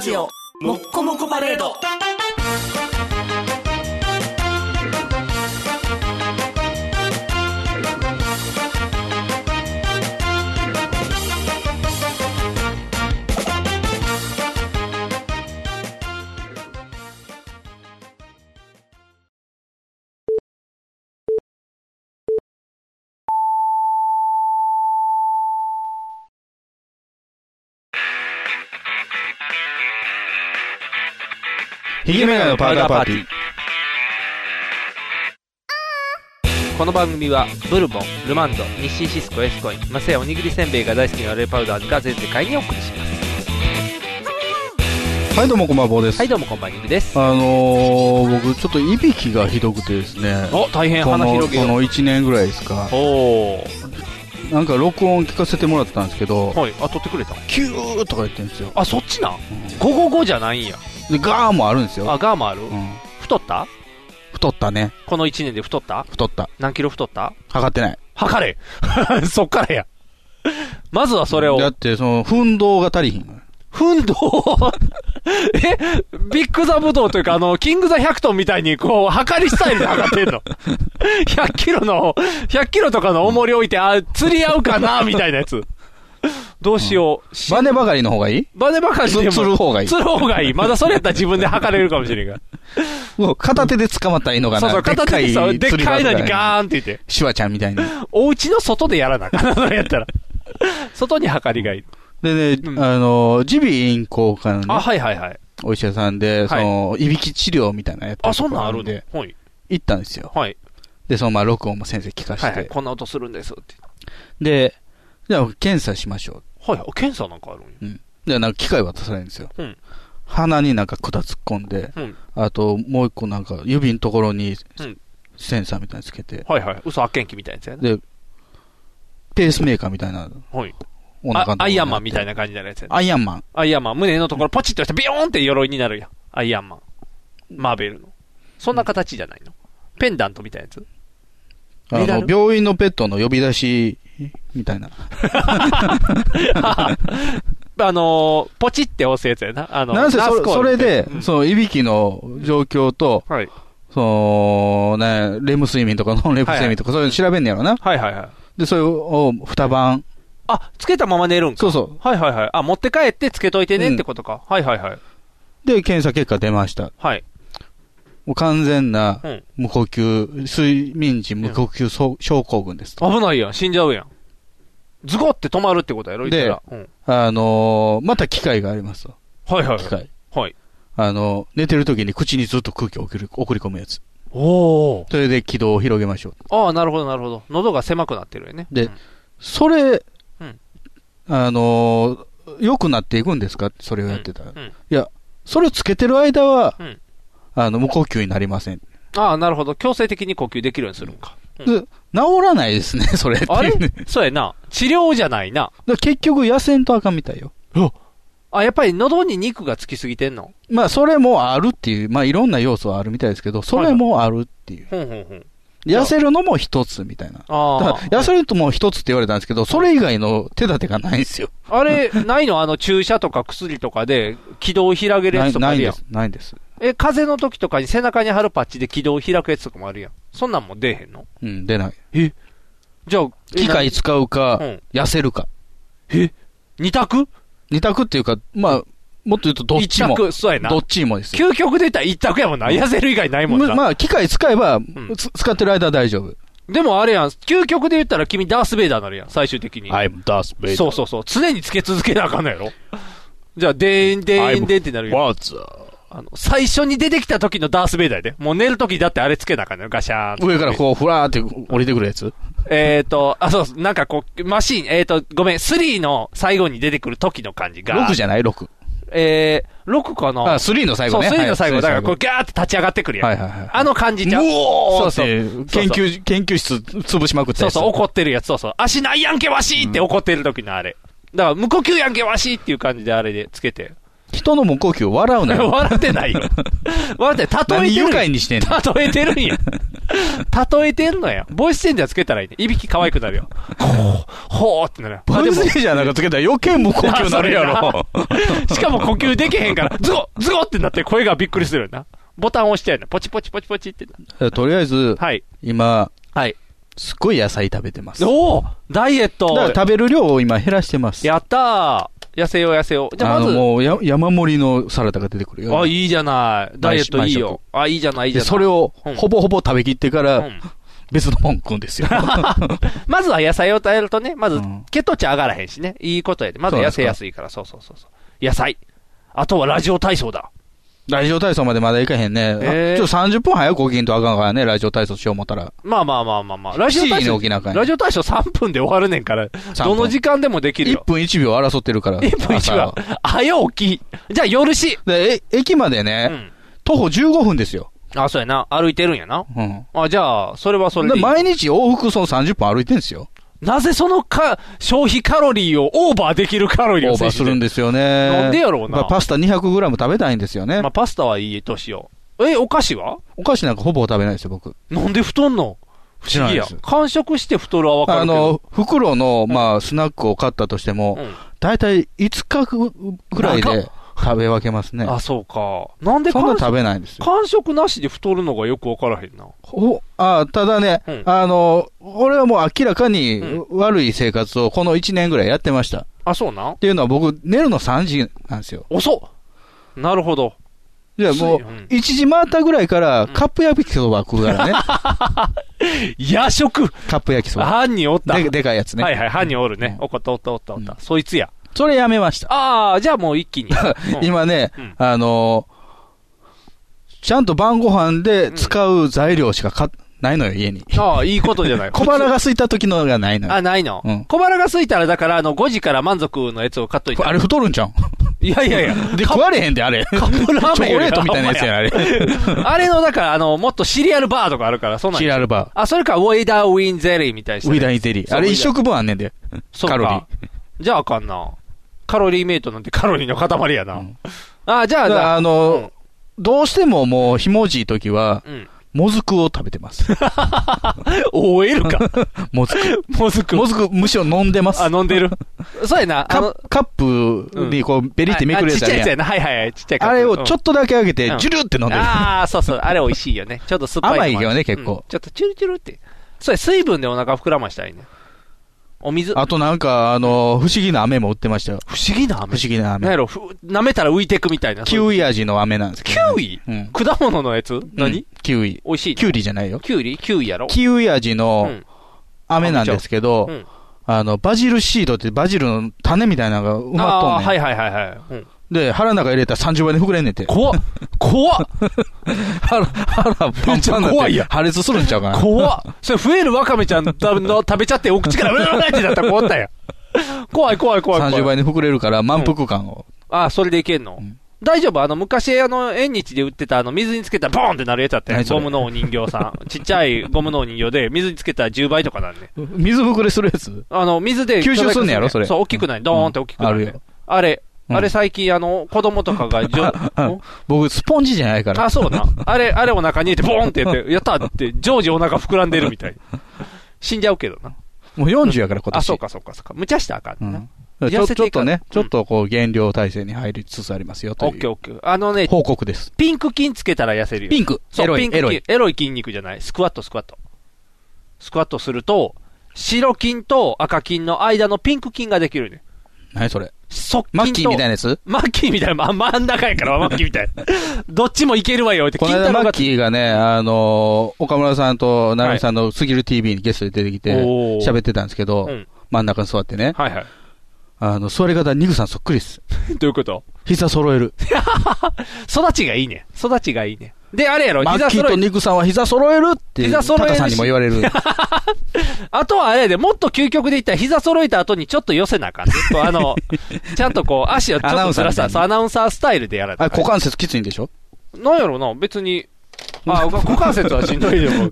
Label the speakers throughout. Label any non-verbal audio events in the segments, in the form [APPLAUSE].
Speaker 1: ジオもっこもこパレード
Speaker 2: ヒゲメガネのパウダーパーティー。
Speaker 3: この番組はブルボンルマンド日清シスコエスコインマセイおにぎりせんべいが大好きなレパウダーズが全世界にお送りします
Speaker 2: はい、どうもこんばんは、坊です。
Speaker 3: はいどうもこんばんはです
Speaker 2: あのー、僕、ちょっといびきがひどくてですね。
Speaker 3: お大変
Speaker 2: こ
Speaker 3: 花
Speaker 2: の、
Speaker 3: 広げ
Speaker 2: こ
Speaker 3: よう
Speaker 2: の1年ぐらいですか。
Speaker 3: おお
Speaker 2: なんか録音聞かせてもらったんですけど、
Speaker 3: はいあ取ってくれた
Speaker 2: キューとか言ってるんですよ。
Speaker 3: あそっちなん
Speaker 2: うんで、
Speaker 3: 555じゃないんや
Speaker 2: ガーもあるんですよ。
Speaker 3: あガーマある
Speaker 2: うん
Speaker 3: 太った
Speaker 2: 太ったね。
Speaker 3: この1年で太った
Speaker 2: 太った。
Speaker 3: 何キロ太った
Speaker 2: 測ってない。
Speaker 3: 測れ [LAUGHS] そっからやまずはそれ
Speaker 2: だっ
Speaker 3: を
Speaker 2: て、その、奮動が足りひん。
Speaker 3: 奮闘 [LAUGHS] えビッグザブドウというかあのキングザ100トンみたいにこう測りスタイルで測ってんの [LAUGHS] 100キロの100キロとかの重り置いてあ釣り合うかなみたいなやつどうしよう、し
Speaker 2: バネばかりの方がいい
Speaker 3: バネばかりでも
Speaker 2: つ釣る方がいい
Speaker 3: 釣る方がいいまだそれやったら自分で測れるかもしれんが
Speaker 2: うん片手で捕まったらいいのか
Speaker 3: そう
Speaker 2: な
Speaker 3: そう、片手でさ、でっかいのに
Speaker 2: ーン。
Speaker 3: ガーンって言って。
Speaker 2: シュワちゃんみたいに。
Speaker 3: お家の外でやらなあかん [LAUGHS] それやったら。外に測りがいい。
Speaker 2: でね、
Speaker 3: うん
Speaker 2: あのー、耳鼻咽喉科のね
Speaker 3: あ、はいはいはい。
Speaker 2: お医者さんで、そ
Speaker 3: はい
Speaker 2: の、いびき治療みたいなのやって
Speaker 3: あ、そんなんある
Speaker 2: で、
Speaker 3: のはい。
Speaker 2: 行ったんですよ。
Speaker 3: はい。
Speaker 2: で、その、まあ、録音も先生聞かして、
Speaker 3: はいはい。こんな音するんですって。
Speaker 2: で、じゃあ、検査しましょ
Speaker 3: はいはい。検査なんかあるんや。
Speaker 2: う。うん。で、なんか、機械渡されるんですよ。
Speaker 3: うん
Speaker 2: 鼻になんか管突っ込んで、
Speaker 3: うん。
Speaker 2: あと、もう一個なんか、指のところに
Speaker 3: うん、
Speaker 2: センサーみたいなのつけて、
Speaker 3: はいはい。嘘発見器みたいなやつやな。
Speaker 2: で、ペースメーカーみたいな、
Speaker 3: はい。
Speaker 2: お腹のところにあっ
Speaker 3: あ
Speaker 2: て
Speaker 3: アイアンマンみたいな感じになるやつやな。
Speaker 2: アイアンマン。
Speaker 3: アイアンマン。胸のところポチッとしてビヨーンって鎧になるやん。アイアンマン。マーベルの。そんな形じゃないの。ペンダントみたいなやつ。
Speaker 2: あ
Speaker 3: メダ
Speaker 2: の、
Speaker 3: ル
Speaker 2: 病院のペットの呼び出し、みたいな。
Speaker 3: あのー、ポチって押すやつやな。あの、
Speaker 2: なんせ
Speaker 3: ナース
Speaker 2: そ、
Speaker 3: コー
Speaker 2: それ
Speaker 3: ルみたいな
Speaker 2: で、その、いびきの状況と、
Speaker 3: うんはい。
Speaker 2: その、ね、レム睡眠とかノンレム睡眠とか、そういうの調べんねやろな。
Speaker 3: はいはいはい。
Speaker 2: で、それを、二晩。
Speaker 3: あ、つけたまま寝るんか。
Speaker 2: そうそ
Speaker 3: はいはいはい。あ、持って帰ってつけといてねってことか。はいはいはい。
Speaker 2: う。で、検査結果出ました。
Speaker 3: はい。
Speaker 2: もう完全な
Speaker 3: うん、
Speaker 2: 無呼吸、睡眠時無呼吸症症候群ですと。
Speaker 3: 危ないやん。死んじゃうやん。ズゴって止まるってことやろ
Speaker 2: で
Speaker 3: 言ったら。うん。
Speaker 2: あのー、また機械がありますと。
Speaker 3: はいはい
Speaker 2: 機
Speaker 3: はい。
Speaker 2: 械。
Speaker 3: はい。
Speaker 2: あの、寝てる時に口にずっと空気を送り送り込むやつ。
Speaker 3: おー。
Speaker 2: それで気道を広げましょう。
Speaker 3: ああ、なるほどなるほど。喉が狭くなってるよね。
Speaker 2: で
Speaker 3: うん
Speaker 2: それ、
Speaker 3: うん
Speaker 2: あのー、良くなっていくんですかそれをやってたら。
Speaker 3: うん。
Speaker 2: それをつけてる間は、
Speaker 3: うん
Speaker 2: あの、無呼吸になりません。
Speaker 3: ああ、なるほど。強制的に呼吸できるようにするんか。うん
Speaker 2: で治らないですね、 [LAUGHS] それっていう
Speaker 3: あれ
Speaker 2: ね
Speaker 3: そうやな。治療じゃないな。
Speaker 2: だから結局、痩せんとあかんみたいよ。
Speaker 3: あ、やっぱり喉に肉がつきすぎてんの
Speaker 2: まあ、それもあるっていう、まあ、いろんな要素はあるみたいですけど、それもあるっていう。
Speaker 3: ほんほんほん。
Speaker 2: 痩せるのも一つみたいな。だ
Speaker 3: あ
Speaker 2: から痩
Speaker 3: あ。
Speaker 2: せるとも一つって言われたんですけど、それ以外の手立てがないんですよ。
Speaker 3: あれ、ないのあの注射とか薬とかで気道を開ける
Speaker 2: な
Speaker 3: や
Speaker 2: い
Speaker 3: つとか
Speaker 2: な
Speaker 3: あ
Speaker 2: いん
Speaker 3: るや
Speaker 2: で
Speaker 3: ん。
Speaker 2: す。ないんです。
Speaker 3: え、風邪の時とかに背中に貼るパッチで気道を開くやつとかもあるやん。そんなんも出えへんの
Speaker 2: うん、出ない。
Speaker 3: じゃあ、え
Speaker 2: 機械使うか、
Speaker 3: うん
Speaker 2: 痩せるか。
Speaker 3: 二択
Speaker 2: 二択っていうか、まあ、もっと言うとどっちも
Speaker 3: 一。択、そうやな
Speaker 2: ど。っちもですよ。
Speaker 3: 究極で言ったら一択やもんな。
Speaker 2: うん
Speaker 3: 痩せる以外ないもん
Speaker 2: む
Speaker 3: な。
Speaker 2: まあ、機械使えば、
Speaker 3: ん
Speaker 2: つ使ってる間は大丈夫。
Speaker 3: でもあれやん、究極で言ったら君ダース・ベイダーになるやん、最終的に。
Speaker 2: I'm Darth
Speaker 3: そうそうそう。常につけ続けなあかんのやろじゃあ、でーん、でーん、でーんってなるよ。あの、最初に出てきた時のダース・ベイダーやで。もう寝る時だってあれつけなあかんのよ、ガシャーンって
Speaker 2: 上からこう、ふらーって降りてくるやつ
Speaker 3: えっ、ー、と、あ、そうそう、なんかこう、マシーン、えっ、ー、と、ごめん、3の最後に出てくる時の感じが。
Speaker 2: ?6 じゃない ?6。
Speaker 3: えー、6かな
Speaker 2: あ、3の最
Speaker 3: そ
Speaker 2: 後
Speaker 3: う、
Speaker 2: ね。
Speaker 3: 3の最後、
Speaker 2: はい
Speaker 3: だからこう、ギャーって立ち上がってくるやん。
Speaker 2: はいはいはい。
Speaker 3: あの感じじゃん。
Speaker 2: うおー
Speaker 3: そうそう。
Speaker 2: って研究、研究室潰しまくって
Speaker 3: そうそう、怒ってるやつ、そうそう。足ないやんけ、わしって怒ってる時のあれ。だから、無呼吸やんけ、わしっていう感じであれでつけて。
Speaker 2: 人の無呼吸を [LAUGHS] 笑うなよ。
Speaker 3: 笑ってないよ。 [LAUGHS] 笑って、例え
Speaker 2: 何
Speaker 3: て
Speaker 2: 愉
Speaker 3: る
Speaker 2: 快にしてんの
Speaker 3: 例えてるんや。例えてんのや。ボイスチェンジャーつけたらいいね。いびき可愛く
Speaker 2: [LAUGHS]
Speaker 3: なるよ。ほう、ほうってなる。
Speaker 2: ボ
Speaker 3: あで
Speaker 2: イ
Speaker 3: も
Speaker 2: スレジャーなんかつけたら余計無呼吸になるや [LAUGHS] ろ。
Speaker 3: しかも呼吸できへんから、ズゴズゴってなって声がびっくりするよな。ボタン押してやるな。ポチポチポチポチってな。
Speaker 2: とりあえず、
Speaker 3: はい。
Speaker 2: 今、
Speaker 3: はい。
Speaker 2: すっごい野菜食べてます。だか
Speaker 3: おおダイエット
Speaker 2: ら食べる量を今減らしてます。
Speaker 3: やったー痩せよう痩せよう。じゃあ
Speaker 2: あ
Speaker 3: ま
Speaker 2: の、
Speaker 3: ず、
Speaker 2: もうや山盛りのサラダが出てくるよ。
Speaker 3: あ、いいじゃない。ダイエットいいよ。あ、いいじゃない、いいじ
Speaker 2: で
Speaker 3: ゃない。
Speaker 2: それを
Speaker 3: うん、
Speaker 2: ほぼほぼ食べきってか
Speaker 3: う
Speaker 2: ら、
Speaker 3: ん、
Speaker 2: 別のもん食うんですよ。
Speaker 3: まずは野菜を食べるとね、まず
Speaker 2: うん、
Speaker 3: 血糖値上がらへんしね。いいことやで。まず
Speaker 2: そうなんで
Speaker 3: 痩
Speaker 2: すか
Speaker 3: せやすいから、そうそうそうそう。野菜。あとはラジオ体操だ。
Speaker 2: ラジオ体操までまだ行かへんね。
Speaker 3: えー
Speaker 2: あちょっと30分早く起きんとあかんからね、ラジオ体操しよう思ったら。
Speaker 3: まあまあまあまあまあ。ラジオ
Speaker 2: 7
Speaker 3: 体
Speaker 2: 時に
Speaker 3: 操
Speaker 2: 起、きなあかんよ
Speaker 3: ラジオ体操3分で終わるねんから、
Speaker 2: 3
Speaker 3: ど
Speaker 2: 分
Speaker 3: の時間でもできる
Speaker 2: 1
Speaker 3: よ。
Speaker 2: 分1秒争ってるから。
Speaker 3: 1分1
Speaker 2: 朝
Speaker 3: は
Speaker 2: は。。
Speaker 3: 早起き。じゃあ夜し。
Speaker 2: で、え駅まで
Speaker 3: う
Speaker 2: ね、
Speaker 3: ん。
Speaker 2: 徒歩15分ですよ。
Speaker 3: あ、そうやな。歩いてるんやな。
Speaker 2: うん。
Speaker 3: あ、じゃあ、それはそれ
Speaker 2: で
Speaker 3: でいい。
Speaker 2: 毎日往復その30分歩いてるんですよ。
Speaker 3: なぜそのか、消費カロリーをオーバーできるカロ
Speaker 2: オ
Speaker 3: リーを
Speaker 2: ーバーするん
Speaker 3: で。
Speaker 2: ですよね。
Speaker 3: なんでやろうな
Speaker 2: まあパスタ 200g 食べたいんですよね
Speaker 3: まあ、。パスタはいいとしよう。え、お菓子は
Speaker 2: お菓子なんかほぼ食べないですよ、僕。
Speaker 3: なんで太んの不
Speaker 2: 知
Speaker 3: 思
Speaker 2: らない
Speaker 3: 議
Speaker 2: で
Speaker 3: や
Speaker 2: す。
Speaker 3: 完食して太るはわか
Speaker 2: あ
Speaker 3: るけど。
Speaker 2: の、袋の、まあ、スナックを買ったとしても、
Speaker 3: うん
Speaker 2: 大体5日ぐらい
Speaker 3: 長
Speaker 2: で食べ分けますね。
Speaker 3: あ、そうか。なんで
Speaker 2: そんな
Speaker 3: 完
Speaker 2: ん
Speaker 3: 食
Speaker 2: 食べないんですよ。
Speaker 3: 完食なしで太るのがよくわからへんな。
Speaker 2: ほあただね、
Speaker 3: うん
Speaker 2: あの、俺はもう明らかに
Speaker 3: う
Speaker 2: 悪い生活をこの1年ぐらいやってました。っ
Speaker 3: あ、そうなん
Speaker 2: ていうのは僕、寝るの3時なんですよ。
Speaker 3: 遅っなる
Speaker 2: [CLEARS THROAT]
Speaker 3: ほど。
Speaker 2: じゃあもう
Speaker 3: ついうん、
Speaker 2: 1時回ったぐらいから、
Speaker 3: ん
Speaker 2: カップ焼きそば食うから
Speaker 3: [LAUGHS]
Speaker 2: ね。
Speaker 3: 夜食
Speaker 2: カップ焼きそば。
Speaker 3: 犯人おった。
Speaker 2: ででかいやつね。
Speaker 3: はいはい、犯人おるね。
Speaker 2: う
Speaker 3: おったおったおったおった。
Speaker 2: うん
Speaker 3: そいつや。
Speaker 2: それやめました。
Speaker 3: ああ、じゃあもう一気に。う
Speaker 2: [LAUGHS]
Speaker 3: ん
Speaker 2: 今ね、
Speaker 3: うん
Speaker 2: あのーちゃんと晩ご飯で使う材料しか買っないのよ、家に。
Speaker 3: ああ、いいことじゃない。
Speaker 2: [LAUGHS] 小腹が空いた時のがないのよ。
Speaker 3: あ、ないの、
Speaker 2: うん
Speaker 3: 小腹が空いたら、だから、あの、5時から満足のやつを買っといて。
Speaker 2: あれ太るんじゃん。
Speaker 3: いやいや
Speaker 2: [LAUGHS]
Speaker 3: いや。
Speaker 2: で、食われへんで、あれ。チ
Speaker 3: カップラー
Speaker 2: ョ
Speaker 3: メン
Speaker 2: コ
Speaker 3: よ
Speaker 2: レ
Speaker 3: り
Speaker 2: ートみたいなやつやん、あれ。
Speaker 3: あれの、だから、あの、もっとシリアルバーとかあるから、そうなん
Speaker 2: シ
Speaker 3: や
Speaker 2: ラルバ
Speaker 3: あ、それか、ウィダーウィンゼリーみたいにし
Speaker 2: ー。
Speaker 3: て
Speaker 2: ウ
Speaker 3: ね、
Speaker 2: ィダイゼリー。あれ一食分あんねんで。
Speaker 3: そうか
Speaker 2: カロリー。
Speaker 3: [LAUGHS] じゃああかんな。カロリーメイトなんて [LAUGHS] カロリーの塊やな。
Speaker 2: うん
Speaker 3: あ、じゃ
Speaker 2: だか
Speaker 3: あ、じゃ
Speaker 2: ら
Speaker 3: あ、
Speaker 2: あのー、どうしてももう、ひもじい時は、
Speaker 3: うん。
Speaker 2: もずくを食べてます。
Speaker 3: OL か。
Speaker 2: もずく。
Speaker 3: もずく。
Speaker 2: もずく、むしろ飲んでます
Speaker 3: あ、。飲んでる。
Speaker 2: [LAUGHS]
Speaker 3: そうやな。あ
Speaker 2: カ
Speaker 3: の
Speaker 2: ッ、カップにこう、ベリってめくるやつ
Speaker 3: あ
Speaker 2: あ
Speaker 3: ちっちゃ
Speaker 2: る
Speaker 3: いやつ
Speaker 2: や
Speaker 3: や
Speaker 2: ん。
Speaker 3: な。はいはいはい。ちっちゃいカッ
Speaker 2: あ
Speaker 3: プ
Speaker 2: れをちょっとだけあげて
Speaker 3: うん、
Speaker 2: ジュルって飲んでる。
Speaker 3: ああ、そうそう。あれ美味しいよね。ちょっと酸っぱいのもある。
Speaker 2: 甘いよね結構
Speaker 3: うんちょっとチュルチュルって。そうや、水分でお腹膨らましたらいいね。お水。
Speaker 2: あとなんか、あの、不思議な飴も売ってましたよ。
Speaker 3: 不思議な
Speaker 2: 不
Speaker 3: 飴。
Speaker 2: 思議な
Speaker 3: なんや
Speaker 2: 飴。
Speaker 3: ろ、ふ舐めたら浮いてくみたいな。
Speaker 2: キウイ味の飴なんですけ
Speaker 3: キ
Speaker 2: ど。
Speaker 3: ウイ
Speaker 2: うん
Speaker 3: 果物のやつ何、
Speaker 2: うんキウイ。
Speaker 3: 美味しいの。
Speaker 2: キュウリじゃないよ。
Speaker 3: キュウリキュウイやろ
Speaker 2: キウイ味
Speaker 3: う
Speaker 2: の
Speaker 3: ん。
Speaker 2: 飴なんですけど
Speaker 3: うん、
Speaker 2: あの、バジルシードってバジルの種みたいなのが埋まっ
Speaker 3: あ
Speaker 2: と
Speaker 3: あ
Speaker 2: ん
Speaker 3: ー、
Speaker 2: ね
Speaker 3: は
Speaker 2: ん
Speaker 3: いはいはいはい。うん、
Speaker 2: で、腹の中入れたら30倍で膨れんねんて。
Speaker 3: 怖っ怖っ
Speaker 2: [LAUGHS] 腹、腹パンパンにな
Speaker 3: めっちゃ
Speaker 2: っ
Speaker 3: 怖い
Speaker 2: て
Speaker 3: やん
Speaker 2: 破裂するんちゃうかな。
Speaker 3: 怖っそれ増えるワカメちゃんだの食べちゃってお口からうららってなったら怖ったやん。怖い怖い怖い怖い。
Speaker 2: 30倍に膨れるから満腹感を。
Speaker 3: ああ、それでいけんの。
Speaker 2: うん
Speaker 3: 大丈夫あの、昔、あの、縁日で売ってた、あの、水につけたらボーンってなるやつあったよ。
Speaker 2: 何そ
Speaker 3: ゴ
Speaker 2: れ
Speaker 3: ムのお人形さ
Speaker 2: [LAUGHS]
Speaker 3: ん。ちっちゃいゴムのお人形で、水につけたら10倍とかなんね。
Speaker 2: 水膨れするやつ
Speaker 3: あの、水で。
Speaker 2: 吸収すんねやろそれ
Speaker 3: そう、大きくない。ドーンって大きくなる、
Speaker 2: うんあるよ。
Speaker 3: あれ、
Speaker 2: うん
Speaker 3: あれ最近、あの、子供とか
Speaker 2: [LAUGHS]
Speaker 3: が、じょん
Speaker 2: 僕、スポンジじゃないから。
Speaker 3: あ、そうな。あれ、あれお腹に入れて、ボーンってやって、やったって、常時お腹膨らんでるみたい。死んじゃうけどな。
Speaker 2: もう40やから今年。
Speaker 3: あ、そうか、そうか、そうか。無茶したらあか
Speaker 2: うん
Speaker 3: ね
Speaker 2: ん
Speaker 3: な。。
Speaker 2: ちょ
Speaker 3: 痩せ
Speaker 2: ち
Speaker 3: て
Speaker 2: ょっ
Speaker 3: いか
Speaker 2: とね、ちょっ
Speaker 3: うん
Speaker 2: とこう、減量体制に入りつつありますよと
Speaker 3: オッ
Speaker 2: い
Speaker 3: ケー
Speaker 2: う
Speaker 3: オッケー。あのね、
Speaker 2: 報告です。
Speaker 3: ピンク筋つけたら痩せるよ。
Speaker 2: ピンク。エ
Speaker 3: そう、
Speaker 2: ロ
Speaker 3: ピ
Speaker 2: い
Speaker 3: ン、ク
Speaker 2: エロ
Speaker 3: 筋
Speaker 2: い。。
Speaker 3: エロい筋肉じゃない。スクワット、スクワット。スクワットすると、白筋と赤筋の間のピンク筋ができるね。
Speaker 2: 何それ
Speaker 3: 側筋と。
Speaker 2: マッキーみたいな
Speaker 3: な。
Speaker 2: やつ
Speaker 3: マッキーみたいな。ま真ん中やから、マッキー
Speaker 2: [LAUGHS]
Speaker 3: みたいな。どっちもいけるわよって。
Speaker 2: この
Speaker 3: 筋
Speaker 2: 間、
Speaker 3: ト
Speaker 2: マ
Speaker 3: レ
Speaker 2: ッ
Speaker 3: が
Speaker 2: キーがね、あのー岡村さんと、なるみさんのスギル TV にゲストで出てきて、
Speaker 3: おー
Speaker 2: 喋ってたんですけど、
Speaker 3: うん
Speaker 2: 真ん中に座ってね、
Speaker 3: はいは
Speaker 2: あの、座り方、ニグさんそっくりです。
Speaker 3: い。どういうこと
Speaker 2: 膝揃える。
Speaker 3: 育ちがいいね。育ちがいいね。で、あれやろ、
Speaker 2: マッ
Speaker 3: 膝
Speaker 2: キー
Speaker 3: 揃
Speaker 2: と
Speaker 3: え。
Speaker 2: ニグさんは膝揃えるって、
Speaker 3: 膝揃えるし
Speaker 2: タカさんにも言われ
Speaker 3: [LAUGHS]
Speaker 2: る。
Speaker 3: あとはあれやで、もっと究極で言ったら膝揃えた後にちょっと寄せなあか
Speaker 2: [LAUGHS]
Speaker 3: んね。こうあの、ちゃんとこう、足をちょっとずらした、
Speaker 2: アナウンサーみたいな
Speaker 3: そうアナウンサースタイルでやら
Speaker 2: あれ、
Speaker 3: な
Speaker 2: 股関節きついんでしょ
Speaker 3: なんやろな、別に。あ、股関節はしんどい
Speaker 2: [LAUGHS]
Speaker 3: でも。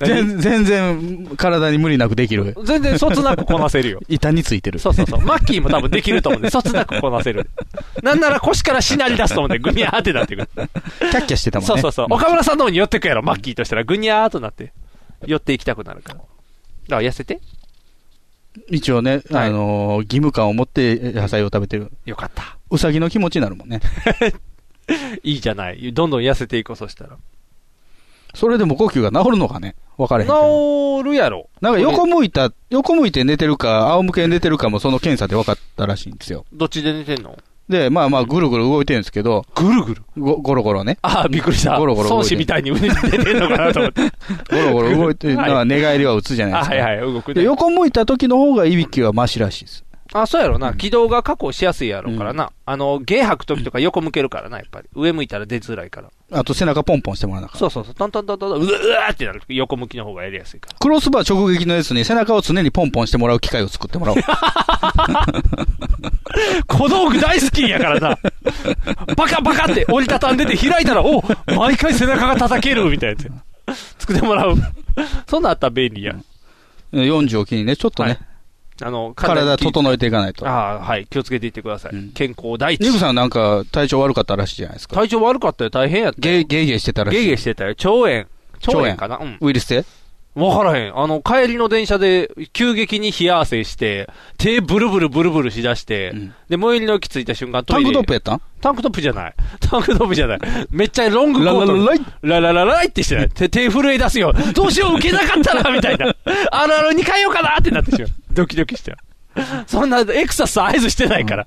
Speaker 2: 全全然、体に無理なくできる。
Speaker 3: 全然そつなくこなせるよ。
Speaker 2: 板についてる。
Speaker 3: そうそうそう。マッキーも多分できると思うんで、そつなくこなせる。なんなら腰からしなり出すと思って、ぐにゃーってなってくる。
Speaker 2: キャッキャしてたもんね。
Speaker 3: そうそうそう。
Speaker 2: ん
Speaker 3: 岡村さんの方に寄ってくやろ、マッキーとしたら、ぐにゃーっとなって。寄っていきたくなるから。だから痩せて。
Speaker 2: 一応ね、
Speaker 3: はい
Speaker 2: あのー義務感を持って野菜を食べてる。
Speaker 3: よかった。
Speaker 2: うさぎの気持ちになるもんね。
Speaker 3: いいじゃない。どんどん痩せていこう、そしたら。
Speaker 2: それでも呼吸が治るのかね分かれへんけど。
Speaker 3: 治るやろ。
Speaker 2: なんか横向いた、横向いて寝てるか、仰向けに寝てるかもその検査で分かったらしいんですよ。
Speaker 3: どっちで寝てんの
Speaker 2: で、まあまあぐるぐる動いてるんですけど、
Speaker 3: ぐるぐる。
Speaker 2: ごゴロゴロね。
Speaker 3: ああ、びっくりした。
Speaker 2: ゴロゴロ動いて
Speaker 3: 孫子みたいに腕に出てんのかなと思 [LAUGHS] って。
Speaker 2: ゴロゴロ動いてるの
Speaker 3: は
Speaker 2: は寝返りは打つじゃないで
Speaker 3: あ
Speaker 2: すか。
Speaker 3: はいはい、動く
Speaker 2: で
Speaker 3: ね。
Speaker 2: 横向いた時の方がいびきはマシらしいです。
Speaker 3: あ、そうやろな。軌道が確保しやすいやろからな。あの、ゲー吐く時とか横向けるからな、やっぱり。上向いたら出づらいから。
Speaker 2: あと背中ポンポンしてもらわなあかっ
Speaker 3: そうそうそう。トントントントン、うわうわーってなる。横向きの方がやりやすいから。
Speaker 2: クロスバー直撃のやつに背中を常にポンポンしてもらう機会を作って
Speaker 3: [LAUGHS]
Speaker 2: もらおう。
Speaker 3: 小道具大好きやから [LAUGHS] な。バカバカって折りたたんでて開いたら、お毎回背中が叩けるみたいなやつ。作ってもらう。そんなんあったら便利や。
Speaker 2: 40を機にね、ちょっとね、
Speaker 3: はいあの、
Speaker 2: 体
Speaker 3: 気
Speaker 2: 整えていかないと。
Speaker 3: ああ、はい。気をつけていってください。
Speaker 2: うん
Speaker 3: 健康第一
Speaker 2: ニ。グさんなんか体調悪かったらしいじゃないですか。
Speaker 3: 体調悪かったよ。大変やった。
Speaker 2: ゲーゲーゲーしてたらしい。
Speaker 3: ゲゲしてたよ。腸炎。腸炎かなうん。
Speaker 2: ウイルスで
Speaker 3: わからへん。あの、帰りの電車で急激に冷や汗して、手ブルブルブルブルしだして、
Speaker 2: うん
Speaker 3: で、最寄りの駅着いた瞬間ト
Speaker 2: タ
Speaker 3: イ
Speaker 2: ン
Speaker 3: レ。
Speaker 2: クトップやったん
Speaker 3: タンクトップじゃない。タンクトップじゃない。めっちゃロングコート。
Speaker 2: ライ
Speaker 3: ラララライってしてない。手、手震え出すよ。どうしよう、受けなかったらみた
Speaker 2: [LAUGHS]
Speaker 3: いな。あるあるに変えようかなってなってしまう。ドキドキしちゃう。そんなエクササイズしてないから。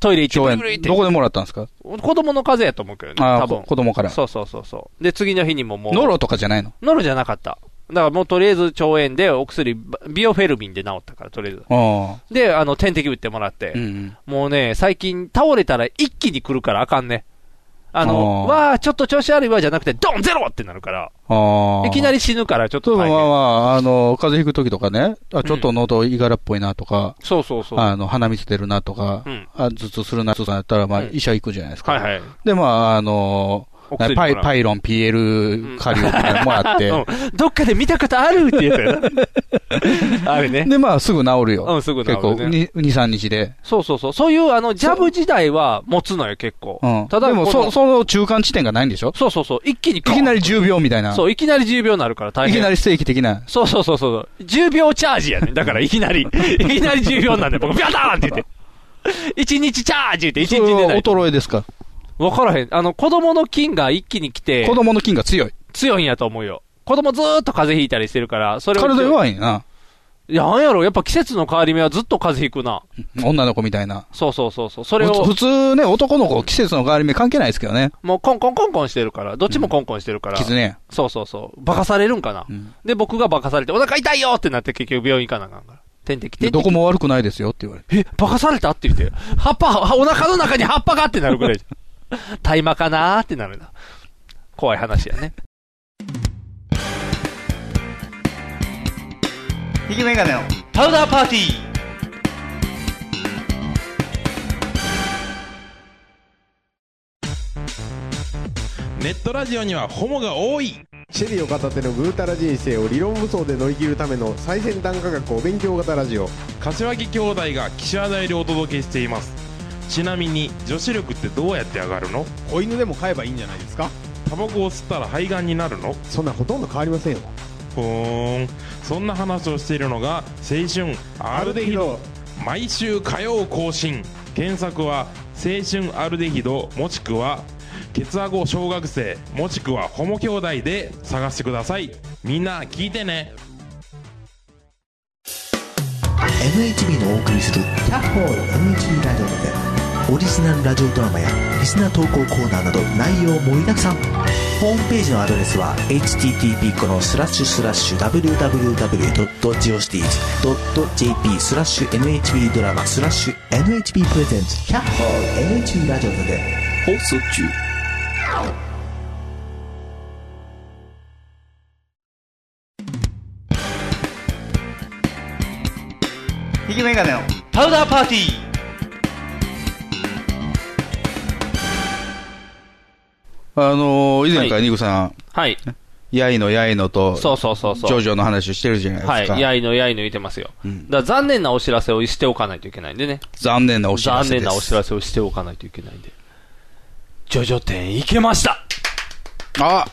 Speaker 3: トイレ行ってブルブル
Speaker 2: どこでもらったんですか
Speaker 3: って。子供の風邪やと思うけどね。
Speaker 2: あ
Speaker 3: 多
Speaker 2: あ、
Speaker 3: 分
Speaker 2: こ。子供から。
Speaker 3: そうそうそうそう。で、次の日にももう。
Speaker 2: ノロとかじゃないの
Speaker 3: ノロじゃなかった。だからもうとりあえず腸炎でお薬、ばビオフェルミンで治ったから、とりあえず。
Speaker 2: あ
Speaker 3: で、あの、点滴打ってもらって。
Speaker 2: あ。うん。
Speaker 3: もうね、最近倒れたら一気に来るからあかんね。あの、
Speaker 2: あー
Speaker 3: わー、ちょっと調子悪いわじゃなくて、ドンゼロってなるから、
Speaker 2: ああ。
Speaker 3: いきな
Speaker 2: り。
Speaker 3: り死ぬからちょっ
Speaker 2: 例え
Speaker 3: と
Speaker 2: ば
Speaker 3: 大
Speaker 2: まあ
Speaker 3: 変。
Speaker 2: まあ、あの、風邪ひくときとかね、あ、ちょっと喉いがらっぽいなとか、
Speaker 3: そうそうそう。は
Speaker 2: あの、鼻水出るなとか
Speaker 3: うん、
Speaker 2: あ、頭痛するな、頭痛なったら、まあ、
Speaker 3: うん
Speaker 2: 医者行くじゃないです
Speaker 3: い
Speaker 2: か。
Speaker 3: はい。
Speaker 2: で、まあ、あの、
Speaker 3: お薬
Speaker 2: パイ、
Speaker 3: もらう
Speaker 2: パイロン PL カリオからもらって、
Speaker 3: [LAUGHS] うんどっかで見たことあるって言ったよ
Speaker 2: [LAUGHS]
Speaker 3: な。あれね。
Speaker 2: で、まあ、すぐ治る
Speaker 3: う
Speaker 2: よ。
Speaker 3: ん、すぐ治
Speaker 2: 結構、
Speaker 3: る、ね。
Speaker 2: 2、3日で。
Speaker 3: そうそうそう。そういう、あの、ジャブ時代は持つのよ、結構。
Speaker 2: うん。
Speaker 3: ただ
Speaker 2: でも、
Speaker 3: こ
Speaker 2: そ、
Speaker 3: の
Speaker 2: その中間地点がないんでしょ
Speaker 3: そうそうそう。一気に
Speaker 2: いきなり10秒みたいな。
Speaker 3: そう、いきなり10秒になるから大
Speaker 2: い
Speaker 3: 変。
Speaker 2: きなりステーキ的な。
Speaker 3: そうそうそうそう。10秒チャージやねん。だからいきな
Speaker 2: [LAUGHS]
Speaker 3: り、いきなり10秒なんで、僕、ビャターンって言
Speaker 2: [LAUGHS]
Speaker 3: って。1日チャージって1
Speaker 2: そ
Speaker 3: 日
Speaker 2: れ
Speaker 3: で
Speaker 2: は
Speaker 3: ない。
Speaker 2: 衰えですか
Speaker 3: わからへん。あの、子供の菌が一気に来て
Speaker 2: 子、供の菌が強い。
Speaker 3: 強いんやと思うよ。子供ずーっと風邪ひいたりしてるから、それを。
Speaker 2: 体
Speaker 3: い。
Speaker 2: 弱いな。
Speaker 3: いや、なんやろ、やっぱ季節の変わり目はずっと風邪ひくな。
Speaker 2: 女の子みたいな。
Speaker 3: そうそうそうそう。それ
Speaker 2: ふ
Speaker 3: を
Speaker 2: 普、通ね、男の子、季節の変わり目関係ないですけどね。
Speaker 3: もうコンコンコンコンしてるから、どっちもコンコンしてるから。
Speaker 2: 傷ね。
Speaker 3: そうそうそう。化かされるんかな
Speaker 2: う。ん
Speaker 3: で、僕が化かされて、お腹痛いよってなって結局病院行かなあかんから。点滴、
Speaker 2: で
Speaker 3: 点滴
Speaker 2: どこも悪くないですよって言われて。
Speaker 3: え、化かされたって言って、葉っぱ、はお腹の中に葉っぱがってなるぐらいじゃん。大麻かなーってなるな。怖い話やね。
Speaker 2: ひげメガネを。
Speaker 3: パウダーパーティー
Speaker 4: ネットラジオにはホモが多い
Speaker 5: シェリーを片手のぐうたら人生を理論武装で乗り切るための最先端科学お勉強型ラジオ
Speaker 4: 柏木兄弟が岸和田よりお届けしていますちなみに女子力ってどうやって上がるの
Speaker 5: 子犬でも飼えばいいんじゃないですか
Speaker 4: タバコを吸ったら肺がんになるの
Speaker 5: そんなほとんど変わりませんよ
Speaker 4: ふーんそんな話をしているのが青春アルデヒド毎週火曜更新検索は青春アルデヒドもしくはケツアゴ小学生もしくはホモ兄弟で探してくださいみんな聞いてね
Speaker 6: NHB のお送りする「キャッホール NHB ラジオ」でオリジナルラジオドラマやリスナー投稿コーナーなど内容盛りだくさんホームページのアドレスは http このスラッシュスラッシュ www.geocities.jp スラッシュ NHB ドラマスラッシュ NHB プレゼンツキャッホール NHB ラジオで
Speaker 3: パウダーパーティー
Speaker 2: あのー、以前からニグさん、
Speaker 3: はい。
Speaker 2: やいのやいのと、
Speaker 3: そうそうそうそう。
Speaker 2: ジョジョの話をしてるじゃない
Speaker 3: は
Speaker 2: ですか。
Speaker 3: い。やいのやいの言ってますよ。
Speaker 2: うん
Speaker 3: だから残念なお知らせをしておかないといけないんでね。
Speaker 2: 残念なお知ら
Speaker 3: 残
Speaker 2: せです。
Speaker 3: 念なお知らせをしておかないといけないんで。ジョジョ展行けました
Speaker 2: あ
Speaker 3: はっ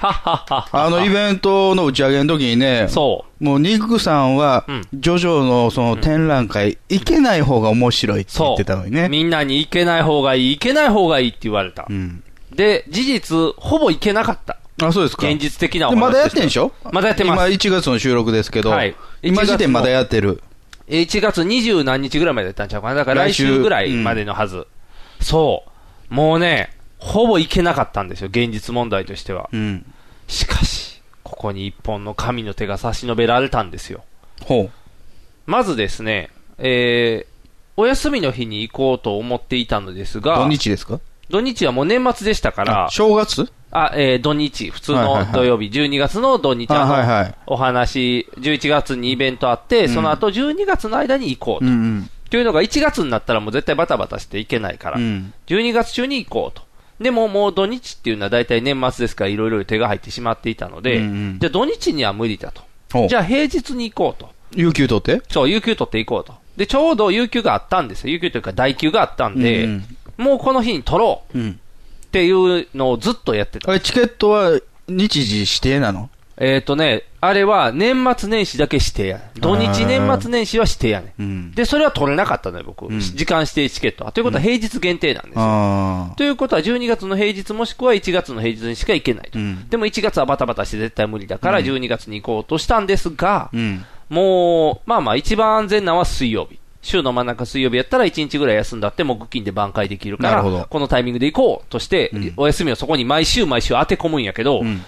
Speaker 3: はっはっは
Speaker 2: あのイベントの打ち上げの時にね、
Speaker 3: そ
Speaker 2: もうニックさんは
Speaker 3: うん、
Speaker 2: ジョジョのその展覧会、行けない方が面白いって言ってたのに
Speaker 3: う。
Speaker 2: ね。
Speaker 3: みんなに行けない方がいい、行けない方がいいって言われた
Speaker 2: う。ん。
Speaker 3: で、事実、ほぼ行けなかった。
Speaker 2: あ、そうですか。
Speaker 3: 現実的なお
Speaker 2: で
Speaker 3: 話
Speaker 2: まだやってんで
Speaker 3: し
Speaker 2: しょ
Speaker 3: まだやってます
Speaker 2: 今1月の収録ですけど、
Speaker 3: はい
Speaker 2: 今時点まだやってる。
Speaker 3: た。1月20何日ぐらいまでやったんちゃうかな。だから来
Speaker 2: 来週
Speaker 3: 週ぐらいまでのはず。そう。もうね、ほぼ行けなかったんですよ、現実問題としては。
Speaker 2: うん。
Speaker 3: しかし、ここに一本の神の手が差し伸べられたんですよ。
Speaker 2: ほう。
Speaker 3: まずですね、えー、お休みの日に行こうと思っていたのですが、
Speaker 2: 土日ですか
Speaker 3: 土日はもう年末でしたから、
Speaker 2: 正月
Speaker 3: あ、えー土日、普通
Speaker 2: はいはい
Speaker 3: の
Speaker 2: はい
Speaker 3: 土曜日、12月の土日、
Speaker 2: あ
Speaker 3: あの
Speaker 2: はいはい
Speaker 3: お話、11月にイベントあって、その後12月の間に行こう
Speaker 2: う
Speaker 3: と。
Speaker 2: ん
Speaker 3: というのが1月になったらもう絶対バタバタしていけないから、
Speaker 2: うん。
Speaker 3: 12月中に行こうと。でももう土日っていうのは大体年末ですからいろいろ手が入ってしまっていたので、
Speaker 2: うんうん
Speaker 3: じゃあ土日には無理だと。
Speaker 2: ほう。
Speaker 3: じゃあ平日に行こうと。
Speaker 2: 有給取って
Speaker 3: そう、有給取っていこうと。で、ちょうど有給があったんですよ。有給というか、代給があったんで、
Speaker 2: うん
Speaker 3: もうこの日に取ろう
Speaker 2: うん。
Speaker 3: っていうのをずっとやってた。
Speaker 2: あれ、チケットは日時指定なの
Speaker 3: えっ、とね、あれは年末年始だけ指定やねん。土日年末年始は指定やね。
Speaker 2: うんん。
Speaker 3: で、それは取れなかったのよ、僕。
Speaker 2: ん
Speaker 3: 時間指定チケットは。ということは平日限定なんですよ。
Speaker 2: あ
Speaker 3: ということは12月の平日もしくは1月の平日にしか行けないと。
Speaker 2: うん
Speaker 3: でも1月はバタバタして絶対無理だから12月に行こうとしたんですが、
Speaker 2: あ。うん。
Speaker 3: もう、まあまあ、一番安全なのは水曜日。週の真ん中水曜日やったら1日ぐらい休んだって木金で挽回できるか
Speaker 2: なるほ
Speaker 3: ら、
Speaker 2: ど
Speaker 3: このタイミングで行こうとして、
Speaker 2: うん
Speaker 3: お休みをそこに毎週毎週当て込むんやけど、
Speaker 2: うん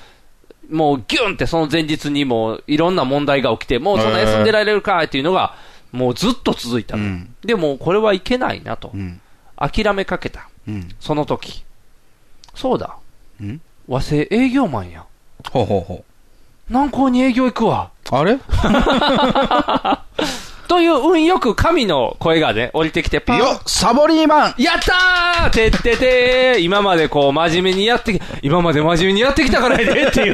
Speaker 3: もうギュンってその前日にもういろんな問題が起きて、もうそんな休んでられるかっていうのが、もうずっと続いたの、
Speaker 2: うん
Speaker 3: でもうこれはいけないなと
Speaker 2: う。ん。
Speaker 3: 諦めかけた。
Speaker 2: うん。
Speaker 3: その時。そうだ。
Speaker 2: うん
Speaker 3: 和製営業マンや。
Speaker 2: ほうほうほ
Speaker 3: 南港に営業行くわ。
Speaker 2: う。あれ
Speaker 3: という運よく神の声がね、降りてきて、パン
Speaker 2: よサボリーマン
Speaker 3: やったーてっててー今までこう真面目にやってき、今まで真面目にやってきたからやでって
Speaker 2: [LAUGHS]
Speaker 3: い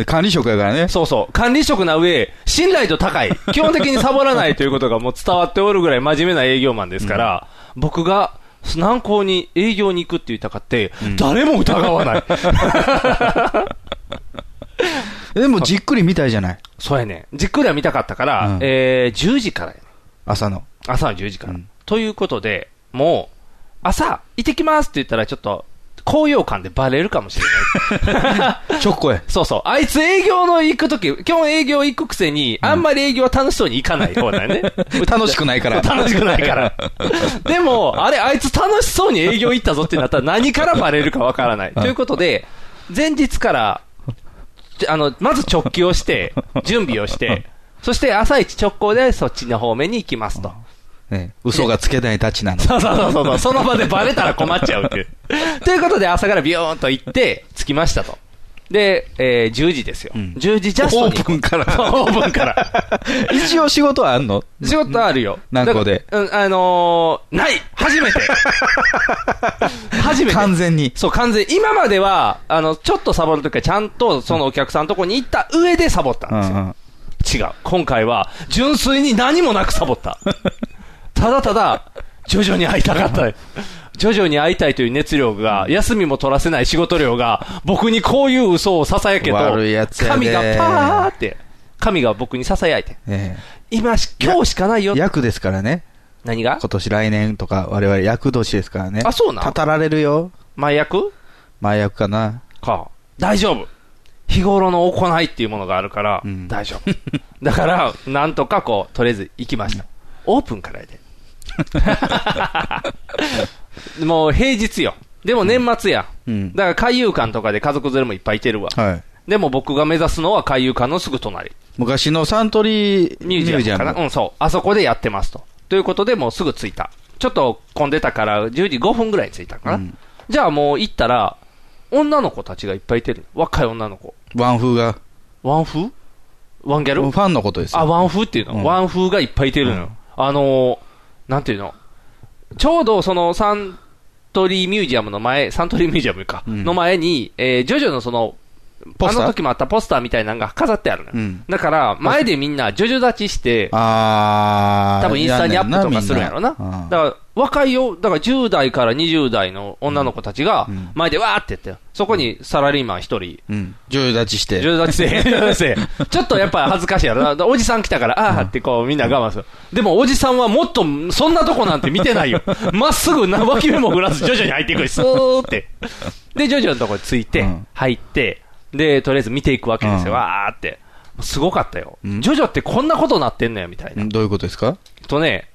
Speaker 3: う。
Speaker 2: 管理職やからね。
Speaker 3: そうそう。管理職な上、信頼度高い。基本的にサボらないということがもう伝わっておるぐらい真面目な営業マンですから、僕が、南港に営業に行くって言ったかって、誰も疑
Speaker 2: [LAUGHS]
Speaker 3: わない。
Speaker 2: でもじっくり見たいじゃない。
Speaker 3: そうやね。じっくりは見たかったから、
Speaker 2: うん
Speaker 3: えー、10時からやね。
Speaker 2: 朝の。
Speaker 3: 朝の10時から。
Speaker 2: うん
Speaker 3: ということで、もう、朝、行ってきますって言ったらちょっと、高揚感でバレるかもしれな
Speaker 2: [LAUGHS]
Speaker 3: い。
Speaker 2: チョコへ。
Speaker 3: そうそう。あいつ営業の行くとき、基本営業行くくせに、あんまり営業は楽しそうに行かない方だよね。
Speaker 2: [LAUGHS] 楽しくないから。
Speaker 3: [LAUGHS] 楽しくない
Speaker 2: [LAUGHS]
Speaker 3: から。でも、あれ、あいつ楽しそうに営業行ったぞってなったら何からバレるかわからない。ということで、前日から、ちあの、まず直帰をして、準備をして、そして朝一直行でそっちの方面に行きますと。
Speaker 2: ね、嘘がつけないたちなの。
Speaker 3: そうそうそうそうそう。その場でバレたら困っちゃうっていう。 [LAUGHS] ということで、朝からビヨーンと行って、着きましたと。で、えー10時ですよ。
Speaker 2: ん
Speaker 3: 10時ジャストに行こう
Speaker 2: オープンから
Speaker 3: [LAUGHS] そうオープンから。 [LAUGHS]
Speaker 2: 一応仕事はあんの
Speaker 3: 仕事あるよ。
Speaker 2: 何個で
Speaker 3: だからうん、あのーない初 [LAUGHS] めて初めて
Speaker 2: 完全に。
Speaker 3: そう、完全。今までは、あの、ちょっとサボるときは、ちゃんとそのお客さんのとこに行った上でサボったん
Speaker 2: う
Speaker 3: ですよ。
Speaker 2: んうん。
Speaker 3: 違う。今回は、純粋に何もなくサボった。ただただ、徐々に会いたかった。徐々に会いたいという熱量が、休みも取らせない仕事量が、僕にこういう嘘を囁けと、
Speaker 2: 悪いやつや
Speaker 3: 神
Speaker 2: ね
Speaker 3: がパーって、神が僕に囁いて、
Speaker 2: え
Speaker 3: 今し、今日しかない
Speaker 2: え
Speaker 3: よ。
Speaker 2: 役ですからね。
Speaker 3: 何が
Speaker 2: 今年来年とか我々役年ですからね。
Speaker 3: あそうなん
Speaker 2: たたられるよ。
Speaker 3: 前役
Speaker 2: 前役かな。
Speaker 3: か。大丈夫。日頃の行いっていうものがあるから、
Speaker 2: うん
Speaker 3: 大丈夫。 [LAUGHS] だから、なんとかこう、とりあえず行きました。オープンからやで。もう平日よ。でも年末や。
Speaker 2: うん
Speaker 3: だから海遊館とかで家族連れもいっぱいいてるわ。
Speaker 2: はい。
Speaker 3: でも僕が目指すのは海遊館のすぐ隣。
Speaker 2: 昔のサントリー
Speaker 3: ミュージアムかなうん、そう。あそこでやってますと。ということで、もうすぐ着いた。ちょっと混んでたから、10時5分ぐらいに着いたかな。
Speaker 2: うん
Speaker 3: じゃあもう行ったら、女の子たちがいっぱいいてる。若い女の子。
Speaker 2: ワンフーが。
Speaker 3: ワンフーワンギャ
Speaker 2: フ
Speaker 3: ル
Speaker 2: ァンのことですよ。
Speaker 3: あ、ワンフーっていうの、
Speaker 2: うん
Speaker 3: ワンフーがいっぱいいてるのよ。あのー、なんていうのちょうどそのサントリーミュージアムの前、サントリーミュージアムか、
Speaker 2: うん
Speaker 3: の前に、えージョジョのその、
Speaker 2: ポスター
Speaker 3: あの時もあったポスターみたいなのが飾ってあるのよ、
Speaker 2: うん
Speaker 3: だから、前でみんな、ジョジョ立ちして、
Speaker 2: あー。
Speaker 3: 多分インスタにアップとかするんやろな。
Speaker 2: みんうん
Speaker 3: だから、若いよ、だから10代から20代の女の子たちが
Speaker 2: うん、
Speaker 3: 前でわーって言って、そこにサラリーマン一人、
Speaker 2: うん。女優立ちして。
Speaker 3: 10代立
Speaker 2: [LAUGHS]
Speaker 3: ちして、10代立ちしてちょっとやっぱ恥ずかしいやろな。だからおじさん来たから、あーってこうみんな我慢する。でもおじさんはもっと、そんなとこなんて見
Speaker 2: [LAUGHS]
Speaker 3: てないよ。まっすぐな脇目も振らず、徐々に入っていくし、スーって。で、徐々のとこについて
Speaker 2: うん、
Speaker 3: 入って、で、とりあえず見ていくわけです
Speaker 2: うん
Speaker 3: よ。わーって。すごかったよ。
Speaker 2: うん
Speaker 3: ジョジョってこんなことなってんのよ、みたいな
Speaker 2: う。んどういうことですか
Speaker 3: とね、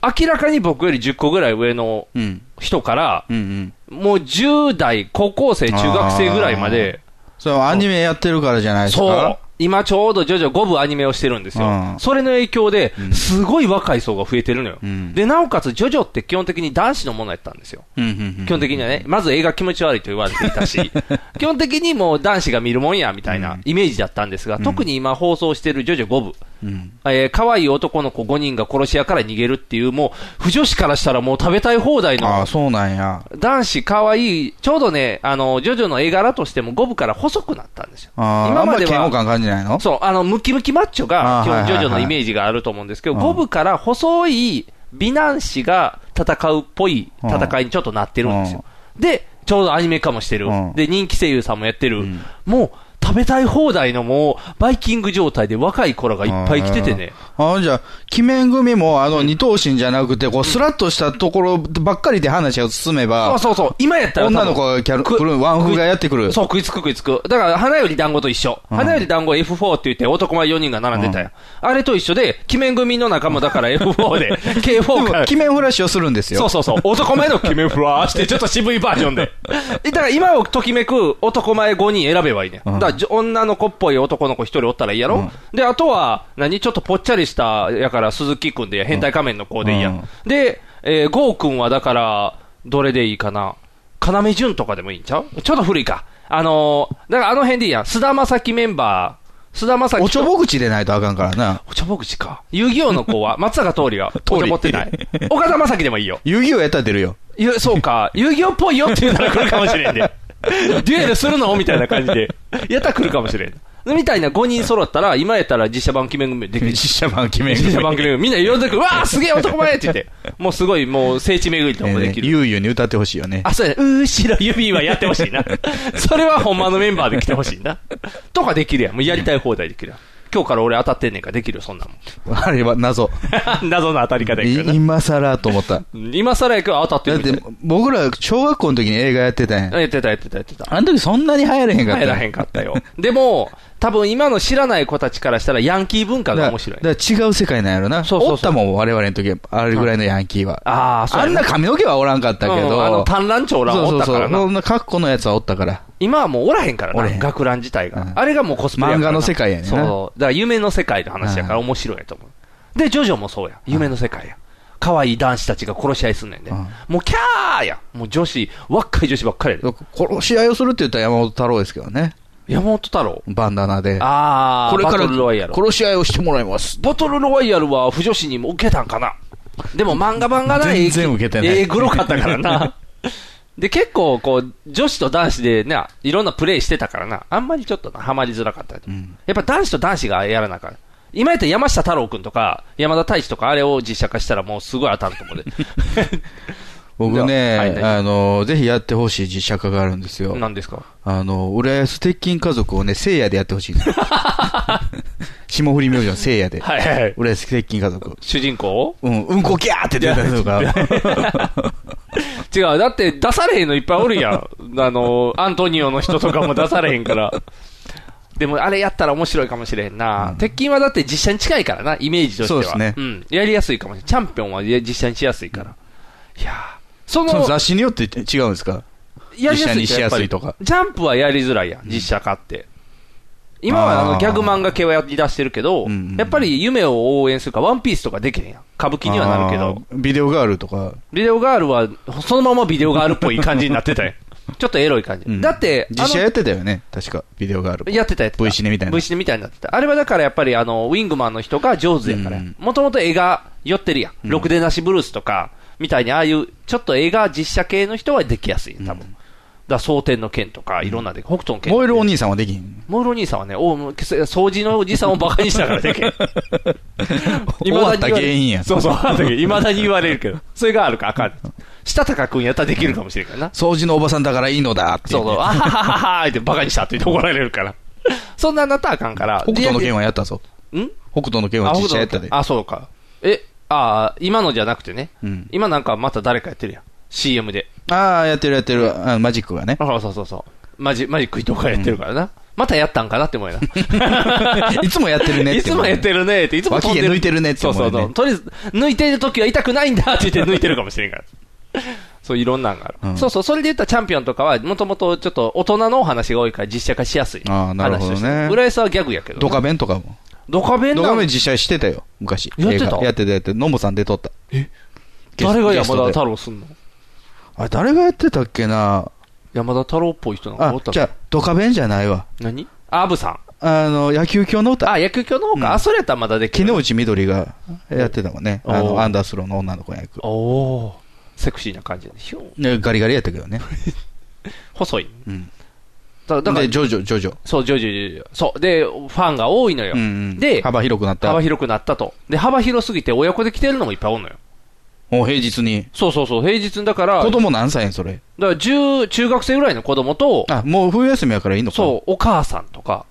Speaker 3: 明らかに僕より10個ぐらい上の
Speaker 2: うん。
Speaker 3: 人から、
Speaker 2: うんうん。
Speaker 3: もう10代、高校生、中学生ぐらいまで、
Speaker 2: それはアニメやってるからじゃないですか。
Speaker 3: そう、今ちょうどジョジョ5部アニメをしてるんです
Speaker 2: う
Speaker 3: よ。
Speaker 2: ん
Speaker 3: それの影響で
Speaker 2: うん、
Speaker 3: すごい若い層が増えてるのよ
Speaker 2: うん。
Speaker 3: で、なおかつジョジョって基本的に男子のものやったんですよ。
Speaker 2: うんうんうん。
Speaker 3: 基本的にはね、まず映画気持ち悪いと言われてい
Speaker 2: [LAUGHS]
Speaker 3: たし、基本的にもう男子が見るもんやみたいなイメージだったんですが、特に今放送してるジョジョ5部、
Speaker 2: うん。
Speaker 3: えー可愛い男の子5人が殺し屋から逃げるっていう、もう、不女子からしたらもう食べたい放題
Speaker 2: あ
Speaker 3: の
Speaker 2: あ、、そうなんや。
Speaker 3: 男子可愛い、ちょうどね、あの、ジョジョの絵柄としても5部から細くなったんですよ。
Speaker 2: ああ、あ
Speaker 3: 今
Speaker 2: ん
Speaker 3: ま
Speaker 2: まり
Speaker 3: では
Speaker 2: 嫌悪感感じないの
Speaker 3: そう、あの、ムキムキマッチョ
Speaker 2: あー
Speaker 3: が、基
Speaker 2: はいは
Speaker 3: 本
Speaker 2: い
Speaker 3: ジ
Speaker 2: はい
Speaker 3: ョジョのイメージがあると思うんですけど、
Speaker 2: うん
Speaker 3: 5部から細い美男子が戦うっぽい戦いにちょっとなってるんですよ。で、ちょうどアニメ化もしてる
Speaker 2: うん。
Speaker 3: で、人気声優さんもやってる
Speaker 2: ん。
Speaker 3: もう、食べたい放題のもう、バイキング状態で若い子らがいっぱい来ててね。
Speaker 2: ああ、じゃあ、鬼面組も、あの、二頭身じゃなくて、こう、スラッとしたところばっかりで話が進めば、
Speaker 3: そうそうそう、今やったら多分
Speaker 2: 女の子がキャル
Speaker 3: く
Speaker 2: 来る、ワンフがやってくる。
Speaker 3: そう、食いつく食いつく。だから、花より団子と一緒。花より団子 F4 って言って男前4人が並んでたよ。あれと一緒で、鬼面組の仲間だから
Speaker 2: [LAUGHS]
Speaker 3: F4 で、
Speaker 2: で
Speaker 3: K4
Speaker 2: も
Speaker 3: から。
Speaker 2: 鬼面フラッシュをするんですよ。
Speaker 3: そうそうそう。男前の鬼面フラーして、ちょっと渋いバージョンで。だから今をときめく男前5人選べばいいね。
Speaker 2: うん
Speaker 3: だからじょ女の子っぽい男の子1人おったらいいやろ、で、あとは、何ちょっとぽっちゃりした、やから鈴木くんで、変態仮面の子でいいや、
Speaker 2: うん
Speaker 3: で、えー、ゴーくんはだから、どれでいいかな。要潤とかでもいいんちゃうちょっと古いか。あのーだからあの辺でいいやん。菅田将暉メンバー。菅田将暉と。
Speaker 2: おちょぼ口でないとあかんからな。
Speaker 3: おちょぼ口か。遊戯王の子は、松坂桃李が、おちょぼってない。岡田将暉でもいいよ。
Speaker 2: 遊戯王やったら出るよ。
Speaker 3: ゆそうか、遊戯王っぽいよって言うなら来るかもしれん [LAUGHS] で、デュエルするのみたいな感じで、やったら来るかもしれん。みたいな5人揃ったら、今やったら実写版決め組できる。実
Speaker 2: 実写版鬼面組。
Speaker 3: 写版決め組、みんな呼んでくる、わー、すげえ男前って言って、もうすごい、もう聖地巡りとかもでき
Speaker 2: えーね
Speaker 3: る。
Speaker 2: ゆうゆうに歌ってほしいよね。
Speaker 3: あ、そうや、うーしろ指はやってほしい [LAUGHS] な。それはほんまのメンバーで来てほしいな。とかできるやん。もうやりたい放題できるやん。今日から俺当たってんねんからできるよ、そんな [LAUGHS] も
Speaker 2: あれは謎。
Speaker 3: ん。謎の当たり方やけど
Speaker 2: い
Speaker 3: な。
Speaker 2: 今更と思った。
Speaker 3: 今更やけど当た
Speaker 2: [LAUGHS] だ
Speaker 3: ってる
Speaker 2: っ
Speaker 3: みたい
Speaker 2: て、僕ら小学校の時に映画やってたんや。
Speaker 3: やってた、やってた、やってた。
Speaker 2: あの時そんなに流行れへんかった。
Speaker 3: 入らへんかったよ。でも、多分今の知らない子たちからしたらヤンキー文化
Speaker 2: だか
Speaker 3: が
Speaker 2: ら。
Speaker 3: 面白い。
Speaker 2: だから違う世界なんやろな。
Speaker 3: そうそうそう
Speaker 2: おったもん、我々の時、あれぐらいのヤンキーは。
Speaker 3: ああ、そう
Speaker 2: あ
Speaker 3: や
Speaker 2: んな髪の毛はおらんかったけ
Speaker 3: うんあの、
Speaker 2: ど。
Speaker 3: 単乱長ら
Speaker 2: そう
Speaker 3: お
Speaker 2: そ
Speaker 3: っ
Speaker 2: う
Speaker 3: た
Speaker 2: そ
Speaker 3: か
Speaker 2: う。
Speaker 3: らな。
Speaker 2: そんな格好のやつはおったから。
Speaker 3: 今はもうおらへんから
Speaker 2: おら
Speaker 3: な
Speaker 2: へん、
Speaker 3: 学ラン自体が。
Speaker 2: うん
Speaker 3: あれがもうコスプレや
Speaker 2: 漫
Speaker 3: か
Speaker 2: 画
Speaker 3: らな
Speaker 2: の世界やねん
Speaker 3: そう。だ
Speaker 2: な。
Speaker 3: から夢の世界の話やから
Speaker 2: うん
Speaker 3: 面白いと思う。で、ジョジョもそうや。夢の世界や。可愛い男子たちが殺し合いすんねんで。
Speaker 2: うん
Speaker 3: もうキャーや。もう女子、若い女子ばっかりやで。
Speaker 2: 殺し合いをするって言ったら山本太郎ですけどね。
Speaker 3: 山本太郎。
Speaker 2: バンダナで。
Speaker 3: ああ、
Speaker 2: これか
Speaker 3: バ
Speaker 2: ら
Speaker 3: トルロワイヤル。
Speaker 2: 殺し合いをしてもらいます。
Speaker 3: ボトルロワイヤルは不女子にも受けたんかな。でも漫画版がな、
Speaker 2: 全然受けてない
Speaker 3: ええグロかったか
Speaker 2: [LAUGHS]
Speaker 3: らな。で、結構、こう、女子と男子でね、いろんなプレイしてたからな、あんまりちょっとなハマりづらかった、やっぱ男子と男子がやらなあかん。今やったら山下太郎くんとか、山田太一とか、あれを実写化したらもうすごい当たると思
Speaker 2: [LAUGHS]
Speaker 3: うで。
Speaker 2: 僕ね、
Speaker 3: はいはい
Speaker 2: あの、ぜひやってほしい実写化があるんですよ。
Speaker 3: 何ですか
Speaker 2: あの、浦安鉄筋家族をね、聖夜でやってほしいん
Speaker 3: [LAUGHS]
Speaker 2: ですよ霜降り明星の聖夜で。
Speaker 3: はいはいはい。
Speaker 2: 浦安鉄筋家族。
Speaker 3: 主人公
Speaker 2: うん、うんこキャーって出たりとか。
Speaker 3: 違う、だって出されへんのいっぱいおるやん。
Speaker 2: [LAUGHS]
Speaker 3: あの、アントニオの人とかも出されへんから。でもあれやったら面白いかもしれへんな。鉄筋はだって実写に近いからな、イメージとしては。
Speaker 2: そうですね
Speaker 3: ん。やりやすいかもしれん。チャンピオンは実写にしやすいから。いやーその、
Speaker 2: その雑誌によって違うんですか
Speaker 3: やり
Speaker 2: 実
Speaker 3: やすい
Speaker 2: 写にしやすいとか
Speaker 3: っぱりジャンプはやりづらいやん、実写化って。今はあ
Speaker 2: あー
Speaker 3: のギャグ漫画系はやり出してるけど、
Speaker 2: うんうん
Speaker 3: やっぱり夢を応援するか、ワンピースとかできへんやん。歌舞伎にはなるけど。
Speaker 2: あー。ビデオガールとか。
Speaker 3: ビデオガールは、そのままビデオガールっぽい感じになってたよ。 [LAUGHS] ちょっとエロい感じ。
Speaker 2: うん
Speaker 3: だって、
Speaker 2: 実写
Speaker 3: あ
Speaker 2: やってたよね。確か、ビデオガー
Speaker 3: の
Speaker 2: ル。
Speaker 3: やってたやってた。
Speaker 2: V シネみたいな
Speaker 3: V シネみたいになってた。あれはだからやっぱり、あの、ウィングマンの人が上手やから
Speaker 2: うん。
Speaker 3: もともと絵が寄ってるやん。ろくでなしブルースとか、みたいにああいう、ちょっと絵が実写系の人はできやすい。多分。だ蒼天の剣とか、いろんなで、北斗の剣。
Speaker 2: 燃えるお兄さんはできひん。
Speaker 3: モールお兄さんはね、おうもう掃除のおじさんをバカにした
Speaker 2: [LAUGHS]
Speaker 3: からだけ。
Speaker 2: 終わった原因や。
Speaker 3: そうそう、いまだに言われるけど。それがあるかあかん。したたかくんやったらできるかもしれんからな。
Speaker 2: 掃除のおばさんだからいいのだって。
Speaker 3: そうそう、あははははってバカにしたって言って怒られるから。そんなんなったらあかんから。
Speaker 2: 北斗の剣
Speaker 3: は
Speaker 2: はやったぞ。
Speaker 3: ん
Speaker 2: 北斗の剣は
Speaker 3: あ
Speaker 2: 実写やったで。
Speaker 3: あ、そうか。え、ああ、今のじゃなくてね。
Speaker 2: うん
Speaker 3: 今なんかまた誰かやってるやん。CM で。
Speaker 2: ああ、やってるやってる。あマジックがね。
Speaker 3: あそうそうそう。マジ、マジック伊藤がやってるからな。またやったんかなって思いな。
Speaker 2: [LAUGHS] いつもやってるねって
Speaker 3: いつもやってるねって、いつも飛んで
Speaker 2: 脇毛抜いてるねって
Speaker 3: そう
Speaker 2: 思う
Speaker 3: そ
Speaker 2: よね
Speaker 3: うそう。とりあえず、抜いてる時は痛くないんだって言って抜いてるかもしれんから。そう、いろんなんがある。
Speaker 2: うん
Speaker 3: そうそう、それで言ったらチャンピオンとかは、もともとちょっと大人のお話が多いから実写化しやすい。
Speaker 2: あーなるほどね
Speaker 3: 話として浦井さんはギャグやけど。
Speaker 2: ドカベンとかも。
Speaker 3: ドカベン
Speaker 2: ド
Speaker 3: な
Speaker 2: カ
Speaker 3: の
Speaker 2: ベン実写してたよ、昔。
Speaker 3: やってた
Speaker 2: 映画やってたやってた。ノムさん出とった。ゲス
Speaker 3: 誰が
Speaker 2: ゲスト
Speaker 3: 山田
Speaker 2: で
Speaker 3: 太郎すんの
Speaker 2: あれ、誰がやってたっけな
Speaker 3: 山田太郎っぽい人なんか
Speaker 2: あ
Speaker 3: おっ、た
Speaker 2: じゃあ、ドカベンじゃないわ。
Speaker 3: 何アブさん。
Speaker 2: あの、野球教の歌。
Speaker 3: あ、野球教の方か。
Speaker 2: うん
Speaker 3: あ、それやったらまだでき
Speaker 2: 木
Speaker 3: る
Speaker 2: 之。内みどりがやってたもんね。あ
Speaker 3: お
Speaker 2: の、
Speaker 3: ー
Speaker 2: アンダースローの女の子の役。
Speaker 3: おおセクシーな感じで。ひょ
Speaker 2: ねガリガリやったけどね。
Speaker 3: 細い。
Speaker 2: うん
Speaker 3: だだから
Speaker 2: で、、ジョジョ、ジョジョ。
Speaker 3: そう、ジョジョジョジョ。そう。で、ファンが多いのよ。
Speaker 2: うんうん
Speaker 3: で、
Speaker 2: 幅広くなった
Speaker 3: 幅。広くなったと。で、幅広すぎて親子で来てるのもいっぱいおんのよ。
Speaker 2: もう平日に。
Speaker 3: そうそうそう、平日にだから、
Speaker 2: 子
Speaker 3: だか
Speaker 2: 供何歳やん、それ。
Speaker 3: ら中、中学生ぐらいの子供と、
Speaker 2: あ、もう冬休みやからいいのか。
Speaker 3: そう、お母さんとか。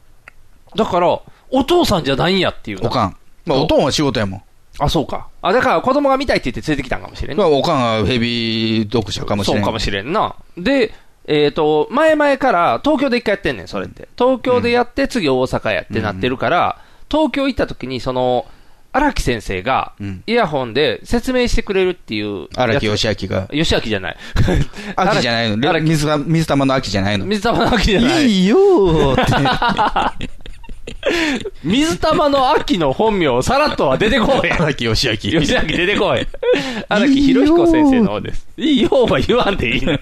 Speaker 3: だから、お父さんじゃないんやっていうな
Speaker 2: おかん。まあ、
Speaker 3: そう
Speaker 2: おとんは仕事やもん。
Speaker 3: あ、そうか。あ、だから子供が見たいって言って連れてきたんかもしれん
Speaker 2: まあ、おかんはヘビー読者かもしれ
Speaker 3: そ
Speaker 2: な
Speaker 3: う
Speaker 2: い。
Speaker 3: かもしれんな。で、えっ、と、前々から東京で一回やってんねん、それって。東京でやって、次大阪やってなってるから、東京行った時に、その、荒木先生が
Speaker 2: うん、
Speaker 3: イヤホンで説明してくれるっていう。
Speaker 2: 荒木
Speaker 3: やつ
Speaker 2: 義明が。
Speaker 3: 吉明じ
Speaker 2: [LAUGHS]
Speaker 3: ゃない。
Speaker 2: 秋じゃないの。
Speaker 3: [LAUGHS] 荒
Speaker 2: レ
Speaker 3: 木
Speaker 2: 水が水玉の秋じゃないの。
Speaker 3: 水玉の秋じゃない。
Speaker 2: いいよーって。
Speaker 3: 水玉の秋の本名、さらっとは出てこい。
Speaker 2: 荒木義明。
Speaker 3: 吉明出て
Speaker 2: [LAUGHS]
Speaker 3: こい。荒木博彦先生の方です。いいよは言わんでいいの。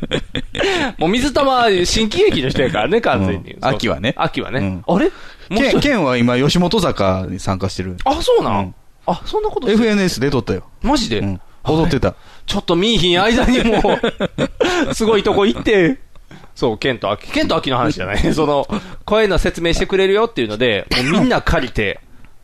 Speaker 3: もう水玉は新喜劇の人やからね、完全に。
Speaker 2: うん秋はね
Speaker 3: 秋はね。
Speaker 2: う
Speaker 3: あれもう一
Speaker 2: ケン、
Speaker 3: 人
Speaker 2: ケンは今、吉本坂に参加してる。
Speaker 3: あ、そうな
Speaker 2: うんん
Speaker 3: あ、そんなことして
Speaker 2: FNS 出とったよ。
Speaker 3: マジで、
Speaker 2: うん。踊ってた。
Speaker 3: ちょっと見いひん間にも
Speaker 2: [LAUGHS]
Speaker 3: う、すごいとこ行って。そう、ケンと秋。ケンと秋の話じ
Speaker 2: [LAUGHS]
Speaker 3: ゃない。その、こういうの説明してくれるよっていうので、もうみんな借りて、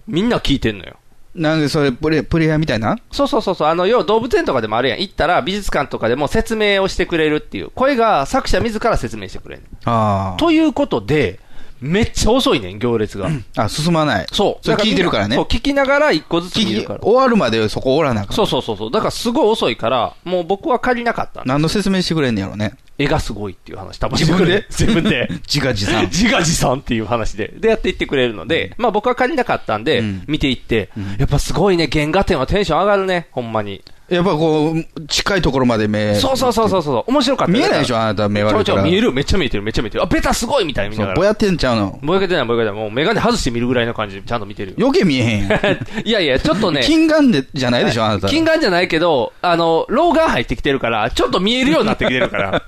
Speaker 3: みんな聞いてんのよ。
Speaker 2: なんで、それ、プレ、プレイヤーみたいな
Speaker 3: そうそうそうそう、あの、要は動物園とかでもあるやん。行ったら美術館とかでも説明をしてくれるっていう。声が作者自ら説明してくれる。
Speaker 2: あ
Speaker 3: ということで、めっちゃ遅いねん、行列が。
Speaker 2: あ。あ、進まない。
Speaker 3: そう。
Speaker 2: それ聞いてるからね
Speaker 3: そう、。聞きながら一個ずつ
Speaker 2: 聞
Speaker 3: 見る
Speaker 2: き
Speaker 3: から。
Speaker 2: 終わるまでそこおらなあかん
Speaker 3: そうそうそうそう。だからすごい遅いから、もう僕は借りなかったんだ
Speaker 2: 何の説明してくれんねやろね。
Speaker 3: 絵がすごいっていう話、多
Speaker 2: [LAUGHS]
Speaker 3: 分
Speaker 2: 自分で
Speaker 3: 自分で。
Speaker 2: 自画 [LAUGHS] 自賛。
Speaker 3: 自画自賛っていう話で。で、やっていってくれるので、まあ僕は借りなかったんで
Speaker 2: うん、
Speaker 3: 見ていって、やっぱすごいね、原画展はテンション上がるね、ほんまに。
Speaker 2: やっぱこう、近いところまで目。
Speaker 3: そうそうそうそうそう、面白かったね。
Speaker 2: 見えないでしょ、あなた目
Speaker 3: ちょ
Speaker 2: 悪
Speaker 3: い
Speaker 2: い
Speaker 3: ち
Speaker 2: か
Speaker 3: ょ
Speaker 2: ら。
Speaker 3: い見える、めっちゃ見えてる、めっちゃ見えてる。あ、ベタすごいみたいな見な
Speaker 2: そ
Speaker 3: が
Speaker 2: う、
Speaker 3: ら。
Speaker 2: ぼやってんちゃうの。
Speaker 3: ぼやけてない、ぼやけてない。もうメガネ外して見るぐらいの感じでちゃんと見てるよ。
Speaker 2: 余計見えへ [LAUGHS] んやん。
Speaker 3: [LAUGHS] いやいや、ちょっとね、
Speaker 2: 金眼で、じゃないでしょ、あなた。
Speaker 3: 金眼じゃないけど、あの、老眼入ってきてるから、ちょっと見えるようになってきてるから、
Speaker 2: [LAUGHS]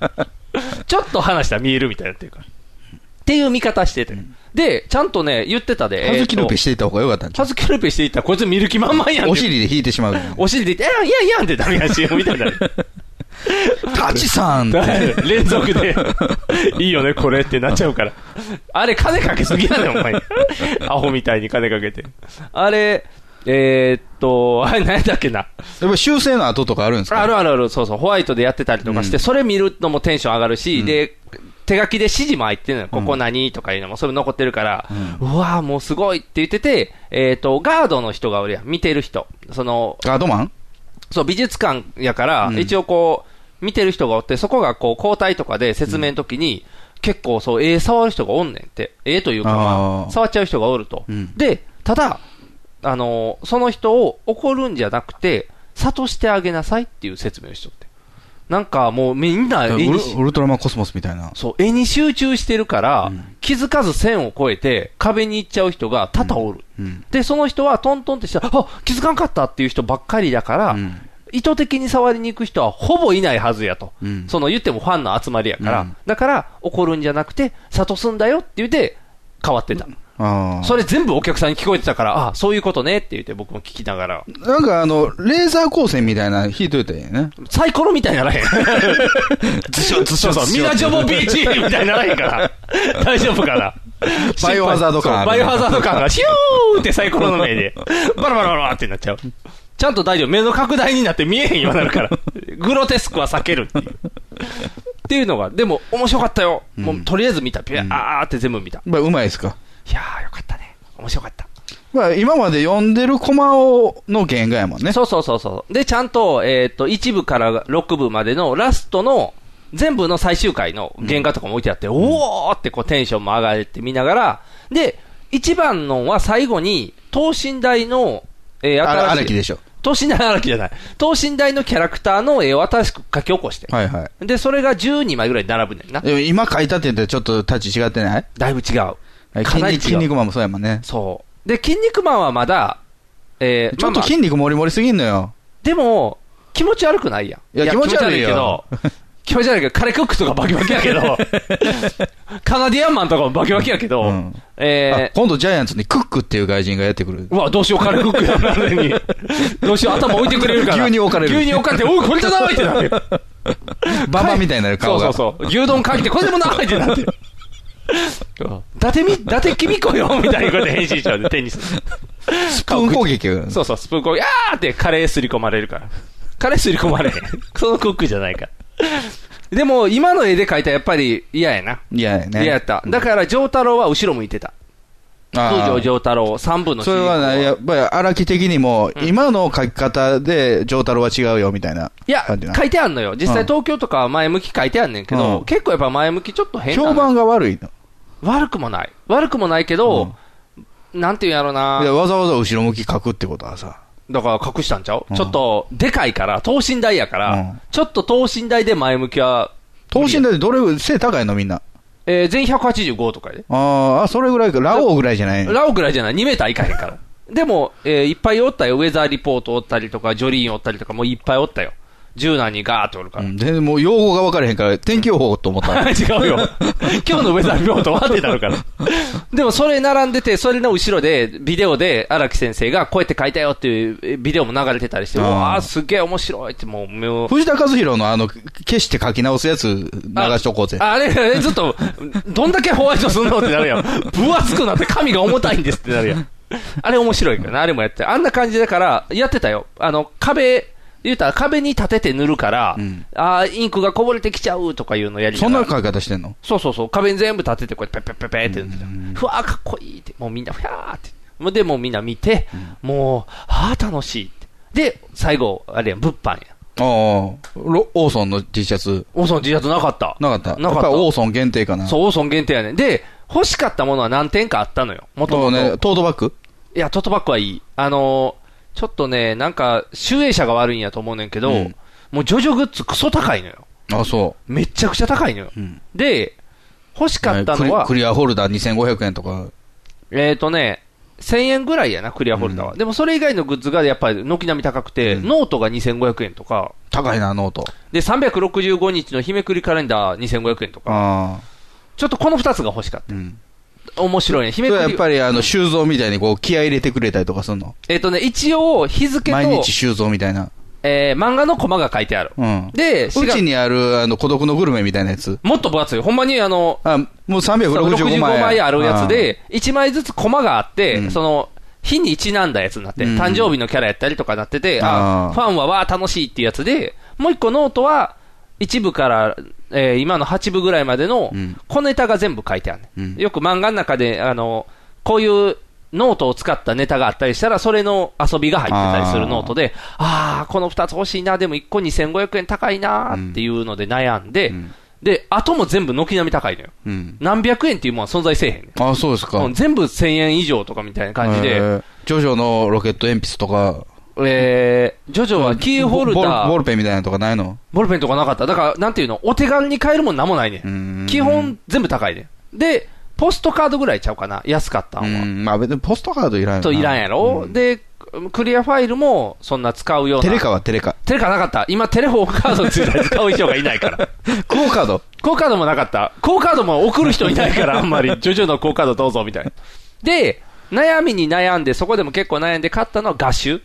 Speaker 3: ちょっと話したら見えるみたいになっていうから。っていう見方してて。で、ちゃんとね、言ってたで。
Speaker 2: 葉月ルペ
Speaker 3: し
Speaker 2: していた方が良かったん
Speaker 3: て。
Speaker 2: ちゃ
Speaker 3: ハズキルペしていったら、こいつ見る気満々やん
Speaker 2: う
Speaker 3: て
Speaker 2: お。尻で引いてしまう。
Speaker 3: お尻で言って、えいやいやんってダメやし、みたいになる。
Speaker 2: タチさんって。
Speaker 3: [LAUGHS] 連続で、 [LAUGHS] いいよね、これってなっちゃうから。あれ、金かけすぎやねん、お [LAUGHS] 前。アホみたいに金かけて。あれ、えー、っと、あれ、何だっけな。
Speaker 2: やっぱ修正の後とかあるんですか
Speaker 3: あるあるある、そうそう、ホワイトでやってたりとかし
Speaker 2: う
Speaker 3: て、
Speaker 2: ん
Speaker 3: それ見るのもテンション上がるし、で、手書きで指示も入ってるのよ、ここ何とかいうのも、それ残ってるから、うわーもうすごいって言ってて、えーっと、ガードの人がおるやん、見てる人。その、
Speaker 2: ガードマン
Speaker 3: そう、美術館やから、
Speaker 2: うん
Speaker 3: 一応こう、見てる人がおって、そこがこう、交代とかで説明の時に、結構そう、ええ触る人がおんねんって。ええというか、ま
Speaker 2: あ
Speaker 3: あ、
Speaker 2: ー
Speaker 3: 触っちゃう人がおると。
Speaker 2: うん
Speaker 3: で、ただ、あのーその人を怒るんじゃなくて、諭してあげなさいっていう説明をしとって。なんかもうみんな
Speaker 2: ウ
Speaker 3: 絵にし
Speaker 2: ルウルトラマンコスモスみたいな。
Speaker 3: そう、絵に集中してるから、気づかず線を越えて壁に行っちゃう人が多々おる。
Speaker 2: うん。
Speaker 3: で、その人はトントンってしたら、あ気づかんかったっていう人ばっかりだから、
Speaker 2: うん
Speaker 3: 意図的に触りに行く人はほぼいないはずやと。
Speaker 2: うん
Speaker 3: その言ってもファンの集まりやから、
Speaker 2: うん
Speaker 3: だから怒るんじゃなくて、諭すんだよって言って変わってた。
Speaker 2: あー
Speaker 3: それ全部お客さんに聞こえてたから、ああ、そういうことねって言って僕も聞きながら、
Speaker 2: なんかあの、レーザー光線みたいなの引いといたらいいね。
Speaker 3: サイコロみたいにならへん。
Speaker 2: ずしょず
Speaker 3: そうそう、ミラジョボビーチみたいにならへんから。大丈夫かな。
Speaker 2: バイオハザード感ある
Speaker 3: そうバイオハザー
Speaker 2: [LAUGHS]
Speaker 3: ド感が、シューってサイコロの目で、バラバラバラってなっちゃう。ちゃんと大丈夫。目の拡大になって見えへんようになるから。グロテスクは避けるっていう。っていうのが、でも面白かったよ。もうとりあえず見た。ピュアーって全部見た。
Speaker 2: まあ、うまいですか。
Speaker 3: いやーよかったね。面白かった。
Speaker 2: まあ、今まで読んでるコマを、の原画やもんね。
Speaker 3: そうそうそうそう。で、ちゃんと、えーっと、1部から6部までのラストの、全部の最終回の原画とかも置いてあって、おーってこうテンションも上がって見ながら、で、1番のは最後に、等身大の、えー、
Speaker 2: あ
Speaker 3: 新
Speaker 2: 荒
Speaker 3: し
Speaker 2: 木
Speaker 3: い。
Speaker 2: でしょ。
Speaker 3: 等身大荒木じゃない。等身大のキャラクターの絵を新しく書き起こして。
Speaker 2: はいはい。
Speaker 3: で、それが12枚ぐらい並ぶねんな。
Speaker 2: でも今書いたって言ってちょっと立ち違ってない
Speaker 3: だいぶ違う。かなり違う
Speaker 2: 筋肉マンもそうやもんね。
Speaker 3: そう。で、筋肉マンはまだ、えー
Speaker 2: ちょっ
Speaker 3: まあま
Speaker 2: と
Speaker 3: あ
Speaker 2: 筋肉もりもりすぎんのよ。
Speaker 3: でも、気持ち悪くないやん。
Speaker 2: いや気持ち悪いよ
Speaker 3: 気持ち悪
Speaker 2: [LAUGHS]
Speaker 3: いけど、気持ち悪いけど、カレークックとかバキバキやけど、カナディアンマンとかもバキバキやけ
Speaker 2: う
Speaker 3: ど、
Speaker 2: んあ
Speaker 3: えー、
Speaker 2: 今度ジャイアンツにクックっていう外人がやってくる
Speaker 3: う。わ、どうしよう、カレークックやなのに。
Speaker 2: [LAUGHS]
Speaker 3: どうしよう、頭置いてくれるから。
Speaker 2: 急に置かれる
Speaker 3: 急に置かれて、おい、これじゃないっ
Speaker 2: [LAUGHS]
Speaker 3: てなるよ。
Speaker 2: ババみたいになる
Speaker 3: そ
Speaker 2: 顔
Speaker 3: う
Speaker 2: が。
Speaker 3: そうそう。牛丼かけて、これでも長いって
Speaker 2: [LAUGHS]
Speaker 3: なってる。うん [LAUGHS] 伊達み、伊達きみこよみたいなことで返信しちゃうで、テニス。ス
Speaker 2: スプーン攻撃が。
Speaker 3: そうそう、スプーンこう、やーってカレーすり込まれ
Speaker 2: [LAUGHS]
Speaker 3: るから。カレーすり込まれへん。そのクックじゃないから。でも、今の絵で描いたらやっぱり嫌やな。
Speaker 2: いやね。
Speaker 3: 嫌やった。だから、丈太郎は後ろ向いてた。
Speaker 2: あー
Speaker 3: 東条丈太郎、三部の主
Speaker 2: そ
Speaker 3: 人
Speaker 2: れ
Speaker 3: 公
Speaker 2: はな、やっぱり荒木的にも、今の書き方で、丈太郎は違うよみたいな。
Speaker 3: いや、
Speaker 2: 感じな
Speaker 3: 書いてあんのよ。実際
Speaker 2: うん
Speaker 3: 東京とかは前向き書いてあんねんけど、
Speaker 2: うん
Speaker 3: 結構やっぱ前向きちょっと変なの
Speaker 2: 評判が悪いの。
Speaker 3: 悪くもない。悪くもないけど、なんていうんやろない
Speaker 2: やわざわざ後ろ向き書くってことはさ。
Speaker 3: だから隠したんちゃう、
Speaker 2: うん
Speaker 3: ちょっと、でかいから、等身大やから、
Speaker 2: うん
Speaker 3: ちょっと等身大で前向きは、
Speaker 2: 等身大でどれぐらい、背高いのみんな。
Speaker 3: えー、全員185とかやで。
Speaker 2: あーあ、それぐらいか。ラオウぐらいじゃないの
Speaker 3: ラオぐらいじゃない、2メーターいかへんから。でも、えーいっぱいおったよ。ウェザーリポートおったりとか、ジョリーンおったりとか、もういっぱいおったよ。十何人ガーっておるか
Speaker 2: う
Speaker 3: ら。
Speaker 2: ん、全然もう用語が分からへんから、天気予報と思った。
Speaker 3: [LAUGHS] 違う
Speaker 2: [LAUGHS]
Speaker 3: よ。今日のウェザーリポートはってなるから。でもそれ並んでて、それの後ろで、ビデオで荒木先生がこうやって書いたよっていうえビデオも流れてたりして、う
Speaker 2: あー
Speaker 3: わーすげえ面白いってもう、もう。
Speaker 2: 藤田和弘のあの、消して書き直すやつ流しとこうぜ。
Speaker 3: ああれ、あれずっと、どんだけホワイトすんのってなるやん。分厚くなって髪が重たいんですってなるやん。あれ面白いからな、あれもやって。あんな感じだから、やってたよ。あの、壁、言うたら壁に立てて塗るから、
Speaker 2: うん
Speaker 3: ああ、インクがこぼれてきちゃうとかいうのやり
Speaker 2: そ
Speaker 3: なん
Speaker 2: な
Speaker 3: が
Speaker 2: 書
Speaker 3: ら。
Speaker 2: き方してんの
Speaker 3: そうそうそう、壁に全部立てて、こうやってペッペッペッペッって塗ってた。ふわーかっこいいって、もうみんなふやーって。もうで、もうみんな見て、もう、ああ、楽しいって。で、最後、あれやん、物販やん。
Speaker 2: ああ、ロオーソンの T シャツ。
Speaker 3: オーソン T シャツなかった。
Speaker 2: なかった。や
Speaker 3: なかっ
Speaker 2: ったぱりオーソン限定かな。
Speaker 3: そう、オーソン限定やねん。で、欲しかったものは何点かあったのよ。もと
Speaker 2: と
Speaker 3: も
Speaker 2: ね、
Speaker 3: と。
Speaker 2: トートバッグ
Speaker 3: いや、トートバッグはいい。あのー、ちょっとね、なんか、集英社が悪いんやと思うねんけど、
Speaker 2: うん
Speaker 3: もうジョジョグッズクソ高いのよ。
Speaker 2: あ、そ
Speaker 3: めっちゃくちゃ高いのよ。
Speaker 2: う。うん。
Speaker 3: で、欲しかったの
Speaker 2: ねク
Speaker 3: は
Speaker 2: リク、リアホルダー2500円とか。
Speaker 3: えっ、ー、とね、1000円ぐらいやな、クリアホルダーは。でもそれ以外のグッズがやっぱり軒並み高くて、
Speaker 2: うん
Speaker 3: ノートが2500円とか、
Speaker 2: 高いな、ノート。
Speaker 3: で、365日の日めくりカレンダー2500円とか、
Speaker 2: あ
Speaker 3: ちょっとこの2つが欲しかっ
Speaker 2: あ。うん。
Speaker 3: た。面白いね。日
Speaker 2: そ
Speaker 3: め
Speaker 2: れ
Speaker 3: く
Speaker 2: はやっ
Speaker 3: り。
Speaker 2: ぱり、あの、修造みたいにこう、気合い入れてくれたりとかするの
Speaker 3: えっ、とね、一応、日付と、
Speaker 2: 毎日修造みたいな。
Speaker 3: えー漫画のコマが書いてある。
Speaker 2: うん。
Speaker 3: で、
Speaker 2: うち
Speaker 3: 4月
Speaker 2: にある、あの、孤独のグルメみたいなやつ。
Speaker 3: もっと分厚い。ほんまにあの、
Speaker 2: あ、もう365
Speaker 3: 65
Speaker 2: 枚。
Speaker 3: 枚あるやつで、1枚ずつコマがあって、
Speaker 2: うん
Speaker 3: その、日にちなんだやつになって、
Speaker 2: うん
Speaker 3: 誕生日のキャラやったりとかなってて、あ
Speaker 2: あー
Speaker 3: ファンはわー楽しいっていうやつで、もう一個ノートは、1部から、えー今の8部ぐらいまでの
Speaker 2: うん
Speaker 3: 小ネタが全部書いてある、ね
Speaker 2: うん
Speaker 3: よく漫画の中で、あの、こういうノートを使ったネタがあったりしたら、それの遊びが入ってたりするノートで、あー、この2つ欲しいな、でも1個2500円高いなーっていうので悩んで、
Speaker 2: うん
Speaker 3: で、後も全部軒並み高いのよ。
Speaker 2: あー。うん。
Speaker 3: 何百円っていうものは存在せえへんねん
Speaker 2: あ、そうですか。
Speaker 3: うん全部1000円以上とかみたいな感じ
Speaker 2: え
Speaker 3: で、
Speaker 2: ージョジョのロケット鉛筆とか、
Speaker 3: えー、ジョジョはキーホルダ
Speaker 2: ボボー
Speaker 3: ー、
Speaker 2: ルペンみたいなのとかないの
Speaker 3: ボールペンとかなかった。だから、なんていうの、お手軽に買えるもんなんもないね
Speaker 2: うー
Speaker 3: ん。
Speaker 2: ん
Speaker 3: 基本全部高いねん。で、ポストカードぐらいちゃうかな、安かった
Speaker 2: うん
Speaker 3: は。
Speaker 2: ん、まあ別にポストカードいらんよな
Speaker 3: といらんやろ、
Speaker 2: うん
Speaker 3: で、クリアファイルもそんな使うような。
Speaker 2: テレカはテレカ。
Speaker 3: テレカなかった。今テレフォンカードついたら使う人がいな
Speaker 2: [LAUGHS]
Speaker 3: いから。
Speaker 2: クオカ
Speaker 3: [LAUGHS]
Speaker 2: ード [LAUGHS]
Speaker 3: クオカードもなかった。クオカードも送る人いないから、あんまり。ジョジョのクオカードどうぞ、みたいな。で、悩みに悩んで、そこでも結構悩んで買ったのは画集。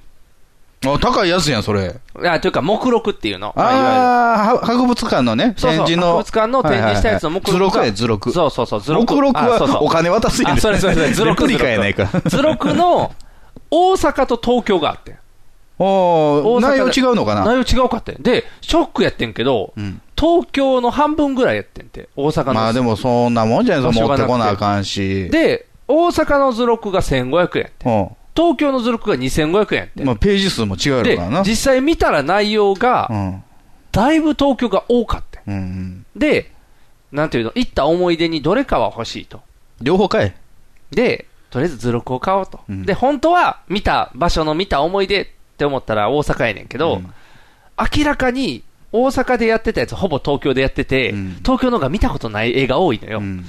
Speaker 2: あ高いやつやん、それ。
Speaker 3: あというか、目録っていうの。まあいわゆる
Speaker 2: ああ、は博物館のね、
Speaker 3: そう
Speaker 2: 展
Speaker 3: そう
Speaker 2: 示の。
Speaker 3: 博物館の展示したやつの目録が
Speaker 2: はいはいはい図録や、図録。
Speaker 3: そうそうそう、図録。
Speaker 2: 目録は
Speaker 3: あそうそう
Speaker 2: お金渡すやん
Speaker 3: あ、それそれ
Speaker 2: [LAUGHS]
Speaker 3: それ、図録。
Speaker 2: レプリカやないか
Speaker 3: 図録の、大阪と東京があって。
Speaker 2: [LAUGHS] お
Speaker 3: 大
Speaker 2: お
Speaker 3: 阪で
Speaker 2: 内容違うのかな
Speaker 3: 内容違うかって。で、ショックやってんけど、
Speaker 2: うん
Speaker 3: 東京の半分ぐらいやってんて、大阪の。
Speaker 2: まあでもそんなもんじゃないです
Speaker 3: 場
Speaker 2: か。
Speaker 3: 所
Speaker 2: 持
Speaker 3: が
Speaker 2: っ
Speaker 3: な
Speaker 2: て
Speaker 3: くて
Speaker 2: こなあかんし。
Speaker 3: で、大阪の図録が1500円。
Speaker 2: うん
Speaker 3: 東京の図録が2500円って。
Speaker 2: まあページ数も違うやろ
Speaker 3: で
Speaker 2: からな。、
Speaker 3: 実際見たら内容
Speaker 2: う
Speaker 3: が、
Speaker 2: ん。
Speaker 3: だいぶ東京が多かった。
Speaker 2: うんうん。
Speaker 3: で、なんていうの、行った思い出にどれかは欲しいと。
Speaker 2: 両方かい。
Speaker 3: で、とりあえず図録を買おうと。
Speaker 2: うん
Speaker 3: で、本当は見た場所の見た思い出って思ったら大阪やねんけど、
Speaker 2: うん
Speaker 3: 明らかに大阪でやってたやつ、ほぼ東京でやってて、
Speaker 2: うん
Speaker 3: 東京の方が見たことない映画多いのよ。
Speaker 2: うん。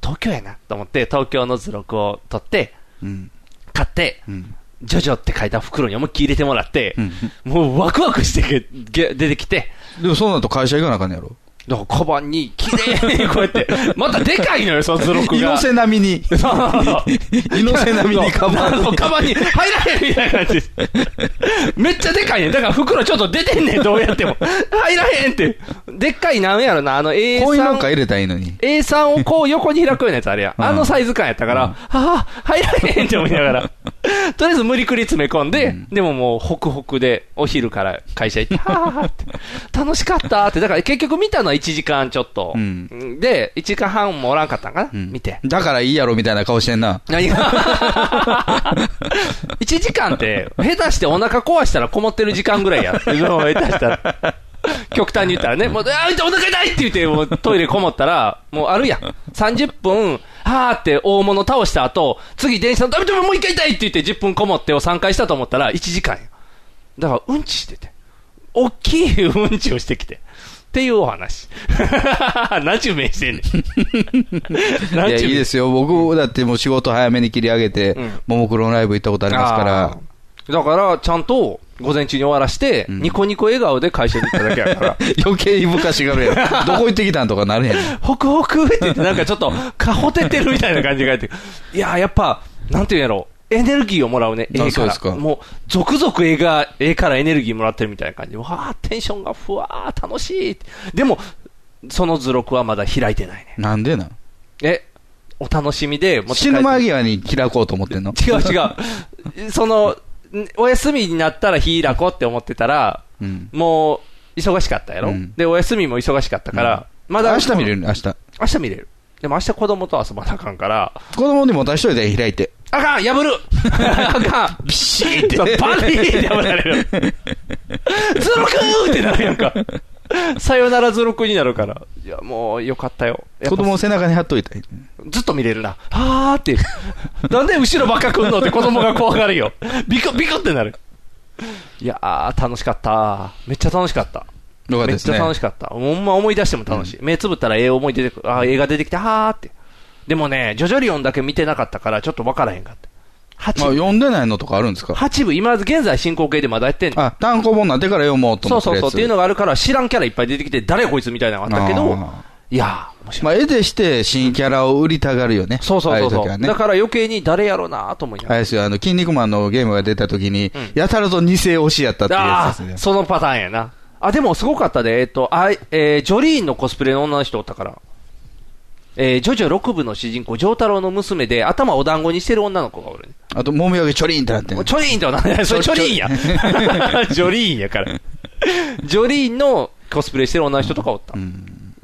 Speaker 3: 東京やなと思って、東京の図録を取って、
Speaker 2: うん。
Speaker 3: 買って、
Speaker 2: うん。
Speaker 3: ジョジョって書いた袋に思いっきり入れてもらって、
Speaker 2: うん
Speaker 3: もうワクワクしてけげ出てきて、
Speaker 2: でもそうなると会社行かなあかんねやろ。
Speaker 3: だからカバンに綺麗にこうや
Speaker 2: [LAUGHS]
Speaker 3: って、またでかいのよ、その図録
Speaker 2: 猪
Speaker 3: が。
Speaker 2: 瀬並み
Speaker 3: [LAUGHS]
Speaker 2: に。猪瀬並みにカバン。
Speaker 3: そうカバンに入らへんみたいな感じですめっちゃでかいねん。だから袋ちょっと出てんねん、どうやっても。入らへんって。でっかいなんやろな、あの A
Speaker 2: こういうの
Speaker 3: 3
Speaker 2: んか入れたらいいのに。
Speaker 3: A3 をこう横に開くようなやつあれや。
Speaker 2: うん
Speaker 3: あのサイズ感やったから、
Speaker 2: うん
Speaker 3: はあ、入らへんって思い
Speaker 2: [LAUGHS]
Speaker 3: ながら。とりあえず無理くり詰め込んで、でももうホクホクでお昼から会社
Speaker 2: [LAUGHS]
Speaker 3: 行って、はあはあって、楽しかったって。だから結局見たのは1時間ちょっと。
Speaker 2: うん
Speaker 3: で、1時間半もおらんかったんかな、
Speaker 2: うん
Speaker 3: 見て。
Speaker 2: だからいいやろみたいな顔してんな。
Speaker 3: 何が [LAUGHS] 1時間って、下手してお腹壊したらこもってる時間ぐらいや。その下手したら。極端に言ったらね、もう、あー、痛いお腹痛いって言って、もうトイレこもったら、もうあるやん。30分、はーって大物倒した後、次電車の、ダメダメもう一回痛いって言って10分こもってを3回したと思ったら1時間や。だからうんちしてて。大きいうんちをしてきて。っていうお話。 [LAUGHS] 何ちゅう目してんね [LAUGHS] ん。
Speaker 2: い
Speaker 3: 何
Speaker 2: や、
Speaker 3: ちゅ
Speaker 2: いういですよ。僕、だってもう仕事早めに切り上げて
Speaker 3: うん、
Speaker 2: ももクロのライブ行ったことありますから。
Speaker 3: ら。だから、ちゃんと午前中に終わらして、
Speaker 2: ん
Speaker 3: ニコニコ笑顔で会社に行っただけや
Speaker 2: [LAUGHS]
Speaker 3: から。
Speaker 2: 余計に昔しが
Speaker 3: [LAUGHS]
Speaker 2: るやん。どこ行ってきたんとかなるやん。
Speaker 3: ホクホクって言って、なんかちょっと、かほててるみたいな感じがあって。いやー、やっぱ、なんていうんやろう。エネルギーをもらうね、
Speaker 2: あ
Speaker 3: 絵
Speaker 2: そ
Speaker 3: か
Speaker 2: うです
Speaker 3: ら。
Speaker 2: か
Speaker 3: もう、続々絵が、絵からエネルギーもらってるみたいな感じ。わー、テンションがふわー、楽しい。でも、その図録はまだ開いてないね。
Speaker 2: なんでなん
Speaker 3: え、お楽しみで、持って帰
Speaker 2: 死
Speaker 3: って
Speaker 2: ぬ間際に開こうと思ってんの
Speaker 3: 違う違う。その、んお休みになったら日開こうって思ってたら、
Speaker 2: うん
Speaker 3: もう、忙しかったやろ、
Speaker 2: うん
Speaker 3: で、お休みも忙しかったから、まだ、
Speaker 2: 明日見れるね、明日。子
Speaker 3: 明日見れる。でも明日子供と遊ばなあかんから、
Speaker 2: 供にもた一人で開いて。
Speaker 3: あか
Speaker 2: [LAUGHS]
Speaker 3: ん破るあかんビシーって。バリーって破
Speaker 2: [LAUGHS]
Speaker 3: られる。ズルクーってなるやんか。さよならズルクになるから。いや、もうよかったよ。やっぱ
Speaker 2: 子供を背中に貼っといたい。
Speaker 3: ずっと見れるな。はーって。 [LAUGHS] なんで後ろばっか来んのって子供が怖がるよ。ビクビクってなる。いやー、楽しかった。めっちゃ楽しかった。
Speaker 2: よかった
Speaker 3: めっ
Speaker 2: です
Speaker 3: ちゃ
Speaker 2: ね。
Speaker 3: 楽しかった。ほんま思い出しても楽しい。目つぶったらええ思い出てくる。あー映画出てきた。はーって。でもね、ジョジョリオンだけ見てなかったから、ちょっとわからへんかった。
Speaker 2: まあ、
Speaker 3: 8部、
Speaker 2: 読んでないのとかあるんですか
Speaker 3: 八部今現在進行形でまだやってんの。
Speaker 2: あ、単行本なんてから読もうと
Speaker 3: そ
Speaker 2: 思
Speaker 3: う
Speaker 2: って
Speaker 3: そう
Speaker 2: るやつ。
Speaker 3: そう。っていうのがあるから、知らんキャラいっぱい出てきて、誰こいつみたいなのがあったけど
Speaker 2: あ、
Speaker 3: いやー、面白い。
Speaker 2: まあ、絵でして新キャラを売りたがるよね。
Speaker 3: そうそうそう
Speaker 2: ああい
Speaker 3: そう
Speaker 2: 時
Speaker 3: う。
Speaker 2: はね
Speaker 3: だ。から余計に誰やろうなーと思いながら
Speaker 2: あれですよ、あの、筋肉マンのゲームが出た時に
Speaker 3: ん、
Speaker 2: やたらと偽推しやったっていうや
Speaker 3: あ
Speaker 2: つですね
Speaker 3: あ、。そのパターンやな。あ、でもすごかったで、えっと、あいえージョリーンのコスプレの女の人おったから。えージョジョ6部の主人公、ジョー太郎の娘で、頭お団子にしてる女の子がおるね。
Speaker 2: あと、もみあげちょりんってなってん
Speaker 3: も
Speaker 2: の
Speaker 3: うちょりーンとはなんだよそれ
Speaker 2: ち
Speaker 3: ち
Speaker 2: ょ
Speaker 3: ょりーンや。 [LAUGHS] ジョリーンやから。ジョリーンのコスプレしてる女の人とかおった。うん、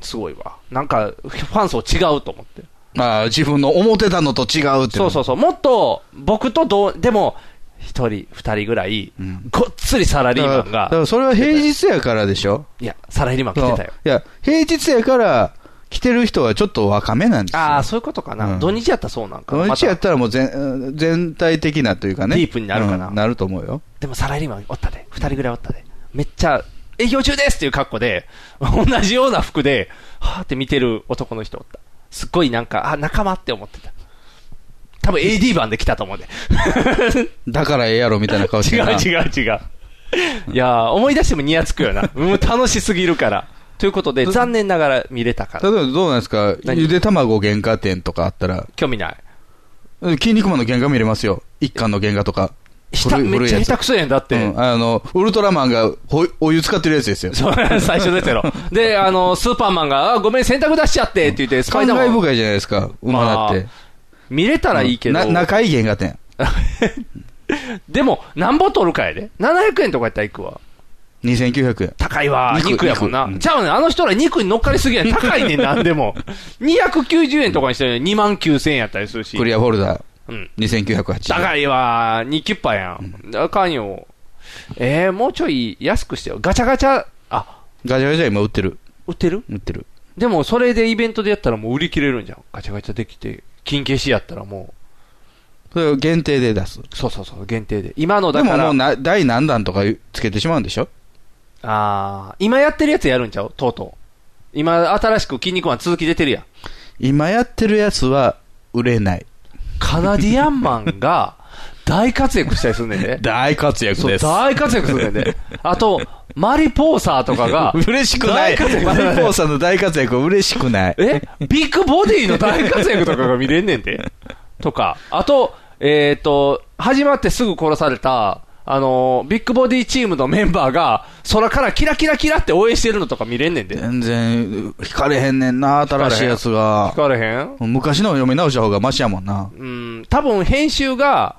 Speaker 3: すごいわ。なんか、ファン層違うと思って。
Speaker 2: まあ、自分の思ってたのと違うってい
Speaker 3: そうそううそう。もっと、僕とどう、でも、一人、二人ぐらい、ごっつりサラリー
Speaker 2: の。だ
Speaker 3: マン
Speaker 2: から、だか
Speaker 3: が、
Speaker 2: らそれは平日やからでしょ
Speaker 3: いや、サラリーマン来てたよ。
Speaker 2: いや、平日やから、来てる人はちょっと若めなんですよ。
Speaker 3: ああ、そういうことか
Speaker 2: う
Speaker 3: な、
Speaker 2: ん
Speaker 3: 土日やったらそうなんかな
Speaker 2: 土日やっ
Speaker 3: ま
Speaker 2: たらもう全全体的なというかね。
Speaker 3: ディープになるかな
Speaker 2: うんなると思うよ。
Speaker 3: たでもサラリーマンおったで、2人ぐらいおったで、めっちゃ営業中ですっていう格好で、同じような服で、はーって見てる男の人おった、すっごいなんか、あ仲間って思ってた、多分 AD 版で来たと思
Speaker 2: [LAUGHS]
Speaker 3: うで、
Speaker 2: だからええやろみたいな顔し
Speaker 3: [LAUGHS] 違
Speaker 2: て
Speaker 3: う
Speaker 2: な。
Speaker 3: 違う違う、いやー、思い出してもニヤつくよ
Speaker 2: [LAUGHS]
Speaker 3: な、うん楽しすぎるから。ということで、残念ながら見れたか
Speaker 2: 例え
Speaker 3: ら、
Speaker 2: ばどうなんですか
Speaker 3: 何
Speaker 2: ゆで卵原価店とかあったら、
Speaker 3: 興味ない。
Speaker 2: うん筋肉マンの原画見れますよ。一巻の原画とか。
Speaker 7: 下
Speaker 2: 古い
Speaker 7: めっちゃ
Speaker 2: 古いやつ
Speaker 7: 下手くそやんだっ
Speaker 2: う
Speaker 7: て。
Speaker 2: ん、あの、ウルトラマンがおお湯使ってるやつですよ。
Speaker 3: それ最初のやつやろ。で、あの、スーパーマンが、あ、ごめん、洗濯出しちゃってって言って、スパ
Speaker 2: 感
Speaker 3: イダーマ
Speaker 2: 慨
Speaker 3: ン
Speaker 2: 深いじゃないですか、馬だって。
Speaker 3: 見れたらいいけど
Speaker 2: な、中井原画展。
Speaker 3: [LAUGHS] でも、なんぼ取るかやで。700円とかやったら行くわ。
Speaker 2: 2900円。
Speaker 3: 高いわ。
Speaker 2: 肉
Speaker 3: 肉やもんな
Speaker 2: 肉う。ん
Speaker 3: じゃあねん、あの人ら肉に乗っかりすぎやねん。高いねん、なん
Speaker 2: [LAUGHS]
Speaker 3: でも。290円とかにしたら2万9000円やったりするし。
Speaker 2: クリアフォルダ
Speaker 3: うん。
Speaker 2: 2980円。
Speaker 3: 高いわ。2キュッパやん。あかんよ。えー、もうちょい安くしてよ。ガチャガチャ、あ、
Speaker 2: ガチャガチャ今売ってる。
Speaker 3: 売ってる
Speaker 2: 売ってる。
Speaker 3: でも、それでイベントでやったらもう売り切れるんじゃん。ガチャガチャできて、金消しやったらも
Speaker 2: それを限定で出す。
Speaker 3: う、そうそうそう、限定で。今の
Speaker 2: で
Speaker 3: だか
Speaker 2: もも
Speaker 3: ら
Speaker 2: う、な、第何弾とかつけてしまうんでしょ
Speaker 3: あー今やってるやつやるんちゃうとうとう。今、新しく筋肉マン続き出てるやん。
Speaker 2: 今やってるやつは売れない。
Speaker 3: カナディアンマン
Speaker 2: [LAUGHS]
Speaker 3: が大活躍したりするねんで。
Speaker 2: 大活躍
Speaker 3: そう、
Speaker 2: です。、
Speaker 3: 大活躍するねんで。あと、マリポーサーとかが
Speaker 2: [LAUGHS] 嬉しくない。
Speaker 3: 大活躍
Speaker 2: マリポーさんの大活躍は嬉しくない。
Speaker 3: えビッグボディの大活躍とかが見れんねんで。とか、あと、えっ、と、始まってすぐ殺された、あのービッグボディチームのメンバーが、空からキラキラキラって応援してるのとか見れんねんで。
Speaker 2: 全然、惹かれへんねんな、新しいやつが
Speaker 3: 聞。かれへん
Speaker 2: 昔のを読み直した方がマシやもんな。
Speaker 3: うん、多分編集が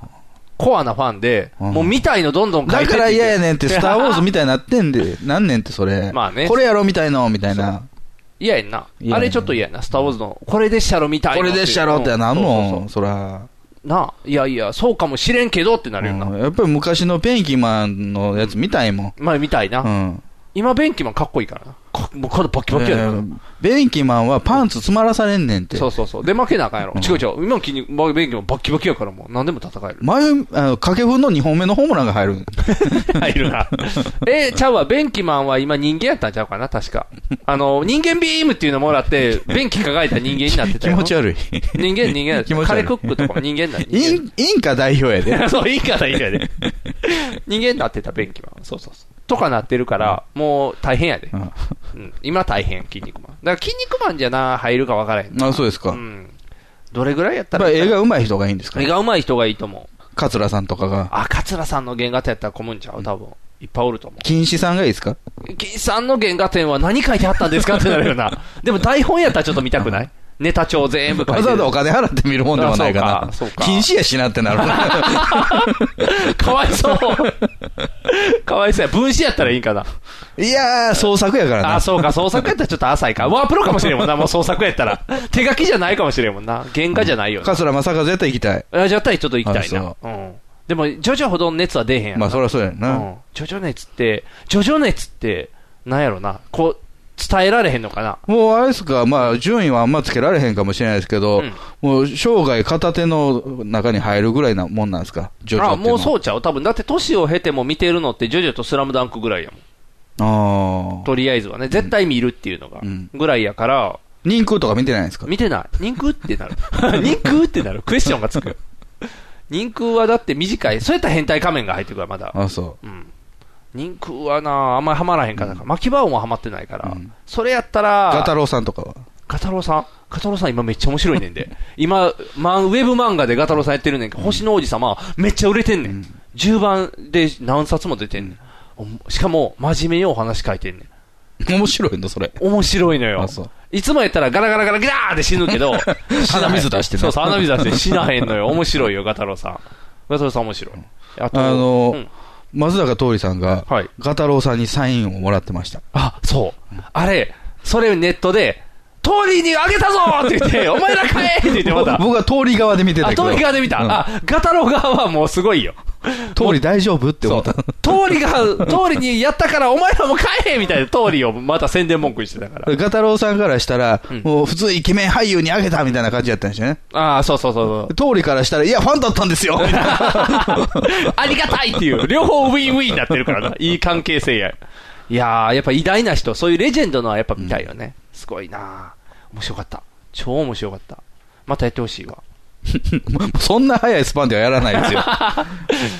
Speaker 3: コアなファンで、
Speaker 2: うん
Speaker 3: もう見たいのどんどん書い
Speaker 2: だ
Speaker 3: て
Speaker 2: から嫌やね
Speaker 3: [LAUGHS]
Speaker 2: んって、スター・ウォーズ
Speaker 3: ズ
Speaker 2: みたいになってんで、なんねんってそれ。
Speaker 3: [LAUGHS] まあね
Speaker 2: これやろみたいの、みたいな。
Speaker 3: 嫌やんな
Speaker 2: 嫌や。ね
Speaker 3: あれちょっと嫌やな。スター・ウォーズの、これでっしゃろみたい
Speaker 2: これでっしゃろってなん
Speaker 3: うそう
Speaker 2: もん、
Speaker 3: そ
Speaker 2: そら。
Speaker 3: うなあ、いやいや、そうかもしれんけどってなるよな。
Speaker 2: うんやっぱり昔のペンキマンのやつ見たいもん。
Speaker 3: まあ、みたいな。
Speaker 2: うん。
Speaker 3: 今、ベンキマンかっこいいからな。かもうこれバキバキやな、
Speaker 2: うんベンキマンはパンツ詰まらされんねんって。
Speaker 3: そうそうそう。で、負けなあかんやろ。違う違う。今の筋肉、まあベンキマンバキバキやからもう、何でも戦
Speaker 2: [LAUGHS]
Speaker 3: える。
Speaker 2: 前、あの、掛布の2本目のホームランが入る。
Speaker 3: [LAUGHS] 入るな。 [LAUGHS] え、ちゃうわ、ベンキマンは今人間やったんちゃうかな、
Speaker 2: [LAUGHS]
Speaker 3: 確か。あの、人間ビームっていうのもらって、ベンキ輝いた人間になってた
Speaker 2: 気
Speaker 3: よ
Speaker 2: 持ち悪い。
Speaker 3: 人間、人間。
Speaker 2: 気持ち悪い
Speaker 3: カレークックとかも人間だ。
Speaker 2: [LAUGHS] イ
Speaker 3: 人
Speaker 2: ン、インカ代表や
Speaker 3: [LAUGHS]
Speaker 2: で。
Speaker 3: 間 [LAUGHS] そう、いいからいいからね。 [LAUGHS] 人間になってた、便器マン。そうそうそう。とかなってるから、もう大変やで
Speaker 2: う。ん
Speaker 3: うん、今大変、筋肉マン。だから筋肉マンじゃな、入るか分からへん。
Speaker 2: あ、そうですか。
Speaker 3: う
Speaker 2: やっ
Speaker 3: ん。どれぐらいやった
Speaker 2: ぱ
Speaker 3: ら
Speaker 2: り
Speaker 3: いい
Speaker 2: 絵
Speaker 3: か
Speaker 2: が上手い人がいいんですか
Speaker 3: 絵が上手い人がいいと思う。
Speaker 2: 桂さんとかが。
Speaker 3: あ、桂さんの原画展やったら混むんちゃう多分。いっぱいおると思う。
Speaker 2: 金子さんがいいですか
Speaker 3: 金さんの原画展は何書いてあったんですかってなるよ [LAUGHS] な。でも台本やったらちょっと見たくないネタ帳全部書い
Speaker 2: [LAUGHS]
Speaker 3: て
Speaker 2: わ
Speaker 3: る
Speaker 2: ざわざお金払って見るもんでもないか
Speaker 3: あそうかそう
Speaker 2: な。
Speaker 3: か
Speaker 2: 禁止やしなってなるな。
Speaker 3: [LAUGHS] かわいそう。 [LAUGHS] かわいそうや。分子やったらいいんかな。
Speaker 2: いやー、創作やからな。
Speaker 3: あ、そうか。創作やったらちょっと浅いか。ワープロかもしれんもんな。もう創作やったら。手書きじゃないかもしれんもんな。原画じゃないよな。
Speaker 2: 桂正和やったら行きたい。
Speaker 3: あじゃあやったらちょっと行きたい
Speaker 2: あ
Speaker 3: な。うん。でも、ジョジョほどの熱は出えへんやん。
Speaker 2: まあ、そりゃそうやん
Speaker 3: う
Speaker 2: な。
Speaker 3: ん。ジョジョ熱って、ジョジョ熱って、なんやろな。こう、伝えられへんのかな。
Speaker 2: もうあれですか、まあ、順位はあんまつけられへんかもしれないですけど、
Speaker 3: うん
Speaker 2: もう生涯片手の中に入るぐらいなもんなんですか、ジョジョ
Speaker 3: あ、
Speaker 2: ってのは
Speaker 3: もうそうちゃう。多分、だって年を経ても見てるのって、ジョジョとスラムダンクぐらいやもん。
Speaker 2: ああ。
Speaker 3: とりあえずはね。絶対見るっていうのが
Speaker 2: うん。
Speaker 3: ぐらいやから、
Speaker 2: 人空とか見てないんですか
Speaker 3: 見てない。人空ってなる。 [LAUGHS] 人空ってなる。クエスチョンが
Speaker 2: [LAUGHS]
Speaker 3: つく。人空はだって短い。そうやったら変態仮面が入ってくるから、まだ。
Speaker 2: あそ
Speaker 3: うん。人空はなあ、あんまりハマらへんから、巻き場もハマってないから。
Speaker 2: うん
Speaker 3: それやった
Speaker 2: う。
Speaker 3: ら、
Speaker 2: ガタロウさんとかは。 [LAUGHS]
Speaker 3: ガタロウさんガタロウさん今めっちゃ面白いねんで。今、ま、ウェブ漫画でガタロウさんやってるねんけど、星の王子様、めっちゃ売れてんねん。10番で何冊も出てんねん。おしかも、真面目にお話書いてんねん。
Speaker 2: 面白いの、それ。
Speaker 3: 面白いのよ
Speaker 2: あそう。
Speaker 3: いつもやったらガラガラガラギラーって死ぬけど、
Speaker 2: [LAUGHS] 鼻水出してな
Speaker 3: そうそう、鼻水出して死なへんのよ。面白いよ、ガタロウさん。ガタロウさん面白い。あ
Speaker 2: あの
Speaker 3: うん
Speaker 2: 松坂桃李さんが、
Speaker 3: はい
Speaker 2: ガタロウさんにサインをもらってました。
Speaker 3: あ、そう。あれ、それネットで、通りにあげたぞって言って、お前ら買えって言ってまた。
Speaker 2: 僕は通り側で見てた
Speaker 3: あ、
Speaker 2: け
Speaker 3: 通
Speaker 2: ど。
Speaker 3: り側で見た。
Speaker 2: うん
Speaker 3: あ、ガタロウ側はもうすごいよ。
Speaker 2: 通り大丈夫って思った。
Speaker 3: 通りが、通りにやったからお前らも帰れみたいな通りをまた宣伝文句にしてたから。
Speaker 2: ガタロウさんからしたら、
Speaker 3: うん
Speaker 2: もう普通イケメン俳優にあげたみたいな感じだったんですよね。
Speaker 3: [LAUGHS] ああ、そうそうそう
Speaker 2: 通りからしたら、いや、ファンだったんです
Speaker 3: [LAUGHS]
Speaker 2: よみたいな
Speaker 3: そう。 [LAUGHS] ありがたいっていう、両方ウィンウィンになってるから [LAUGHS] な。いい関係性や。いやー、やっぱ偉大な人、そういうレジェンドのはやっぱ見たいよね。すごいなー面白かった。超面白かった。またやってほしいわ。
Speaker 2: そんな早いスパンではやらない
Speaker 3: [LAUGHS]
Speaker 2: ですよ。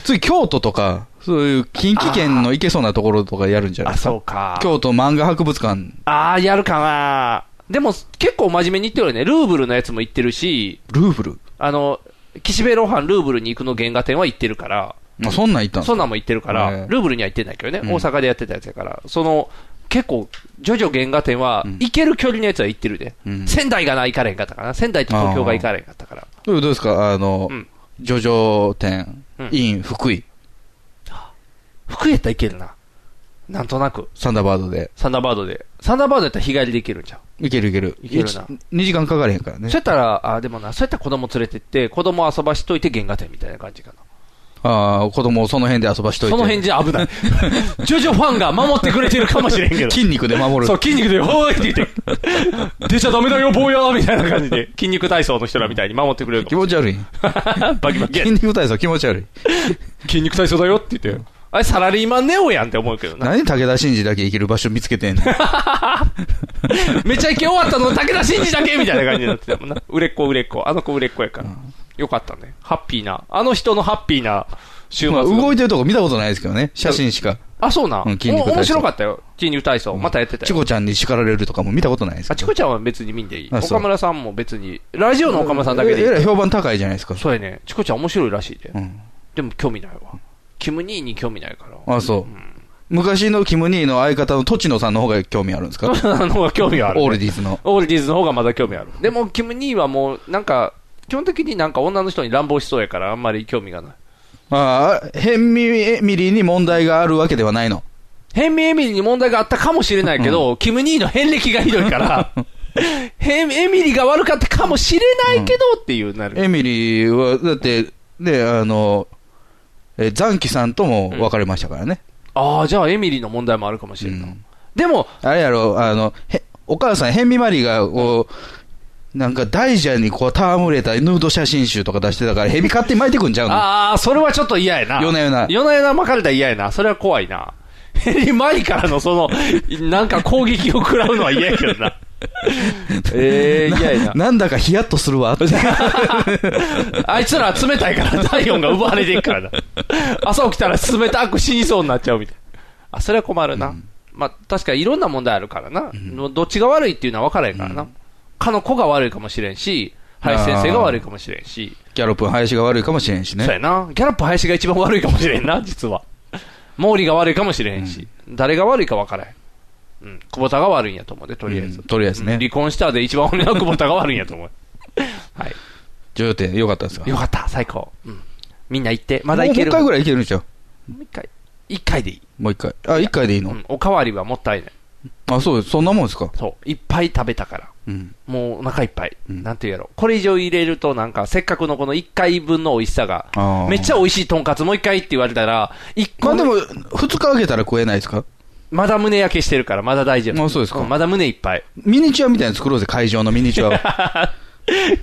Speaker 2: 次、京都とか、そういう近畿圏の行けそうなところとかやるんじゃない
Speaker 3: あ、
Speaker 2: ですか。
Speaker 3: そうか。
Speaker 2: 京都漫画博物館。
Speaker 3: ああ、やるかなでも、結構真面目に言ってるよね。ルーブルのやつも言ってるし、
Speaker 2: ルーブル。
Speaker 3: あの、岸辺露伴ルーブルに行くの原画展は行ってるから、
Speaker 2: まあ、そんなん言ったんです
Speaker 3: そん
Speaker 2: か
Speaker 3: なんも行ってるか
Speaker 2: へえ
Speaker 3: ら、ルーブルには行ってないけどね、
Speaker 2: うん
Speaker 3: 大阪でやってたやつやから、その、結構、ジョジョ原画展は、
Speaker 2: うん
Speaker 3: 行ける距離のやつは行ってるで、
Speaker 2: うん
Speaker 3: 仙台がな、行かれへんかったかな、仙台と東京が行かれへんかったから、
Speaker 2: どうですかあの、
Speaker 3: うん
Speaker 2: ジョジョ店
Speaker 3: うん、
Speaker 2: イン、福井、
Speaker 3: 福井やったら行けるな、なんとなく、
Speaker 2: サンダーバードで。
Speaker 3: サンダーバードで、サンダーバードやったら日帰りで行けるんちゃう
Speaker 2: いけるいける。
Speaker 3: いけるな
Speaker 2: 2時間かかれへんからね
Speaker 3: そう。やったら、あでもな、そうやったら子供連れてって、子供遊ばしといて原画展みたいな感じかな。
Speaker 2: ああ、子供をその辺で遊ばしといて。
Speaker 3: その辺じゃ危ない。
Speaker 2: [LAUGHS]
Speaker 3: ジョジョファンが守ってくれてるかもしれんけど。
Speaker 2: 筋肉で守る。
Speaker 3: そう、筋肉で、おーいって言って、出ちゃダメだよ、坊やみたいな感じで、筋肉体操の人らみたいに守ってくれる
Speaker 2: [LAUGHS] 気持ち悪い。
Speaker 3: [LAUGHS] バキバキや
Speaker 2: 筋肉体操気持ち悪い。
Speaker 3: 筋肉体操だよって言って、あれサラリーマンネオやんって思うけどな。
Speaker 2: 何で武田真治だけ生きる場所見つけ
Speaker 3: [LAUGHS]
Speaker 2: てんの
Speaker 3: めちゃイケ終わったの、武田真治だけみたいな感じになって
Speaker 2: [LAUGHS]
Speaker 3: たもんな。売れっ子売れっ子、あの子売れっ子やから。よかったね。ハッピーな。あの人のハッピーな週末
Speaker 2: ま
Speaker 3: が。
Speaker 2: あ動いてるとこ見たことないですけどね。写真しか。
Speaker 3: あ、そうなん。
Speaker 2: うん筋肉体操
Speaker 3: お面白かったよ。筋肉体操。またやってた
Speaker 2: チ
Speaker 3: よ。
Speaker 2: コちゃんに叱られるとかも見たことないです
Speaker 3: あ、
Speaker 2: け
Speaker 3: チ
Speaker 2: ど。
Speaker 3: コちゃんは別に見んでいい。
Speaker 2: あそう
Speaker 3: 岡村さんも別に。ラジオの岡村さんだけでいい
Speaker 2: ええ。らい評判高いじゃないですか。
Speaker 3: そうやね。チコちゃん面白いらしいで。
Speaker 2: うん。
Speaker 3: でも興味ないわ。キム兄に興味ないから。
Speaker 2: あ、そう。昔のキム兄の相方の栃野さんの方が興味あるんですか
Speaker 3: あの方が興味はある、
Speaker 2: オールディーズの。
Speaker 3: オールディーズの方がまだ興味ある。でも、キム兄はもう、なんか、基本的になんか女の人に乱暴しそうやから、あんまり興味がない。
Speaker 2: ああ、ヘンミエミリーに問題があるわけではないの。
Speaker 3: ヘンミエミリに問題があったかもしれないけど、キム兄の遍歴がひどい
Speaker 2: [LAUGHS]
Speaker 3: から、ヘンエミリが悪かったかもしれないけどっていうなる。
Speaker 2: エミリーは、だって、で、あの、えザンキさんとも別れましたからね。
Speaker 3: ああ、じゃあエミリの問題もあるかもしれんない。
Speaker 2: うん
Speaker 3: でも、
Speaker 2: あれやろ、あの、へお母さん、ヘンミマリーが、こう、なんか大蛇にこう戯れたヌード写真集とか出してたから、蛇勝手に巻いてくんちゃうの
Speaker 3: ああ、それはちょっと嫌やな。
Speaker 2: 夜な夜な
Speaker 3: 夜な夜な巻かれたら嫌やな。それは怖いな。ヘリマリからのその、なんか攻撃を食らうのは嫌やけどな。ええー、嫌やな。
Speaker 2: なんだかヒヤッとするわ [LAUGHS] って。
Speaker 3: あいつらは冷たいから、体温が奪われていくからな。朝起きたら冷たく死にそうになっちゃうみたいな。あ、それは困るな。まあ、確かにいろんな問題あるからな。のどっちが悪いっていうのは分からへんからな。かの子が悪いかもしれんし、林先生が悪いかもしれんし。
Speaker 2: ギャロップ、林が悪いかもしれんし
Speaker 3: そう
Speaker 2: ね。
Speaker 3: やな。ギャラップ林が一番悪いかもしれ
Speaker 2: [LAUGHS]
Speaker 3: んな、実は。毛利が悪いかもしれへんし、誰が悪いか分からへん。うん。久保田が悪いんやと思うで、とりあえず。
Speaker 2: うんとりあえずね
Speaker 3: うん離婚したで一番俺の久保田が悪いんやと
Speaker 2: [LAUGHS]
Speaker 3: 思う。はい。
Speaker 2: 女優点、よかったですか
Speaker 3: よかった、最高。うん。みんな行って、ま
Speaker 2: も
Speaker 3: だ
Speaker 2: う
Speaker 3: 行
Speaker 2: 一
Speaker 3: ける。
Speaker 2: 回ぐらいいけるんちゃう
Speaker 3: もう一回。一回でいい。
Speaker 2: もう一回。あ、一回でいいうの
Speaker 3: ん。おかわりはもったいない。
Speaker 2: あ、そう、そんなもんですか
Speaker 3: そう。いっぱい食べたから。
Speaker 2: うん。
Speaker 3: もうお腹いっぱい。
Speaker 2: うん
Speaker 3: なんていうやろ。これ以上入れるとなんか、せっかくのこの一回分の美味しさが、
Speaker 2: あー
Speaker 3: めっちゃ美味しいとんかつもう一回って言われたら、一個
Speaker 2: まあ
Speaker 3: 目
Speaker 2: でも、二日あげたら食えないですか
Speaker 3: まだ胸焼けしてるから、まだ大丈夫。
Speaker 2: あそうですか
Speaker 3: んまだ胸いっぱい。 [LAUGHS]
Speaker 2: ミニチュアみたいなの作ろうぜ、会場のミニチュアを。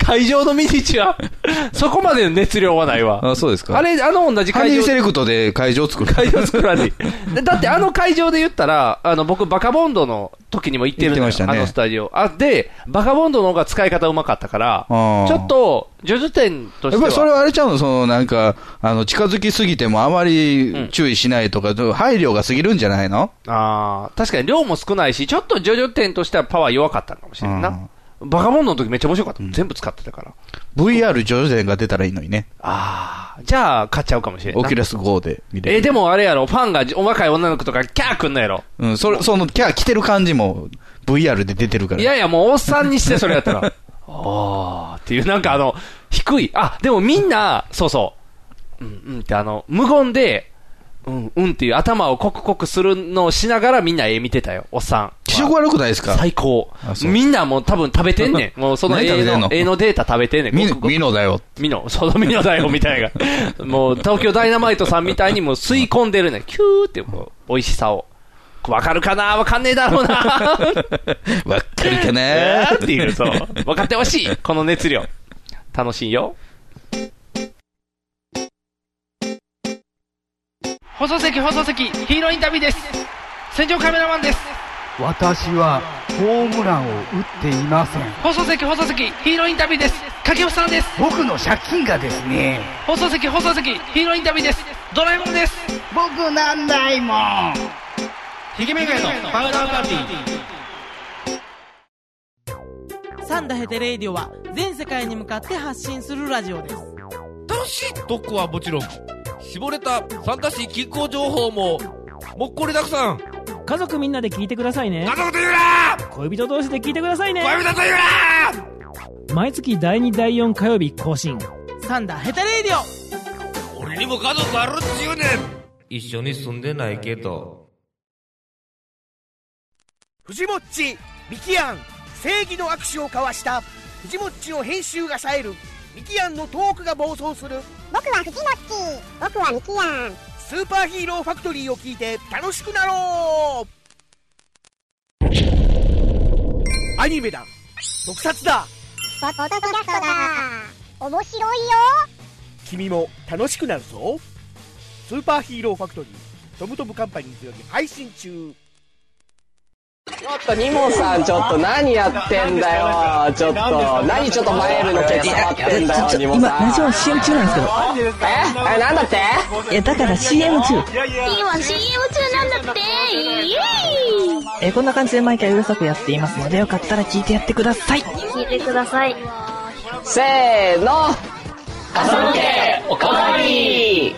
Speaker 3: 会場のミニチュア。 [LAUGHS] そこまでの熱量はない
Speaker 2: [LAUGHS]
Speaker 3: わ。
Speaker 2: あ、そうですか。
Speaker 3: あれ、あの同じ
Speaker 2: ハニ
Speaker 3: 会
Speaker 2: ー
Speaker 3: 場
Speaker 2: セ。レクトで会場作る。
Speaker 3: 会場作らずに。で [LAUGHS] だってあの会場で言ったら、あの僕、バカボンドの時にも行ってるのよ
Speaker 2: 行ってましたね
Speaker 3: あのスタジオ。あ、で、バカボンドの方が使い方うまかったから、ち
Speaker 2: あー
Speaker 3: ょっと、ジョジョ店と
Speaker 2: や
Speaker 3: し
Speaker 2: ってぱりそれ
Speaker 3: は、
Speaker 2: はあれちゃうのそのなんか、あの、近づきすぎてもあまり注意しないとか、配慮が過ぎるんじゃないの
Speaker 3: あー確かに量も少ないし、ちょっとジョジョ店としてはパワー弱かったかもしれんな。バカボンドの時めっちゃ面白かった。全部使ってたから。
Speaker 2: ?VR ジョジョ展が出たらいいのにね。
Speaker 3: ああ、じゃあ買っちゃうかもしれん
Speaker 2: オ
Speaker 3: な
Speaker 2: キュ。ラス GO で見れる。
Speaker 3: えーでもあれやろ、ファンがじお若い女の子とかキャーくんのやろ。
Speaker 2: うん、それ、その、キャー着てる感じも VR で出てるから。
Speaker 3: いやいや、もうおっさんにして、それやったら。
Speaker 2: [LAUGHS]
Speaker 3: あーっていう、なんかあの、低い。あ、でもみんな、そうそう。うんうんってあの、無言で、うんうんっていう頭をコクコクするのをしながらみんな絵見てたよ、おっさん。
Speaker 2: 気色悪くないですか
Speaker 3: 最高
Speaker 2: あ。そう
Speaker 3: みんなもう多分食べてんねん。もうそ
Speaker 2: [LAUGHS]
Speaker 3: の
Speaker 2: 何食
Speaker 3: 絵
Speaker 2: べてん
Speaker 3: の
Speaker 2: の
Speaker 3: 絵のデータ食べてんねん。
Speaker 2: み
Speaker 3: コク、コク
Speaker 2: みのだよ。
Speaker 3: ミノ、そのミ [LAUGHS] ノだよみたいな。もう、東京ダイナマイトさんみたいにもう吸い込んでるね。キューってこう、美味しさを。わかるかなわかんねえだろうな [LAUGHS]
Speaker 2: わっかりか
Speaker 3: え
Speaker 2: ね
Speaker 3: ーっていう、そう。分かってほしいこの熱量。楽しいよ。
Speaker 8: 放送席放送席ヒーローインタビューです戦場カメラマンです
Speaker 9: 私はホームランを打っていません
Speaker 8: 放送席放送席ヒーローインタビューです掛布さんです
Speaker 9: 僕の借金がですね
Speaker 8: 放送席放送席ヒーローインタビューですドラえもんです
Speaker 9: 僕なんないもん
Speaker 8: ひげめがのパウダーパーティー
Speaker 10: サンダヘテレイディオは全世界に向かって発信するラジオです
Speaker 11: 女子特区はもちろん、絞れた参加し均衡情報も、もっこりたくさん。
Speaker 12: 家族みんなで聞いてくださいね
Speaker 11: 家族と言うな
Speaker 12: 恋人同士で聞いてくださいね
Speaker 11: 恋人と言うな
Speaker 12: 毎月第2第4火曜日更新サンダーヘタレーディオ
Speaker 11: 俺にも家族あるっちゅうねん一緒に住んでないけど。
Speaker 13: 藤もっちミキアン正義の握手を交わした藤もっちの編集が冴えるミキアンのトークが暴走する僕は藤もっち僕はミキアンスーパーヒーローファクトリーを聞いて楽しくなろうアニメだ特撮だ
Speaker 14: ポッドキャストだ面白いよ
Speaker 13: 君も楽しくなるぞスーパーヒーローファクトリートムトムカンパニーズより配信中
Speaker 6: ちょっとニモさんちょっと何やってんだよちょっと何ちょっと前エルのケツ触ってんだよニモ
Speaker 15: 今、
Speaker 6: さ
Speaker 15: ラ
Speaker 6: ん
Speaker 15: ジオ CM 中なんですけど。
Speaker 6: ええなんだって
Speaker 15: え、だから CM 中。
Speaker 14: 今 CM 中なんだってイエーイ
Speaker 15: え、こんな感じで毎回うるさくやっていますので、よかったら聞いてやってください。
Speaker 14: 聞いてください
Speaker 6: せーの朝向けおかわり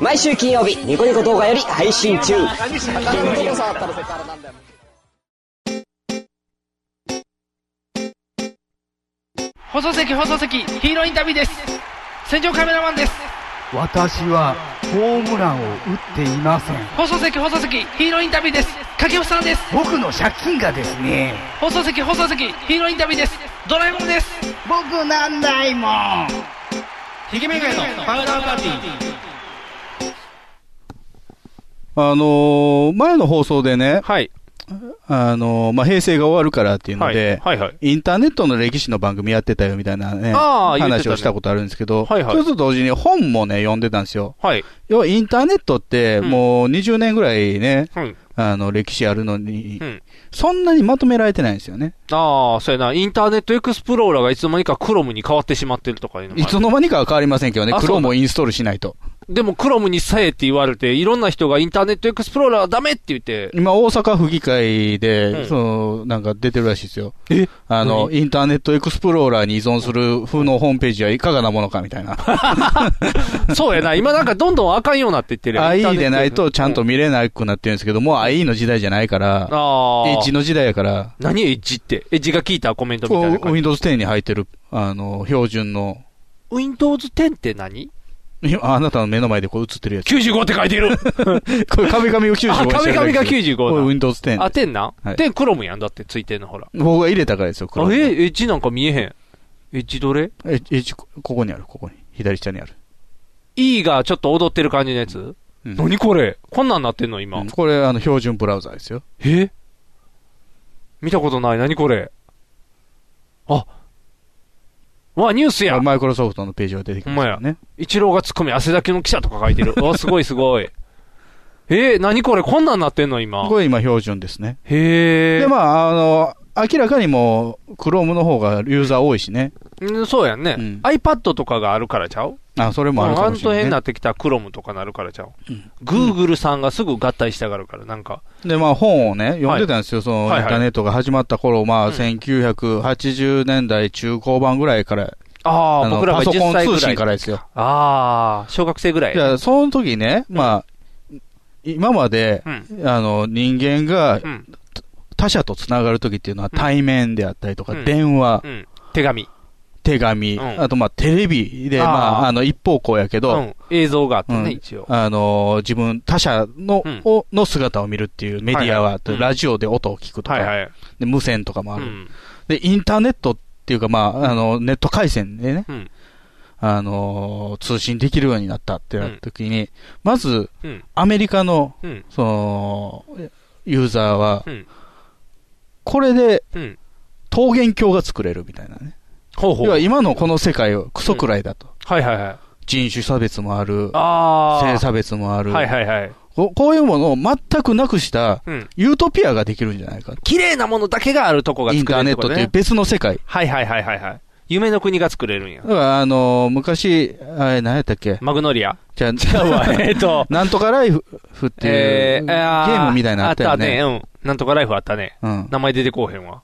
Speaker 6: 毎週金曜日ニコニコ動画より配信中ニモさんあったら絶対あれなんだよ
Speaker 16: 放送席放送席ヒーローインタビューです戦場カメラマンです
Speaker 9: 私はホームランを打っていません
Speaker 16: 放送席放送席ヒーローインタビューです掛布さんです
Speaker 9: 僕の借金がですね
Speaker 16: 放送席放送席ヒーローインタビューですドラえもんです
Speaker 9: 僕なんないもん
Speaker 16: ひげめがのパウダーパーティー
Speaker 2: あのー前の放送でね、あのーまあ、平成が終わるからっていうので、
Speaker 3: はいはいは
Speaker 2: インターネットの歴史の番組やってたよみたいなね、
Speaker 3: あー言ってたね
Speaker 2: 話をしたことあるんですけど、
Speaker 3: はいはい
Speaker 2: それと同時に本もね、読んでたんですよ。
Speaker 3: はい。
Speaker 2: 要はインターネットって、もう20年ぐらいね、
Speaker 3: うん
Speaker 2: あの、歴史あるのに、
Speaker 3: うん
Speaker 2: そんなにまとめられてないんですよね。
Speaker 3: ああ、そうやな。インターネットエクスプローラーがいつの間にかクロムに変わってしまってるとかいうのも
Speaker 2: い
Speaker 3: ある
Speaker 2: つの間にかは変わりませんけどね、
Speaker 3: あ
Speaker 2: ク
Speaker 3: そ
Speaker 2: ロ
Speaker 3: うな
Speaker 2: ー
Speaker 3: ん
Speaker 2: ムをインストールしないと。
Speaker 3: でもクロムにさえって言われて、いろんな人がインターネットエクスプローラーはダメって言って、
Speaker 2: 今、大阪府議会で、
Speaker 3: うん
Speaker 2: その、なんか出てるらしいですよ。あの、インターネットエクスプローラーに依存する風のホームページはいかがなものかみたいな。
Speaker 3: そうやな。今なんかどんどんあかんようになっていってるやん
Speaker 2: IE でないとちゃんと見れなくなってるんですけど、もう IE の時代じゃないから、
Speaker 3: あ
Speaker 2: エ
Speaker 3: ー
Speaker 2: ッジの時代やから、
Speaker 3: 何エッジって。エッジが聞いたコメントみ
Speaker 2: こ
Speaker 3: たいな
Speaker 2: う
Speaker 3: 感じ。
Speaker 2: Windows 10に入ってる、あの、標準の、
Speaker 3: Windows 10って何
Speaker 2: いやあなたの目の前でこう映ってるやつ。
Speaker 3: ?95 って書いてる
Speaker 2: これ、壁紙を95にしてるだ
Speaker 3: あ、
Speaker 2: けです
Speaker 3: 壁紙が95
Speaker 2: これ
Speaker 3: だ。
Speaker 2: Windows 10。
Speaker 3: あ、10な、
Speaker 2: はい
Speaker 3: ?10 クロムやんだってついてんのほら。
Speaker 2: 僕が入れたからですよ、
Speaker 3: あ
Speaker 2: 黒、
Speaker 3: え
Speaker 2: い。
Speaker 3: エッジなんか見えへん。エッジどれ
Speaker 2: え、え、ちこここにある、ここに。左下にある。
Speaker 3: ?E がちょっと踊ってる感じのやつ、何これこんなんなってんの今。
Speaker 2: これ、あの、標準ブラウザーですよ。
Speaker 3: え見たことない。何これあ。わ、ニュースや。
Speaker 2: マイクロソフトのページが出てき
Speaker 3: ほんまや。
Speaker 2: ね。
Speaker 3: 一郎がツッコミ、汗だけの記者とか書いてる。わ、すごいすごい。えー、何これこんなんなってんの今。
Speaker 2: これ今、標準ですね。
Speaker 3: へえ。
Speaker 2: で、まあ、あの、明らかにもう、Chrome の方がユーザー多いしね。
Speaker 3: うんそうやんね、iPad とかがあるからちゃう
Speaker 2: あ、それもあるかもしれ
Speaker 3: うんあんと
Speaker 2: ない、
Speaker 3: 変
Speaker 2: ね
Speaker 3: な。ってきた Chrome とかなるからちゃう。Google さんがすぐ合体したがるから、なんか。
Speaker 2: で、まあ、本をね、読んでたんですよ。その、
Speaker 3: はいはい
Speaker 2: インターネットが始まった頃、まあ、1980年代中後半ぐらいから、
Speaker 3: ああ、
Speaker 2: の
Speaker 3: 僕らが
Speaker 2: パソ
Speaker 3: 10
Speaker 2: コン
Speaker 3: 歳ぐ
Speaker 2: 通
Speaker 3: ら
Speaker 2: 信
Speaker 3: い。
Speaker 2: からですよ。
Speaker 3: ああ、小学生ぐらい。
Speaker 2: いや、その時ね、まあ、今まで、あの、人間が、他者とつながる時っていうのは対面であったりとか、
Speaker 3: うん
Speaker 2: 電話、
Speaker 3: うん手紙。
Speaker 2: 手紙、
Speaker 3: うん
Speaker 2: あとまあテレビで、
Speaker 3: あー
Speaker 2: まあ、あの、一方向やけど、
Speaker 3: うん映像があってね、
Speaker 2: うん
Speaker 3: 一応。
Speaker 2: あのー自分、他者の,を、の姿を見るっていうメディアは、
Speaker 3: はいはい
Speaker 2: あと
Speaker 3: うん
Speaker 2: ラジオで音を聞くとか、
Speaker 3: はいはい
Speaker 2: で無線とかもある、
Speaker 3: うん
Speaker 2: で、インターネットっていうか、まあ、あの、ネット回線でね、
Speaker 3: うん
Speaker 2: あのー通信できるようになったってなった時に、まず、
Speaker 3: うん
Speaker 2: アメリカの、
Speaker 3: うん
Speaker 2: その、ユーザーは、
Speaker 3: うん
Speaker 2: これで、
Speaker 3: うん
Speaker 2: 桃源郷が作れるみたいなね。
Speaker 3: ほうほう
Speaker 2: 要は今のこの世界はクソくらいだと。
Speaker 3: はいはいはい。
Speaker 2: 人種差別もある、
Speaker 3: あー
Speaker 2: 性差別もある、
Speaker 3: はいはいはい。
Speaker 2: ここういうものを全くなくした、
Speaker 3: うん
Speaker 2: ユートピアができるんじゃないか。
Speaker 3: 綺麗なものだけがあるとこが
Speaker 2: イン
Speaker 3: 作
Speaker 2: ター
Speaker 3: れ
Speaker 2: ネ
Speaker 3: る
Speaker 2: ッ
Speaker 3: とこ
Speaker 2: ト
Speaker 3: ね
Speaker 2: っていう別の世界。
Speaker 3: はいはいはいはいはい。夢の国が作れるんや
Speaker 2: だ。から、あのー昔、あれ、何やったっけ
Speaker 3: マグノリア
Speaker 2: じゃあ、
Speaker 3: う [LAUGHS] わえーと
Speaker 2: なんとかライフっていう、
Speaker 3: えーあ
Speaker 2: ゲームみたいなのあったよね。
Speaker 3: あったね。うん。なんとかライフあったね。
Speaker 2: うん
Speaker 3: 名前出てこうへんわ。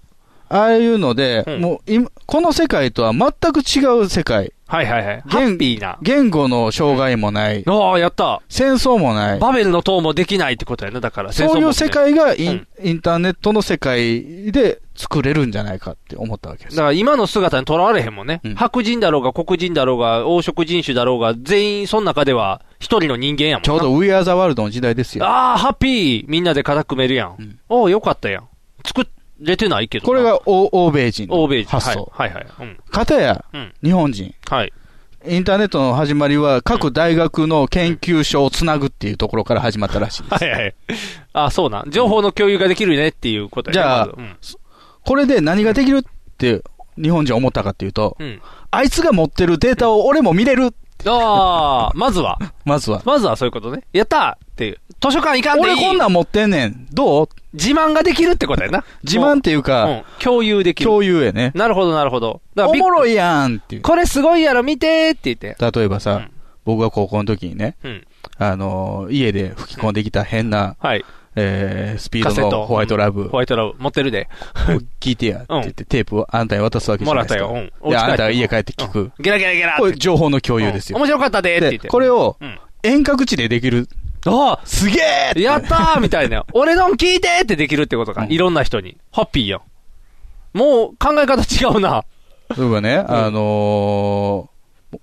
Speaker 2: ああいうので、もう今、この世界とは全く違う世界。
Speaker 3: はいはいはい。ハッピーな。
Speaker 2: 言語の障害もない。
Speaker 3: ああ、やった。
Speaker 2: 戦争もない。
Speaker 3: バベルの塔もできないってことやな、だから。
Speaker 2: そういう世界
Speaker 3: が。
Speaker 2: がイン,、インターネットの世界で作れるんじゃないかって思ったわけで
Speaker 3: だ
Speaker 2: す。
Speaker 3: から今の姿にとらわれへんもんね。白人だろうが黒人だろうが黄色人種だろうが全員その中では一人の人間やもんな
Speaker 2: ちょうど We Are the World の時代ですよ。
Speaker 3: ああ、ハッピーみんなで肩組めるやん。おおよかったやん。作れてないけどな。
Speaker 2: これが欧欧米人の
Speaker 3: 欧米人。
Speaker 2: 発想。
Speaker 3: はい、はい、はい。うん。
Speaker 2: かたや、
Speaker 3: うん
Speaker 2: 日本人。
Speaker 3: はい。
Speaker 2: インターネットの始まりは、各大学の研究所をつなぐっていうところから始まったらしい。
Speaker 3: はいはい。あ、そうなん。情報の共有ができるねっていうことや
Speaker 2: じゃあ
Speaker 3: まずうん
Speaker 2: これで何ができるって、日本人は思ったかっていうと、
Speaker 3: うん
Speaker 2: あいつが持ってるデータを俺も見れる。
Speaker 3: ああ、まずは。
Speaker 2: まずは。
Speaker 3: まずはそういうことね。やったーっていう。図書館行かんでいい
Speaker 2: 俺こんなん持ってんねん。どう
Speaker 3: 自慢ができるってことやな。
Speaker 2: 自慢っていうか、
Speaker 3: 共有できる。
Speaker 2: 共有やね。
Speaker 3: なるほど、なるほど。だから
Speaker 2: お
Speaker 3: びっ
Speaker 2: もろいやんっていう。
Speaker 3: これすごいやろ、見てーって言って。
Speaker 2: 例えばさ、僕が高校の時にね、
Speaker 3: うん
Speaker 2: あのー家で吹き込んできた変な、えースピー
Speaker 3: カセ
Speaker 2: ド
Speaker 3: ッ
Speaker 2: の
Speaker 3: ト。
Speaker 2: ホワイトラブ、
Speaker 3: うんホワイトラブ。持ってるで。
Speaker 2: 聞いてやって言って、テープをあんたに渡すわけじゃないですか。
Speaker 3: もらったようん
Speaker 2: で、
Speaker 3: お家帰って
Speaker 2: あんたが家帰って聞く。
Speaker 3: ゲラゲラゲラって
Speaker 2: これ情報の共有ですよ。
Speaker 3: 面白かったでーって言って。
Speaker 2: で、これを
Speaker 3: うん、
Speaker 2: 遠隔地でできる。
Speaker 3: あ
Speaker 2: すげえって
Speaker 3: やったーみたいな。 [LAUGHS] 俺のん聞いてーってできるってことか。いろんな人に。ハッピーやん。もう考え方違うな。
Speaker 2: 例えばね、あのー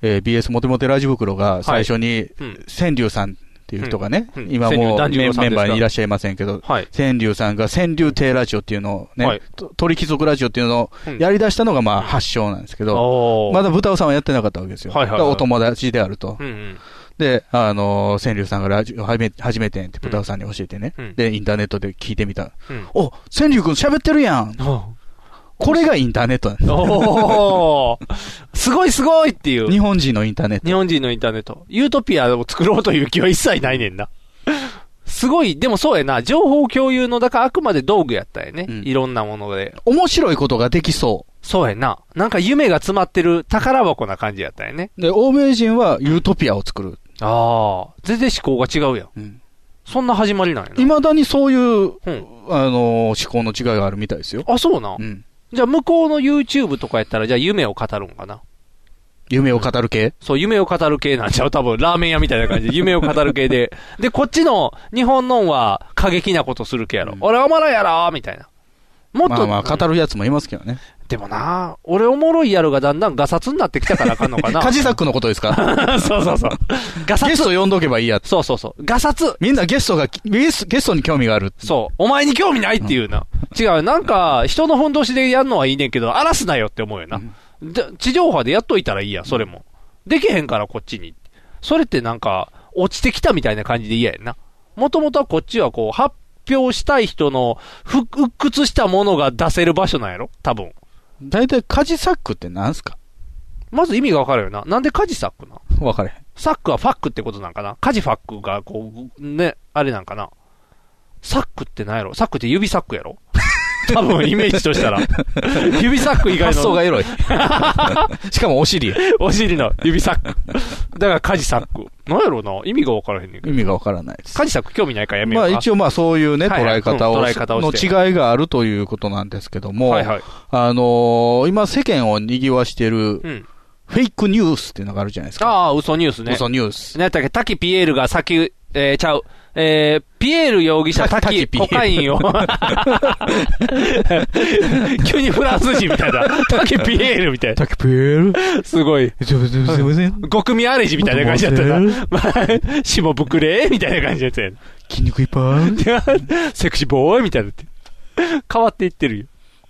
Speaker 2: えー BS モテモテラジ袋が最初に
Speaker 3: うん、
Speaker 2: 川柳さんっていう人がね、
Speaker 3: うんうん
Speaker 2: 今
Speaker 3: 川
Speaker 2: も
Speaker 3: 柳
Speaker 2: う
Speaker 3: 團十
Speaker 2: メ
Speaker 3: 郎
Speaker 2: ン
Speaker 3: さん
Speaker 2: メンバー
Speaker 3: ですか
Speaker 2: にいらっしゃいませんけど、
Speaker 3: はい
Speaker 2: 川柳さんが川柳亭ラジオっていうのをね、
Speaker 3: はい
Speaker 2: と鳥貴族ラジオっていうのをやり出したのがまあ発祥なんですけど、
Speaker 3: おー
Speaker 2: まだ豚尾さんはやってなかったわけですよ。
Speaker 3: はいはいは
Speaker 2: だ
Speaker 3: い
Speaker 2: からお友達であると。
Speaker 3: うんうん。
Speaker 2: で、あのー川柳さんがラジオ始め始めてんって、豚尾さんに教えてね、
Speaker 3: うん
Speaker 2: で、インターネットで聞いてみた。
Speaker 3: うん
Speaker 2: お川柳くん喋ってるやんこれがインターネットなんです。
Speaker 3: おーすごいすごいっていう。
Speaker 2: 日本人のインターネット。
Speaker 3: 日本人のインターネット。ユートピアを作ろうという気は一切ないねんな。すごい、でもそうやな。情報共有の、だからあくまで道具やったよね。いろんなもので。
Speaker 2: 面白いことができそ
Speaker 3: そうやな。なんか夢が詰まってる宝箱な感じやったよね。
Speaker 2: う。で、欧米人はユートピアを作る。
Speaker 3: ああ、全然思考が違うやん。そんな始まりなんやな。
Speaker 2: いまだにそういう、あのー思考の違いがあるみたいですよ。
Speaker 3: あ、そうなん、
Speaker 2: ん
Speaker 3: じゃあ向こうの YouTube とかやったら、じゃあ夢を語るんかな。
Speaker 2: 夢を語る系
Speaker 3: そう、夢を語る系なんちゃう多分、ラーメン屋みたい
Speaker 2: [LAUGHS]
Speaker 3: な感じで、夢を語る系で。で、こっちの日本のんは過激なことする系やろ。俺おもろいやろみたいな。もっと、
Speaker 2: まあまあ、語るやつもいますけどね。
Speaker 3: でもな俺おもろいやろがだんだんガサツになってきたからあかんのか
Speaker 2: [LAUGHS]
Speaker 3: な。
Speaker 2: カジサックのことです
Speaker 3: [LAUGHS]
Speaker 2: か
Speaker 3: そうそうそう。ガサツ。
Speaker 2: ゲスト呼んどけばいいや。
Speaker 3: そうそうそう。ガサツ。
Speaker 2: みんなゲストが、ゲスゲストに興味がある。
Speaker 3: そう。お前に興味ないっていうな。違う。なんか、人の本通しでやるのはいいねんけど、荒らすなよって思うよな。で地上波でやっといたらいいやん、それも。できへんから、こっちに。それってなんか、落ちてきたみたいな感じで嫌やんな。もともとはこっちはこう、発表したい人の、ふ、鬱屈したものが出せる場所なんやろ多分。
Speaker 2: 大体、カジサックって何すか
Speaker 3: まず意味がわかるよな。なんでカジサックな
Speaker 2: 分かれへん。
Speaker 3: サックはファックってことなんかなカジファックが、こう、ね、あれなんかなサックってなんやろサックって指サックやろ多分、イメージ
Speaker 2: [LAUGHS]
Speaker 3: としたら。指サック以外の。
Speaker 2: 発想がエロい。 [LAUGHS] しかもお尻。
Speaker 3: お尻の指サック。だからカジサック。なんやろな意味がわからへんねんけ
Speaker 2: 意味がわからないです。
Speaker 3: ど。カジサック興味ないからやめよ
Speaker 2: ま
Speaker 3: う
Speaker 2: あ
Speaker 3: か。
Speaker 2: 一応まあそういうね、
Speaker 3: はい
Speaker 2: 捉
Speaker 3: は
Speaker 2: え
Speaker 3: い
Speaker 2: 方
Speaker 3: うん
Speaker 2: を、
Speaker 3: 捉え方をして
Speaker 2: の違いがあるということなんですけども、
Speaker 3: はいはい
Speaker 2: あのー今世間を賑わしてる、
Speaker 3: ん
Speaker 2: フェイクニュースっていうのがあるじゃないですか。
Speaker 3: ああ、嘘ニュースね。
Speaker 2: 嘘ニュー
Speaker 3: ス。何やったっけ滝ピエールが先、えー、ちゃう。えー、ピエール容疑者、
Speaker 2: た [LAUGHS] 滝
Speaker 3: 滝、
Speaker 2: ピエー
Speaker 3: コ
Speaker 2: ル
Speaker 3: カインを。 [LAUGHS] 急にフランス人みたいな。滝ピエールみたいな。
Speaker 2: 滝ピエー
Speaker 3: ルすごい。
Speaker 2: すいません。
Speaker 3: 五組アレジみたいな感じだったな。まあ、下ぶくれみたいな感じだったよ。
Speaker 2: 筋肉いっぱい。
Speaker 3: [LAUGHS] セクシーボーイみたいになって。変わっていってるよ。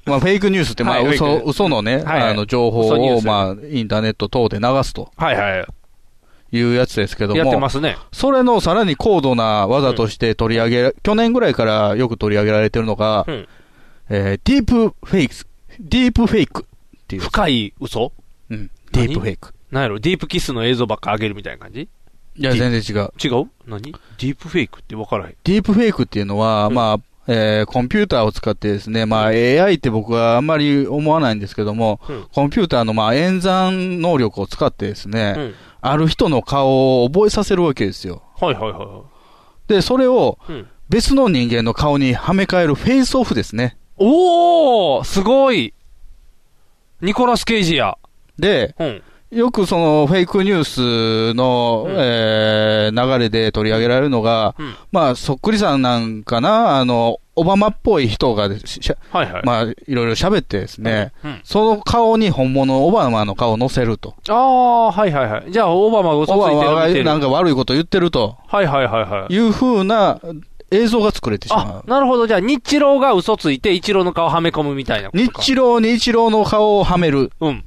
Speaker 2: まあフェイクニュースってまあ
Speaker 3: はい
Speaker 2: 嘘、
Speaker 3: フェイク
Speaker 2: 嘘のね、
Speaker 3: はいはい
Speaker 2: あの情報
Speaker 3: 嘘ニュー
Speaker 2: を
Speaker 3: ス
Speaker 2: まあインターネット等で流すと。
Speaker 3: はいはい。
Speaker 2: いうやつですけども。
Speaker 3: やってますね。
Speaker 2: それのさらに高度な技として取り上げ、去年ぐらいからよく取り上げられてるのが、
Speaker 3: うん
Speaker 2: えーディープフェイクス、ディープフェイクっていう。
Speaker 3: 深い嘘
Speaker 2: うん。ディープフェイク。
Speaker 3: なんやろディープキスの映像ばっか上げるみたいな感じ
Speaker 2: いや、全然違う。
Speaker 3: 違う何ディープフェイクって分からへん。
Speaker 2: ディープフェイクっていうのは、まあ、えーコンピューターを使ってですね、まあ AI って僕はあんまり思わないんですけども、
Speaker 3: うん
Speaker 2: コンピューターのまあ演算能力を使ってですね、
Speaker 3: うん
Speaker 2: ある人の顔を覚えさせるわけですよ。
Speaker 3: はいはいはいは
Speaker 2: で、それを
Speaker 3: い。うん。
Speaker 2: 別の人間の顔にはめ替えるフェイスオフですね。
Speaker 3: おーすごいニコラス・ケイジや。
Speaker 2: で、よくそのフェイクニュースの、えー流れで取り上げられるのが、まあ、そっくりさんなんかな、あの、オバマっぽい人がししゃ、
Speaker 3: はいはい
Speaker 2: まあ、いろいろ喋ってですね、
Speaker 3: うんうん
Speaker 2: その顔に本物のオバマの顔を載せると。
Speaker 3: ああ、はいはいはい。じゃあ、オバマが嘘つ
Speaker 2: オバマ
Speaker 3: い
Speaker 2: が
Speaker 3: てる。
Speaker 2: なんか悪いこと言ってると
Speaker 3: はいはいはいはい。
Speaker 2: いう風な映像が作れてしまう。
Speaker 3: なるほど。じゃあ、日郎が嘘ついて、一郎の顔はめ込むみたいな。
Speaker 2: 日郎に一郎の顔をはめる。
Speaker 3: うん。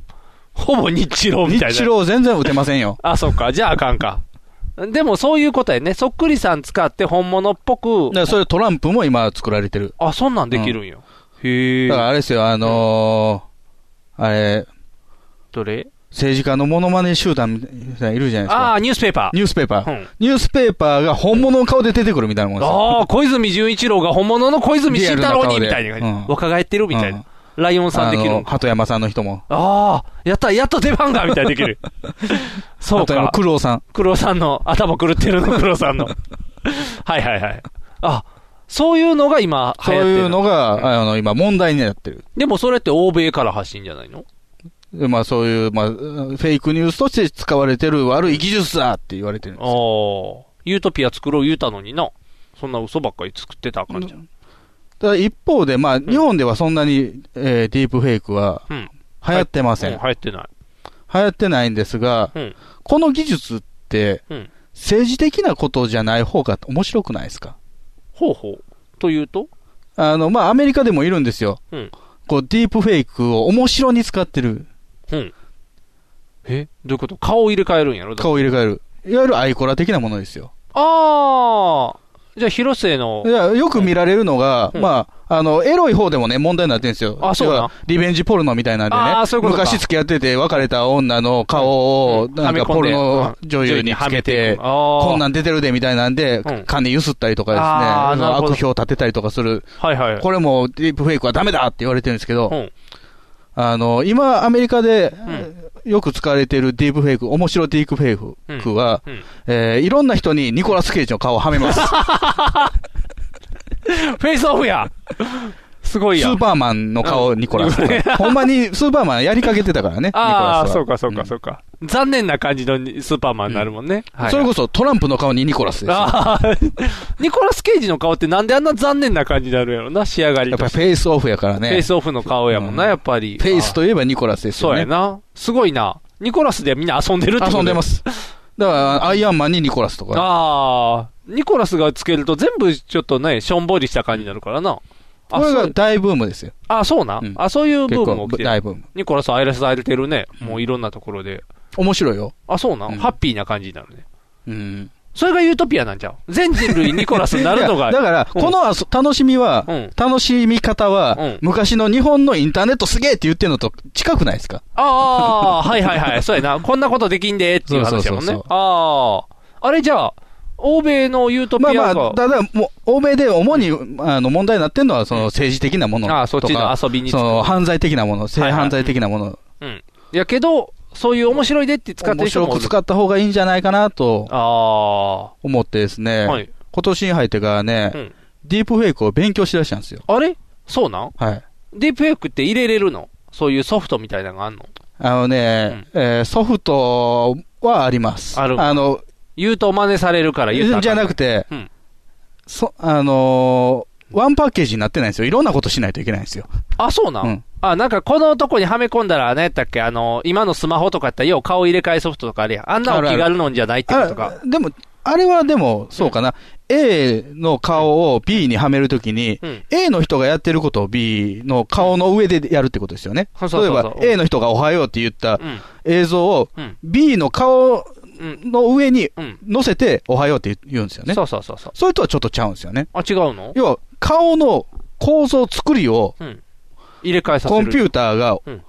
Speaker 3: ほぼ日郎みたいな
Speaker 2: 日郎全然打てません
Speaker 3: [LAUGHS]
Speaker 2: よ。
Speaker 3: あ、そっか。じゃああかんか。でも、そういうことやね。そっくりさん使って本物っぽく
Speaker 2: だか。らそれトランプも今作られてる。
Speaker 3: あ、そんなんできるんや。へえ。
Speaker 2: だからあれですよ、あのー、あれ、
Speaker 3: どれ
Speaker 2: 政治家のモノマネ集団みたいないるじゃないですか。
Speaker 3: ああ、ニュースペーパー。
Speaker 2: ニュースペーパ
Speaker 3: う
Speaker 2: ー
Speaker 3: ん。
Speaker 2: ニュースペーパーが本物の顔で出てくるみたいなもんですよ。
Speaker 3: ああ、小泉純一郎が本物の小泉
Speaker 2: リア
Speaker 3: 慎
Speaker 2: ル
Speaker 3: 太
Speaker 2: な
Speaker 3: 郎
Speaker 2: 顔
Speaker 3: に
Speaker 2: で
Speaker 3: みたいな感じ。
Speaker 2: うん
Speaker 3: 若返ってるみたいな。
Speaker 2: うん
Speaker 3: ライオンさんできる
Speaker 2: あの鳩山さんの人も。
Speaker 3: ああ、やった、やっと出番がみたいにで
Speaker 2: [LAUGHS]
Speaker 3: きる。そう
Speaker 2: 鳩山
Speaker 3: か。
Speaker 2: 九郎さん。
Speaker 3: 黒さんの、頭狂ってるの黒さん
Speaker 2: [LAUGHS]
Speaker 3: の。はいはいはい。あ、そういうのが今
Speaker 2: そ
Speaker 3: 流
Speaker 2: う
Speaker 3: 行ってる。
Speaker 2: いうのが、あの、今問題になってる。
Speaker 3: でもそれって欧米から発信じゃないの
Speaker 2: でまあそういう、まあ、フェイクニュースとして使われてる悪い技術だって言われてるんですよ
Speaker 3: ああ。ユートピア作ろう言うたのにな。そんな嘘ばっかり作ってたらあかんじゃん。
Speaker 2: ただ一方で、まあ、日本ではそんなに、えーディープフェイクは
Speaker 3: うん。
Speaker 2: 流行ってません。
Speaker 3: うん流行ってない。
Speaker 2: 流行ってないんですが、
Speaker 3: うん。
Speaker 2: この技術って、
Speaker 3: うん。
Speaker 2: 政治的なことじゃない方が面白くないですか
Speaker 3: ほうほう。というと
Speaker 2: あの、まあ、アメリカでもいるんですよ。
Speaker 3: うん。
Speaker 2: こう、ディープフェイクを面白に使ってる。
Speaker 3: うん。えどういうこと顔を入れ替えるんやろ
Speaker 2: 顔を入れ替える。いわゆるアイコラ的なものですよ。
Speaker 3: ああ。じゃあ、広末の
Speaker 2: い。やよく見られるのが、
Speaker 3: うん
Speaker 2: まあ、あの、エロい方でもね、問題になってるんですよ。
Speaker 3: あそうなん
Speaker 2: 要はリベンジポルノみたいなんでね。
Speaker 3: あーそういうことか
Speaker 2: 昔付き合ってて別れた女の顔を、なんか
Speaker 3: はめ込
Speaker 2: ポ
Speaker 3: んで
Speaker 2: ルノ女優につけ
Speaker 3: うん女優にはめてい
Speaker 2: て、
Speaker 3: くあー
Speaker 2: こんなん出てるでみたいなんで
Speaker 3: うん、
Speaker 2: 金ゆすったりとかですね、
Speaker 3: あーなるほど
Speaker 2: 悪評立てたりとかする。
Speaker 3: はいはい。
Speaker 2: これもディープフェイクはダメだって言われてるんですけ
Speaker 3: う
Speaker 2: ど
Speaker 3: ん、
Speaker 2: あの、今アメリカで
Speaker 3: ん
Speaker 2: よく使われてるディープフェイク、面白ディープフェイクは
Speaker 3: うんうん、
Speaker 2: えーいろんな人にニコラス・ケイジの顔をはめ
Speaker 3: [LAUGHS]
Speaker 2: ます。
Speaker 3: フェイスオフや。すごい
Speaker 2: ス
Speaker 3: や。
Speaker 2: ーパーマンの顔、ニコラス
Speaker 3: ニ [LAUGHS] コラ。ス
Speaker 2: ほんまにスーパーマンやりかけてたからね、ニコラスは。
Speaker 3: [LAUGHS] ああ、そうかそうかそうか。残念な感じのスーパーマンになるもんね。はい
Speaker 2: それこそトランプの顔にニコラスですよ。や
Speaker 3: ああ、 [LAUGHS] ニコラス・ケイジの顔ってなんであんな残念な感じになるんやろな、仕上がり
Speaker 2: っぱ
Speaker 3: と
Speaker 2: り
Speaker 3: して
Speaker 2: フェイスオフやからね。
Speaker 3: フェイスオフの顔やもんな、やっぱり。
Speaker 2: フェイスといえばニコラスです
Speaker 3: そ
Speaker 2: よ
Speaker 3: う
Speaker 2: ね。
Speaker 3: やな。すごいな。ニコラスでみんな遊んでるってこと
Speaker 2: 遊んでま。す。だから、アイアンマンにニコラスとか。
Speaker 3: ああ、ニコラスがつけると全部ちょっとね、しょんぼりした感じになるからな。あ、
Speaker 2: これ
Speaker 3: そ
Speaker 2: が
Speaker 3: う
Speaker 2: 大ブームですよ。
Speaker 3: あ、そうな。
Speaker 2: うん
Speaker 3: あ、そういう
Speaker 2: 結
Speaker 3: ブーム
Speaker 2: 構
Speaker 3: も起きて
Speaker 2: 大
Speaker 3: る。
Speaker 2: ブーム。
Speaker 3: ニコラス愛らされてるね。もういろんなところで。
Speaker 2: 面白いよ。
Speaker 3: あ、そうな。ハッピーな感じになるね。
Speaker 2: うん。
Speaker 3: それがユートピアなんじゃう全人類ニコラスになるの
Speaker 2: [LAUGHS]
Speaker 3: が。
Speaker 2: いやだから、
Speaker 3: うん
Speaker 2: この遊楽しみは、楽しみ方は、昔の日本のインターネットすげえって言ってるのと近くないですか
Speaker 3: ああ、はいはいはい。そうや
Speaker 2: [LAUGHS]
Speaker 3: な。こんなことできんでっていう話やも
Speaker 2: そうそ
Speaker 3: んね。
Speaker 2: うそう
Speaker 3: ああ。あれじゃあ、欧米のユートピ
Speaker 2: ま
Speaker 3: ア
Speaker 2: あま
Speaker 3: が、
Speaker 2: あ、ただ、もう、欧米で主に、あの、問題になってるのは、その、政治的なものとか、
Speaker 3: ああそっちの遊びに
Speaker 2: その、犯罪的なもの、性犯罪的なもの、
Speaker 3: うん。やけど、そういう面白いでって使ってる
Speaker 2: 面
Speaker 3: 人
Speaker 2: 白
Speaker 3: もお
Speaker 2: く
Speaker 3: る。
Speaker 2: 使った方がいいんじゃないかなと、
Speaker 3: あ
Speaker 2: 思ってですね、
Speaker 3: はい
Speaker 2: 今年に入ってからね、
Speaker 3: うん
Speaker 2: ディープフェイクを勉強しだしたんですよ。
Speaker 3: あ。あれそうなん
Speaker 2: はい。
Speaker 3: ディープフェイクって入れれるのそういうソフトみたいなのがあんの
Speaker 2: あのね、えーソフトはあります。
Speaker 3: ある
Speaker 2: あの、
Speaker 3: 言うと真似されるから言うたらあ
Speaker 2: じ
Speaker 3: か
Speaker 2: ゃ
Speaker 3: ん
Speaker 2: なくて、
Speaker 3: うん
Speaker 2: そ、あのーワンパッケージになってないんですよ。いろんなことしないといけないんですよ。
Speaker 3: あ、そうなん、
Speaker 2: うん
Speaker 3: あ、なんかこのとこにはめ込んだら、何やったっけあの、今のスマホとかやったら、よう顔入れ替えソフトとかあれやん。あんなお気軽のんじゃないってことか。
Speaker 2: でも、あれはでも、そうかな。A の顔を B にはめるときに、
Speaker 3: うん
Speaker 2: A の人がやってることを B の顔の上でやるってことですよね。
Speaker 3: そうそうそう
Speaker 2: 例えば、A の人がおはようって言った
Speaker 3: うん
Speaker 2: 映像を
Speaker 3: うん
Speaker 2: B の顔の上に
Speaker 3: うん
Speaker 2: 載せて、おはようって言うんですよね。
Speaker 3: そうそうそうそう。
Speaker 2: それとはちょっとちゃうんですよね。
Speaker 3: あ、違うの
Speaker 2: 要は、顔の構造作りを
Speaker 3: うん。入れ替えさせ
Speaker 2: コ
Speaker 3: る。
Speaker 2: ンピューターが
Speaker 3: うん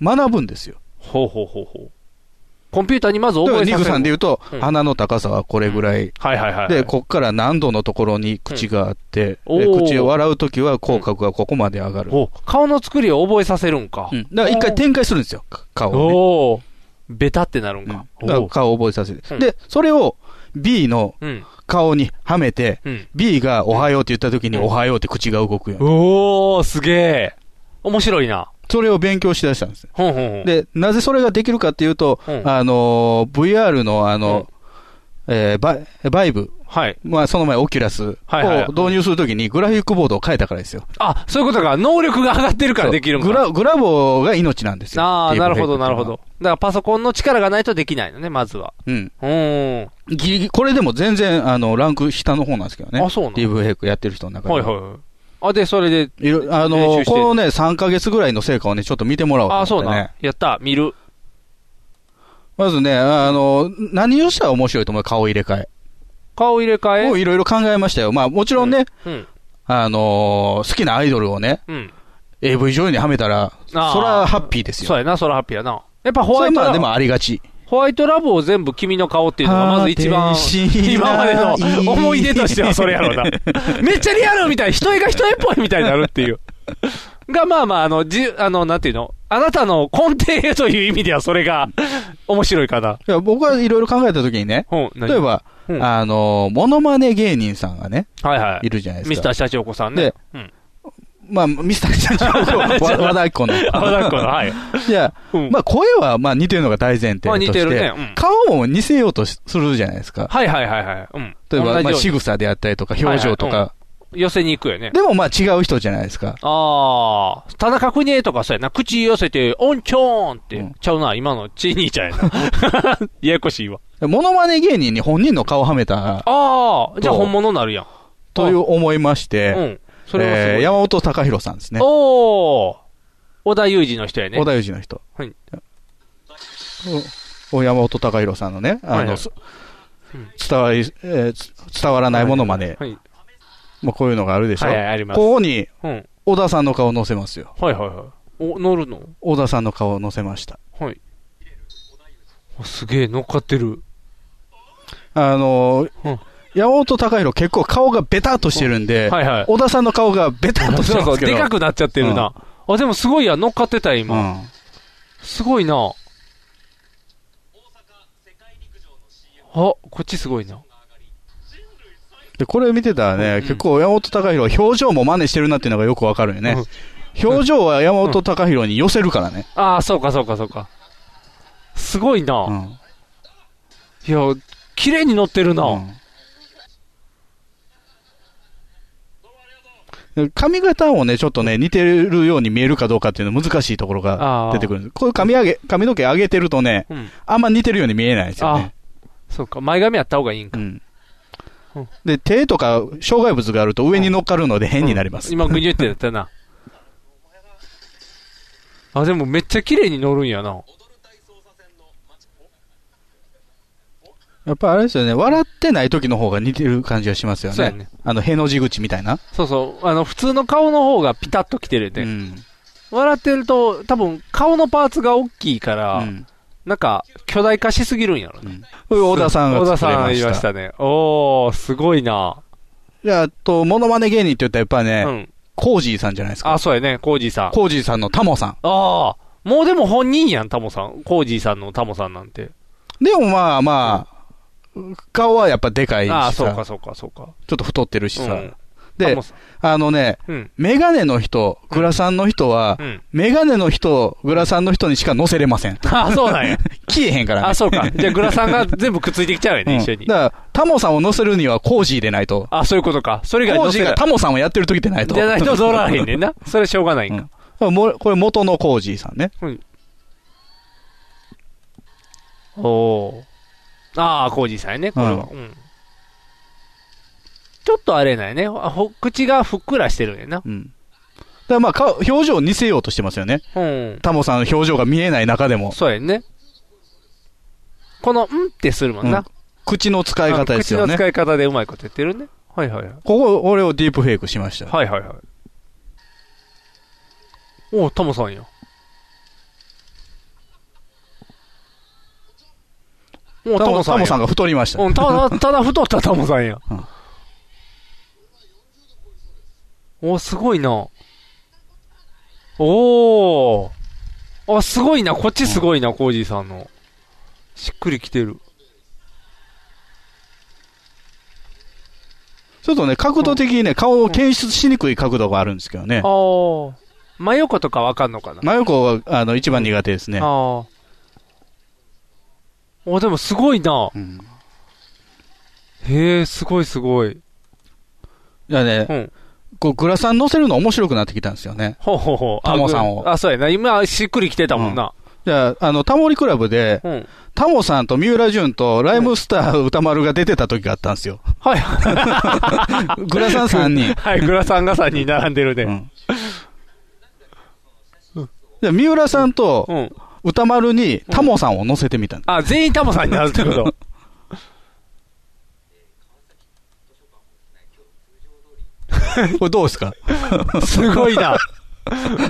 Speaker 2: 学ぶんですよ。
Speaker 3: ほうほうほうほう。コンピューターにまず
Speaker 2: だか
Speaker 3: 覚
Speaker 2: ら
Speaker 3: え
Speaker 2: ニ
Speaker 3: させ
Speaker 2: グ
Speaker 3: る。
Speaker 2: さんで言うと、
Speaker 3: うん
Speaker 2: 鼻の高さはこれぐらい。
Speaker 3: はいはいはいはい。
Speaker 2: で、こっから何度のところに口があって、
Speaker 3: うん
Speaker 2: で
Speaker 3: おー
Speaker 2: 口を笑うときは口角がここまで上がる。
Speaker 3: お顔の作りを覚えさせるんか。
Speaker 2: うんだから一回展開するんですよ、か顔を、ね。
Speaker 3: おおベタってなるんか。
Speaker 2: だから
Speaker 3: おー
Speaker 2: 顔を覚えさせて、
Speaker 3: うん
Speaker 2: で、それを B の
Speaker 3: うん。
Speaker 2: 顔にはめて、
Speaker 3: うん
Speaker 2: B がおはようって言った時におはようって口が動くように。
Speaker 3: おー、すげえ。面白いな。
Speaker 2: それを勉強しだしたんですね。
Speaker 3: ほんほんほん。
Speaker 2: で、なぜそれができるかっていうと、
Speaker 3: うん
Speaker 2: あのー、VR のあの、えーバイバイブ。まあ、その前、オキュラスを
Speaker 3: はいはい
Speaker 2: 導入するときにグラフィックボードを変えたからですよ。
Speaker 3: あ、そういうことか。能力が上がってるからできるんか
Speaker 2: そうグラグラボーが命なんですよ。
Speaker 3: ああ、
Speaker 2: テー
Speaker 3: な
Speaker 2: ブル
Speaker 3: るほ
Speaker 2: フェイ
Speaker 3: ど、
Speaker 2: クっていうのは
Speaker 3: なるほど。だからパソコンの力がないとできないのね、まずは。
Speaker 2: うん。
Speaker 3: うん。
Speaker 2: ギリギリこれでも全然、あの、ランク下の方なんですけどね。あ、そうな DV ヘイクやってる人の中で。
Speaker 3: はいはいはい。あ、で、それで、
Speaker 2: いろあ
Speaker 3: 練
Speaker 2: の
Speaker 3: 習して
Speaker 2: このね、3ヶ月ぐらいの成果をね、ちょっと見てもらおうと
Speaker 3: あ、そ
Speaker 2: 思っ
Speaker 3: う
Speaker 2: て、
Speaker 3: な
Speaker 2: ね
Speaker 3: ん。。やった、見る。
Speaker 2: まずね、あの、何をしたら面白いと思う顔入れ替え。
Speaker 3: 顔入れ替え
Speaker 2: をいろいろ考えましたよ。まあ、もちろんね、
Speaker 3: うん。
Speaker 2: あの好きなアイドルをね、
Speaker 3: うん。
Speaker 2: AV 上にはめたら、それ
Speaker 3: あー
Speaker 2: はハッピーですよ。
Speaker 3: そうやな、そらハッピーやな。やっぱホワイ
Speaker 2: それはま
Speaker 3: ト
Speaker 2: あ、で
Speaker 3: ラ
Speaker 2: もありがち。
Speaker 3: ホワイトラブを全部君の顔っていうのがまず一番
Speaker 2: 果てしない、
Speaker 3: 今までの思い出としてはそれやろ
Speaker 2: [LAUGHS]
Speaker 3: うな。めっちゃリアルみたい、人絵が人絵っぽいみたいになるっていう。が、まあまあ、あの、じ、あの、なんていうのあなたの根底という意味ではそれが面白いかな。
Speaker 2: いや僕はいろいろ考えたときにね、
Speaker 3: 何
Speaker 2: 例えば、
Speaker 3: うん
Speaker 2: あの、モノマネ芸人さんがね、
Speaker 3: はいはい。
Speaker 2: いるじゃないですか
Speaker 3: ミスターシャチホコさんね
Speaker 2: で。
Speaker 3: うん。
Speaker 2: まあ、ミスター社長、
Speaker 3: [LAUGHS]
Speaker 2: 和和田アキ子の。
Speaker 3: 和田アキ子のはい。
Speaker 2: いや、 [LAUGHS] まあ、声は、まあ、似てるのが大前提として。
Speaker 3: まあ似てるねうん
Speaker 2: 顔も似せようとしするじゃないですか。
Speaker 3: はいはいはいはい。うん。
Speaker 2: 例えば、まあ、仕
Speaker 3: ぐ
Speaker 2: 草であったりとか、表情とか。
Speaker 3: 寄せに行くよね。
Speaker 2: でも、まあ、違う人じゃないですか。
Speaker 3: ああ、田中邦衛とかそうやな、口寄せて、オンチョーンって、ちゃうな、今のチーニーちゃ
Speaker 2: [LAUGHS]
Speaker 3: んやな。ややこしいわ。
Speaker 2: モノマネ芸人に本人の顔はめた
Speaker 3: ああ、じゃ
Speaker 2: どう
Speaker 3: あ本物になるやん。
Speaker 2: という思いまして、
Speaker 3: うんそれはすごい
Speaker 2: えー山本隆弘さんですね。
Speaker 3: おお織田裕二の人やね。
Speaker 2: 織田裕二の人。
Speaker 3: はい。
Speaker 2: お山本隆弘さんのね、あの、
Speaker 3: はいはい
Speaker 2: す伝わり、えーつ伝わらないものまね。
Speaker 3: はい。
Speaker 2: まあ、こういうのがあるでしょ。
Speaker 3: はいはいあります
Speaker 2: ここに、
Speaker 3: うん。
Speaker 2: 小田さんの顔を載せますよ。
Speaker 3: はいはいはい。お、乗るの
Speaker 2: 小田さんの顔を載せました。
Speaker 3: はい。おすげえ、乗っかってる。
Speaker 2: あのー山本隆弘結構顔がベタっとしてるんで、
Speaker 3: はいはい
Speaker 2: 小田さんの顔がベタっとして
Speaker 3: そう
Speaker 2: ま
Speaker 3: そう、
Speaker 2: すけど。
Speaker 3: でかくなっちゃってるな。あ、でもすごいや、乗っかってたよ今。すごいな。あ、こっちすごいな。
Speaker 2: で、これ見てたらね、結構山本隆弘は表情も真似してるなっていうのがよくわかるよね。表情は山本隆弘に寄せるからね。
Speaker 3: ああ、そうかそうかそうか。すごいな。いや、綺麗に乗ってるな。
Speaker 2: 髪型もね、ちょっとね、似てるように見えるかどうかっていうの難しいところが出てくるんです。こういう髪上げ、髪の毛上げてるとね、
Speaker 3: うん
Speaker 2: あんま似てるように見えないんですよね。
Speaker 3: そうか、前髪あった方がいいんか。
Speaker 2: で、手とか障害物があると上に乗っかるので変になります。
Speaker 3: 今、グニュってや
Speaker 2: [LAUGHS]
Speaker 3: ったな。あ、でもめっちゃ綺麗に乗るんやな。
Speaker 2: やっぱあれですよね、笑ってない時の方が似てる感じがしますよね。
Speaker 3: そうやね
Speaker 2: あの、への字口みたいな。
Speaker 3: そうそう、あの、普通の顔の方がピタッときてるで、笑ってると、多分顔のパーツが大きいから、なんか、巨大化しすぎるんやろな。
Speaker 2: 小田さんが
Speaker 3: 小
Speaker 2: 作れました
Speaker 3: 田さん言いましたね。おー、すごいな。
Speaker 2: じゃあ、あと、モノマネ芸人って言ったらやっぱね、コージーさんじゃないですか。
Speaker 3: あ、そうやね、コージーさん。
Speaker 2: コージーさんのタモさん。
Speaker 3: ああ、もうでも本人やん、タモさん。コージーさんのタモさんなんて。
Speaker 2: でもまあまあ、顔はやっぱでかいしさ。
Speaker 3: ああ、そうか、そうか、そうか。
Speaker 2: ちょっと太ってるしさ。
Speaker 3: うんタ
Speaker 2: で
Speaker 3: モさん、
Speaker 2: あのね、
Speaker 3: うん
Speaker 2: メガネの人、グラさんの人は、
Speaker 3: うん
Speaker 2: メガネの人、グラさんの人にしか乗せれません。
Speaker 3: あそ
Speaker 2: [LAUGHS]
Speaker 3: うなんや。
Speaker 2: 消えへんからね。
Speaker 3: あ、そうか。じゃあ、グラさんが全部くっついてきちゃうよ
Speaker 2: う
Speaker 3: ね、
Speaker 2: ん
Speaker 3: 一緒に。
Speaker 2: だから、タモさんを乗せるにはコージーでないと。
Speaker 3: あ、そういうことか。それ以外
Speaker 2: コー
Speaker 3: 乗せ
Speaker 2: ジ
Speaker 3: な
Speaker 2: ー
Speaker 3: い
Speaker 2: がタモさんをやってる時でないと。
Speaker 3: じゃないと乗らへ
Speaker 2: [LAUGHS]
Speaker 3: んねんな。それしょうがないんか。
Speaker 2: うんもうこれ元のコージーさんね。
Speaker 3: おおー。ああ、コージーさんやね、これは。
Speaker 2: う
Speaker 3: うん。ちょっとあれなんやね。あほ口がふっくらしてるんやな。
Speaker 2: うん。だからまあ顔、表情を似せようとしてますよね。
Speaker 3: うん。
Speaker 2: タモさんの表情が見えない中でも。
Speaker 3: そうやね。この、うんってするもん
Speaker 2: うん
Speaker 3: な。
Speaker 2: 口の使い方ですよ
Speaker 3: 口
Speaker 2: ね。
Speaker 3: の使い方でうまいこと言ってるね。はいはいはい。
Speaker 2: ここ、俺をディープフェイクしました。
Speaker 3: はいはいはい。おお、タモさんや。お
Speaker 2: タモ
Speaker 3: や
Speaker 2: タモさんが太りました
Speaker 3: うん、ただ、ただ太ったタモさんや。おすごいな。おー。あ、すごいな。こっちすごいな、コージーさんの。しっくりきてる。
Speaker 2: [LAUGHS] ちょっとね、角度的にね、顔を検出しにくい角度があるんですけどね。
Speaker 3: ああ。真横とかわかんのかな
Speaker 2: 真横は、あの、一番苦手ですね。
Speaker 3: ああ。お、でもすごいな。へえ、すごいすごい。
Speaker 2: じゃあね、こう、グラサン乗せるの面白くなってきたんですよね。
Speaker 3: ほうほうほう。
Speaker 2: タモさんを
Speaker 3: あ、そうやな。今、しっくりきてたもんな。
Speaker 2: じゃあ、あの、タモリクラブで、タモさんと三浦淳とライムスター歌丸が出てた時があったんですよ。
Speaker 3: [LAUGHS]
Speaker 2: はい。グラサンさん [LAUGHS] に。
Speaker 3: はい、グラサンが3人並んでるね。
Speaker 2: じゃあ三浦さんと歌丸にタモさんを乗せてみたんです
Speaker 3: あ、全員タモさんになるってこと
Speaker 2: これどうですか
Speaker 3: すご
Speaker 2: [LAUGHS]
Speaker 3: いな。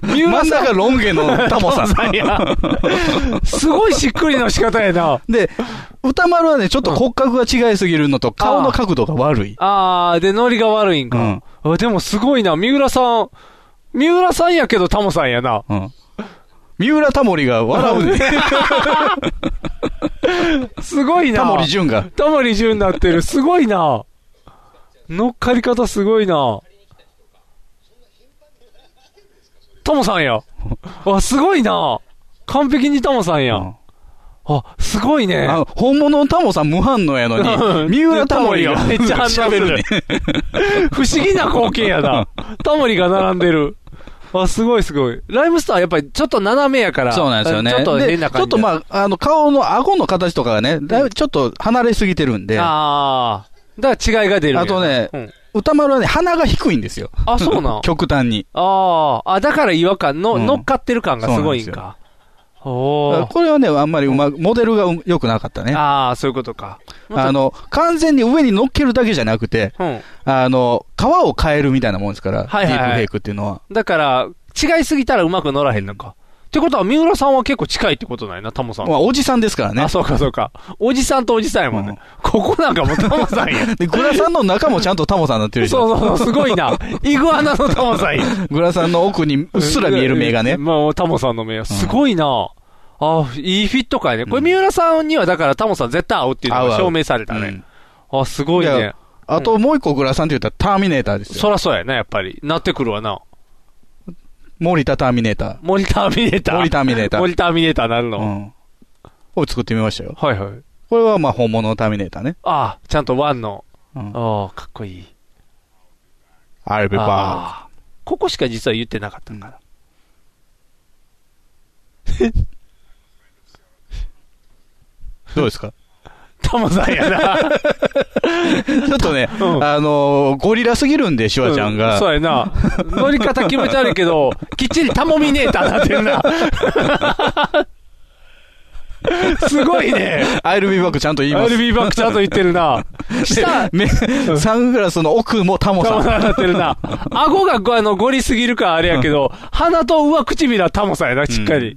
Speaker 2: 三浦さんがロン毛のタ [LAUGHS] モさん。
Speaker 3: や。すごいしっくりの仕方やな。
Speaker 2: で、歌丸はね、ちょっと骨格が違いすぎるのと、顔の角度が悪い。
Speaker 3: あー、で、ノリが悪いんか。あでもすごいな。三浦さん、三浦さんやけどタモさんやな。
Speaker 2: 三浦タモリが笑うね。
Speaker 3: すごいな。
Speaker 2: タモリ淳が。
Speaker 3: タモリ淳になってる。すごいな。乗っかり方すごいな。タモさ
Speaker 2: [LAUGHS]
Speaker 3: んや。あ、すごいな。完璧にタモさんや。あ、すごいね。
Speaker 2: あの本物のタモさん無反応やのに、三浦タモリが
Speaker 3: めっちゃ反応する
Speaker 2: 喋るね。
Speaker 3: [LAUGHS] 不思議な光景やな。タモリが並んでる。あ、すごいすごい。ライムスターはやっぱりちょっと斜めやか
Speaker 2: [LAUGHS]
Speaker 3: ら。
Speaker 2: そうなんですよね。
Speaker 3: ちょっと
Speaker 2: で
Speaker 3: 変
Speaker 2: ち
Speaker 3: な感じ。
Speaker 2: ょっとまあ、あの、顔の顎の形とかがね、だいぶちょっと離れすぎてるんで。
Speaker 3: ああ。だから違いが出る。
Speaker 2: あとね、歌丸はね、鼻が低いんですよ。
Speaker 3: あそうな
Speaker 2: [LAUGHS]
Speaker 3: ん
Speaker 2: 極端に。
Speaker 3: ああ、あ、だから違和感の、
Speaker 2: うん
Speaker 3: 乗っかってる感がすごいんか。おー
Speaker 2: これはね、あんまりうまく、モデルがう良くなかったね。
Speaker 3: ああ、そういうことか。
Speaker 2: あの、完全に上に乗っけるだけじゃなくて、
Speaker 3: うん
Speaker 2: あの、皮を変えるみたいなもんですから、
Speaker 3: はいはいはい
Speaker 2: ディープフェイクっていうのは。
Speaker 3: だから、違いすぎたらうまく乗らへんのか。ってことは、三浦さんは結構近いってことなんやな、タモさん。
Speaker 2: まあ、おじさんですからね。
Speaker 3: あ、そうかそうか。おじさんとおじさんやもんね。ここなんかもうタモさ
Speaker 2: [LAUGHS]
Speaker 3: んや。
Speaker 2: で、グラさんの中もちゃんとタモさんになってるでしょ
Speaker 3: そうそうそう、すごいな。イグアナのタモさんや。
Speaker 2: グラさんの奥にうっすら見える目がね。
Speaker 3: まあ、タモさんの目がすごいな。あいいフィットかいね。これ、三浦さんには、だからタモさん絶対合うっていうのが証明されたね。あ、すごい
Speaker 2: い
Speaker 3: ね
Speaker 2: や。あともう一個グラさんって言ったらターミネーターですよ。
Speaker 3: そらそうやな、やっぱり。なってくるわな。
Speaker 2: 森田ターミネーター。
Speaker 3: モニターミネーター。
Speaker 2: モニターミネーター
Speaker 3: モニターミネーターなるの。
Speaker 2: を作ってみましたよ。
Speaker 3: はいはい。
Speaker 2: これはまあ本物のターミネーターね。
Speaker 3: ああ、ちゃんとワンの。ああ、かっこいい。
Speaker 2: I'll be back.
Speaker 3: ああここしか実は言ってなかったんかな。
Speaker 2: どうです
Speaker 3: [LAUGHS]
Speaker 2: か
Speaker 3: タモさんやな。
Speaker 2: [LAUGHS] ちょっとね、あのーゴリラすぎるんで、シュワちゃんが。
Speaker 3: そう
Speaker 2: [LAUGHS]
Speaker 3: やな。乗り方気持ち悪いけど、きっちりタモミネーターなってん
Speaker 2: [LAUGHS]
Speaker 3: な。すごいね。
Speaker 2: I'll be back ちゃんと言います。
Speaker 3: I'll be back ちゃんと言って
Speaker 2: [LAUGHS]
Speaker 3: るな。下
Speaker 2: 目、 [LAUGHS] サングラスの奥もタモ
Speaker 3: タ
Speaker 2: さ
Speaker 3: モ
Speaker 2: ん。
Speaker 3: さんなってるな。顎があのゴリすぎるからあれやけど、鼻と上唇はタモさんやな、しっかり。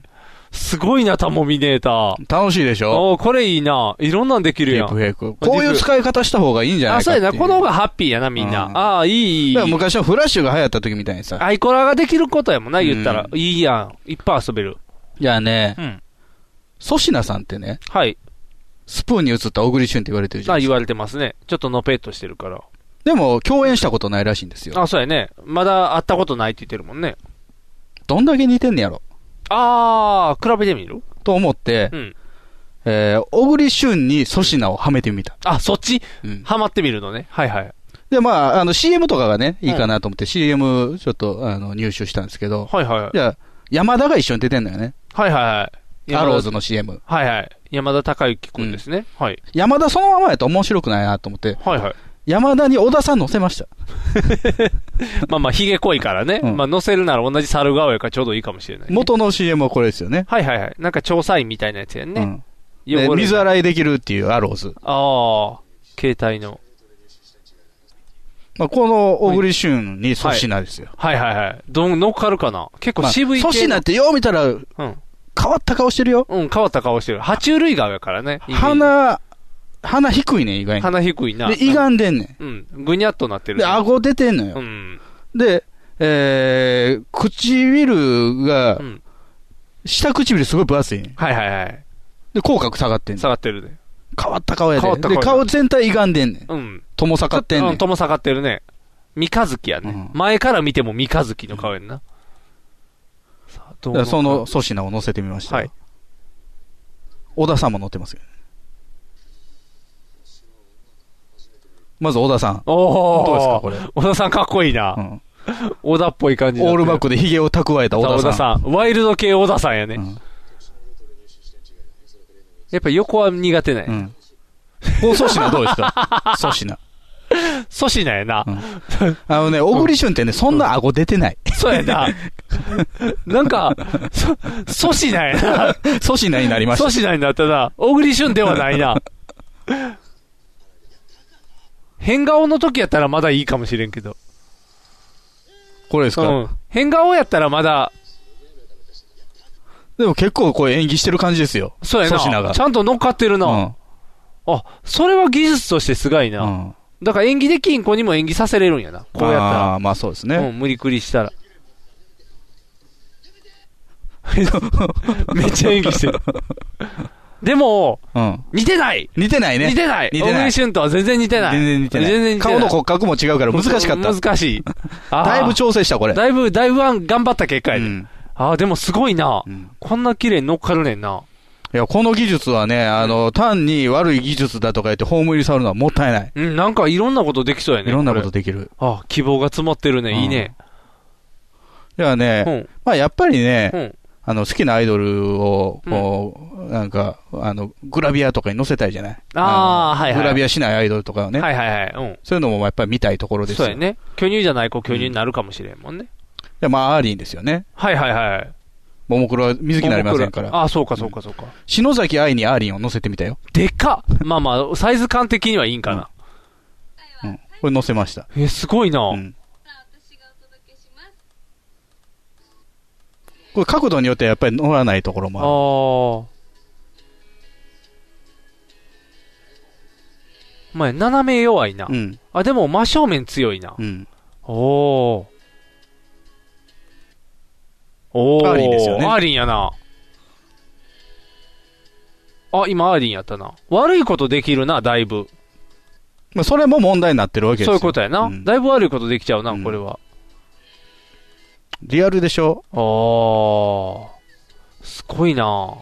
Speaker 3: すごいな、タモミネーター。
Speaker 2: 楽しいでしょ
Speaker 3: おーこれいいな。いろんなんできる
Speaker 2: デ
Speaker 3: やん。
Speaker 2: ィープフェイクこういう使い方した方がいいんじゃな
Speaker 3: あ、
Speaker 2: い
Speaker 3: そ
Speaker 2: かっ
Speaker 3: う
Speaker 2: て
Speaker 3: や
Speaker 2: いう。
Speaker 3: な。この方がハッピーやな、みんな。ああ、いいいい
Speaker 2: だから昔はフラッシュが流行った時みたいにさ。
Speaker 3: アイコラができることやもんな、言ったら。
Speaker 2: う
Speaker 3: いいやん。いっぱい遊べる。
Speaker 2: いやね、
Speaker 3: うん
Speaker 2: 粗品さんってね、
Speaker 3: はい。
Speaker 2: スプーンに映った小栗旬って言われてるじゃ
Speaker 3: あ
Speaker 2: ん。
Speaker 3: 言われてますね。ちょっとのぺっとしてるから。
Speaker 2: でも、共演したことないらしいんですよ。
Speaker 3: あ、そうやね。まだ会ったことないって言ってるもんね。
Speaker 2: どんだけ似てんねやろ
Speaker 3: あー、比べてみる
Speaker 2: と思って、
Speaker 3: うん。
Speaker 2: えー小栗旬に粗品をはめてみた。
Speaker 3: あ、そっち、ハマってみるのね。はいはい。
Speaker 2: で、まあ、あの、CM とかがね、いいかなと思って、CM ちょっと、あの、入手したんですけど、
Speaker 3: はいはい。
Speaker 2: じゃあ、山田が一緒に出てんのよね。
Speaker 3: はいはいはい。
Speaker 2: アローズの
Speaker 3: 山
Speaker 2: CM。
Speaker 3: 田。はいはい。山田孝之くんですね。はい。
Speaker 2: 山田そのままやと面白くないなと思って、
Speaker 3: はいはい。
Speaker 2: 山田に小田さん乗せました。
Speaker 3: まあまあ、髭濃いからね。まあ、乗せるなら同じ猿顔やからちょうどいいかもしれない。
Speaker 2: 元の CM はこれですよね。
Speaker 3: はいはいはい。なんか調査員みたいなやつやんね。
Speaker 2: うん
Speaker 3: 汚
Speaker 2: で
Speaker 3: れ
Speaker 2: 水洗いできるっていうアローズ。
Speaker 3: ああ、携帯の。
Speaker 2: まあ、この小栗旬に粗品ですよ。
Speaker 3: はいはいはい。どん、乗っかるかな結構
Speaker 2: まあ
Speaker 3: 渋い系の
Speaker 2: 粗品ってよう見たら、変わった顔してるよ。
Speaker 3: うん、変わった顔してる。爬虫類顔やからね。
Speaker 2: 鼻、鼻低いね、意外に。
Speaker 3: 鼻低いな。
Speaker 2: で、胃がんでんね
Speaker 3: うん、ぐにゃっとなって
Speaker 2: ん。
Speaker 3: る。
Speaker 2: で、顎出てんのよ。
Speaker 3: うん。
Speaker 2: で、えー、唇が、下唇すごい分厚いね。
Speaker 3: はいはいはい。
Speaker 2: で、口角下がってんの。
Speaker 3: 下がってるね。
Speaker 2: 変わった顔やで。
Speaker 3: 変わった顔や
Speaker 2: で、顔全体歪んでんねん。
Speaker 3: うん。
Speaker 2: ともさかってんねん
Speaker 3: うん、ともさかってるね。三日月やね。前から見ても三日月の顔やんな。さあ、どう
Speaker 2: だからそ
Speaker 3: 思う
Speaker 2: の粗品を載せてみました。小田さんも載ってますよ。まず小田さん。
Speaker 3: おー
Speaker 2: どうですか、これ。
Speaker 3: 小田さんかっこいいな。小田っぽい感じ
Speaker 2: オールバックでヒゲを蓄えた小田さん。
Speaker 3: さん。ワイルド系小田さんやね。やっぱ横は苦手なんや。
Speaker 2: この粗品どうです
Speaker 3: [LAUGHS]
Speaker 2: か粗品。
Speaker 3: 粗品やな。
Speaker 2: あのね、小栗旬ってね、そんな顎出てない。
Speaker 3: そう
Speaker 2: [LAUGHS]
Speaker 3: やな。なんか、そ粗品やな。
Speaker 2: 粗品になりました
Speaker 3: 粗品になったな。小栗旬ではない
Speaker 2: [LAUGHS]
Speaker 3: な。変顔の時やったらまだいいかもしれんけど。
Speaker 2: これですか
Speaker 3: うん。変顔やったらまだ、
Speaker 2: でも結構こう演技してる感じですよ。
Speaker 3: そうや
Speaker 2: 粗品が
Speaker 3: な。ち。ゃんと乗っかってるな。あ、それは技術としてすごいな。だから演技できん子にも演技させれるんやな。こうやったら。
Speaker 2: あーまあそうです
Speaker 3: う
Speaker 2: ね。
Speaker 3: ん、無理くりしたら。 [LAUGHS] めっちゃ演技してる。でも、
Speaker 2: [LAUGHS] うん。
Speaker 3: 似てない
Speaker 2: 似てないね。
Speaker 3: 似てない
Speaker 2: 似てな
Speaker 3: 小
Speaker 2: い
Speaker 3: 栗。旬とは全然似てない。
Speaker 2: 全然似てない
Speaker 3: 全然似てない
Speaker 2: 顔の骨格も違うから難しかった
Speaker 3: 難しい。あー
Speaker 2: だいぶ調整した、これ。
Speaker 3: だいぶ、だいぶ頑張った結果やで。ああ、でもすごいな。こんな綺麗に乗っかるねんな。
Speaker 2: いや、この技術はね、あの、単に悪い技術だとか言って葬り去るのはもったいない。
Speaker 3: うん、なんかいろんなことできそうやね。
Speaker 2: いろんなことできる。
Speaker 3: ああ希望が詰まってるね。いいね。
Speaker 2: いやね、まあやっぱりね、
Speaker 3: うん
Speaker 2: あの、好きなアイドルを、こう、なんか、あの、グラビアとかに載せたいじゃない
Speaker 3: ああ、はいはい。
Speaker 2: グラビアしないアイドルとかをね。
Speaker 3: はいはいはい。うん。
Speaker 2: そういうのもやっぱり見たいところですよ。
Speaker 3: そうやね。巨乳じゃない子、巨乳になるかもしれんもんね。
Speaker 2: で、まあ、アーリンですよね。
Speaker 3: はいはいはい。
Speaker 2: ももクロは水着になりませんから。
Speaker 3: ああ、そうかそうかそうか。
Speaker 2: 篠崎愛にアーリンを乗せてみたよ。
Speaker 3: でかっまあまあ、サイズ感的にはいいんかな。
Speaker 2: うんこれ乗せました。
Speaker 3: え、すごいな、
Speaker 2: これ角度によってはやっぱり乗らないところもある。
Speaker 3: ああ。まあ、斜め弱いな。
Speaker 2: うん
Speaker 3: あ、でも真正面強いな。
Speaker 2: うん。
Speaker 3: おお。おお。
Speaker 2: アーリンですよね
Speaker 3: アーリンやな。あ、今アーリンやったな。悪いことできるな、だいぶ。
Speaker 2: まあ、それも問題になってるわけです
Speaker 3: そう
Speaker 2: よ
Speaker 3: いうことやな、だいぶ悪いことできちゃうな、これは。
Speaker 2: リアルでしょ
Speaker 3: あー。すごいな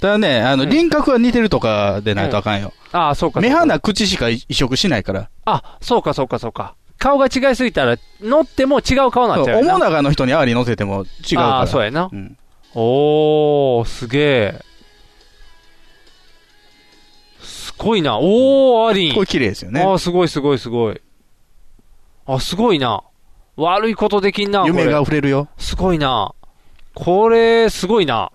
Speaker 2: ただね、あの、輪郭は似てるとかでないとあかんよ。
Speaker 3: ああ、そうかそう
Speaker 2: 目
Speaker 3: か。
Speaker 2: 鼻口しか移植しないから。
Speaker 3: あ、そうかそうかそうか。顔が違いすぎたら、乗っても違う顔になっちゃうよな。
Speaker 2: 面長の人にアーリー乗せても違うから。
Speaker 3: あーそうやな。
Speaker 2: ん
Speaker 3: おー、すげえ。すごいな。おー、アリン。
Speaker 2: これ綺麗ですよね
Speaker 3: あー、すごいすごいすごい。あ、すごいな。悪いことできんな。こ
Speaker 2: 夢が溢れるよ。
Speaker 3: すごいな。これ、すごいな。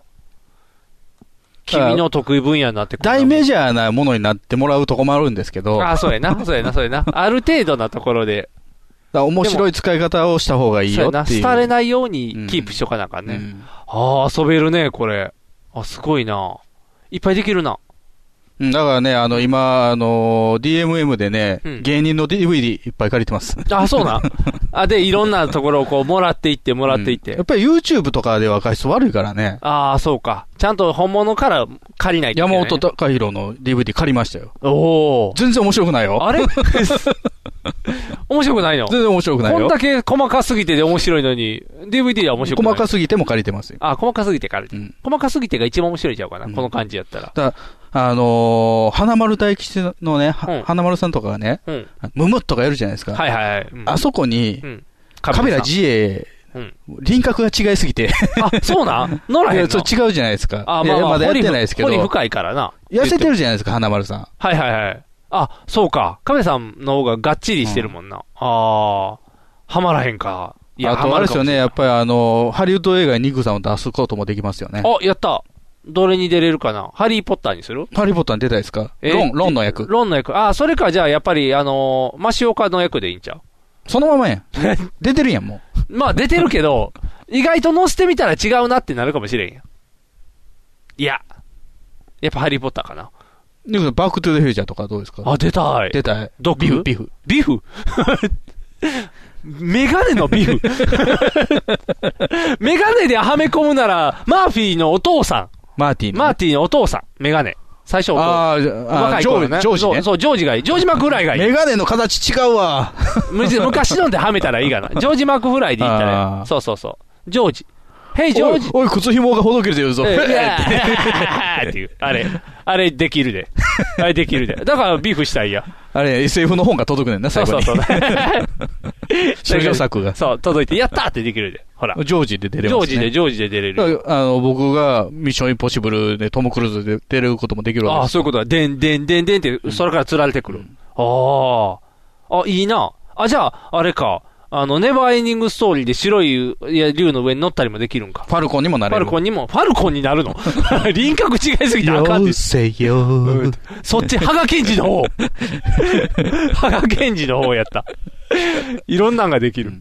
Speaker 3: 君の得意分野になってくる。
Speaker 2: 大メジャーなものになってもらうとこもあるんですけど。
Speaker 3: あー、そうやな。そうやな、そうやな。ある程度なところで。
Speaker 2: だ面白い使い方をした方がいい
Speaker 3: そ
Speaker 2: よ
Speaker 3: うや
Speaker 2: っ
Speaker 3: な。
Speaker 2: ていう。
Speaker 3: 廃れないようにキープしとかなあかんね。ああ、遊べるね、これ。あ、すごいな。いっぱいできるな。
Speaker 2: うんだからね、あの、今、あの、DMM でね、芸人の DVD いっぱい借りてます。
Speaker 3: あ、そうなん。あ、で、いろんなところをこう、もらっていって、もらっていって。
Speaker 2: やっぱり YouTube とかでは画質悪いからね。
Speaker 3: ああ、そうか。ちゃんと本物から借りないといけ
Speaker 2: 山
Speaker 3: ないね
Speaker 2: 本隆弘の DVD 借りましたよ。
Speaker 3: おお。
Speaker 2: 全然面白くないよ。 [LAUGHS]
Speaker 3: あれ面白くないの
Speaker 2: 全然面白くないよ
Speaker 3: こんだけ細かすぎてで面白いのに、DVD では面白くない。
Speaker 2: 細かすぎても借りてますよ。
Speaker 3: あ、細かすぎてから。細かすぎてが一番面白いんちゃうかな、この感じやったら。
Speaker 2: だあのー花丸大吉のね、は花丸さんとかがね、
Speaker 3: うん。
Speaker 2: ムムッとかやるじゃないですか。
Speaker 3: はいはいはい。うん
Speaker 2: あそこに、
Speaker 3: うん
Speaker 2: カメラ自衛、
Speaker 3: うん。
Speaker 2: 輪郭が違いすぎて。
Speaker 3: あ、そうなん乗らへんの
Speaker 2: いや [LAUGHS] そう違うじゃないですか。
Speaker 3: あ、まあ、
Speaker 2: い
Speaker 3: ま
Speaker 2: や
Speaker 3: あ、
Speaker 2: まだやってないですけど。
Speaker 3: 掘り深いからな。
Speaker 2: 痩せてるじゃないですか、花丸さん。
Speaker 3: はいはいはい。あ、そうか。カメさんの方ががっちりしてるもんな。ああ、はまらへんか。いや、
Speaker 2: あ
Speaker 3: は
Speaker 2: と、
Speaker 3: ま
Speaker 2: あ
Speaker 3: る
Speaker 2: れ
Speaker 3: か
Speaker 2: で
Speaker 3: も
Speaker 2: すよね、やっぱりあの、ハリウッド映画にニクさんを出すこともできますよね。
Speaker 3: あ、やった。どれに出れるかな。ハリー・ポッターにする
Speaker 2: ハリーポッターに出たいですかロン、ロンの役。
Speaker 3: ロンの役。あ、それか、じゃあ、やっぱり、あのーマシオカの役でいいんちゃう [LAUGHS]
Speaker 2: そのままやん。出てるやん、もう。
Speaker 3: まあ、出てるけど、意外と乗せてみたら違うなってなるかもしれんやん。いや。やっぱハリー・ポッターかな。
Speaker 2: ニクさん、バックトゥーザフューチャーとかどうですか
Speaker 3: あ、出たい。
Speaker 2: 出たい。
Speaker 3: ドク
Speaker 2: ビフ、ビフ。
Speaker 3: ビフメガネのビフメガネではめ込むなら、マーフィーのお父さん。
Speaker 2: マーティー
Speaker 3: マーティーのお父さん。メガネ。最初、
Speaker 2: あーじゃあ
Speaker 3: 若い頃ね。
Speaker 2: ジョージジョージね
Speaker 3: そうそう、ジョージがいい。ジョージ・マクフライがいい。
Speaker 2: メガネの形違うわ。
Speaker 3: む
Speaker 2: [LAUGHS]
Speaker 3: し昔のではめたらいいかな。ジョージ・マクフライでいったらいい。そうそうそう。ジョージ。ヘイ、ジョージ。
Speaker 2: おい、おい靴紐がほどけてるぞ。
Speaker 3: ええいや [LAUGHS]
Speaker 2: っていう。
Speaker 3: あれ、あれできるで。あれできるで。だからビーフしたいや。
Speaker 2: [LAUGHS] あれ、SF の本が届くねんな、
Speaker 3: そ
Speaker 2: 最
Speaker 3: う
Speaker 2: 後
Speaker 3: そ
Speaker 2: に。
Speaker 3: うそ
Speaker 2: 少
Speaker 3: う。 [LAUGHS]
Speaker 2: 女作が。
Speaker 3: そう、届いて、やったーってできるで。ほら。
Speaker 2: [LAUGHS] ジョージで出れ
Speaker 3: ジ
Speaker 2: ま
Speaker 3: ョー
Speaker 2: す、ね。
Speaker 3: ジで、ジョージで出れ
Speaker 2: だ
Speaker 3: る。
Speaker 2: からあの、僕がミッションインポッシブルでトム・クルーズで出れることもできるわけ
Speaker 3: あ
Speaker 2: で
Speaker 3: あ、
Speaker 2: す。
Speaker 3: そういうことだ。でんでんでんでんって、それから釣られてくる。ああ。あ、いいな。あ、じゃあ、あれか。あの、ネバーエンディングストーリーで白いいや竜の上に乗ったりもできるんか。
Speaker 2: ファルコンにもなれる
Speaker 3: ファルコンにも、ファルコンに
Speaker 2: [LAUGHS]
Speaker 3: なるの輪郭違いすぎてあかん
Speaker 2: よ
Speaker 3: で
Speaker 2: せよ
Speaker 3: そっち、羽賀健二の
Speaker 2: [LAUGHS]
Speaker 3: 方。羽賀健二の方やった。いろんなんができる。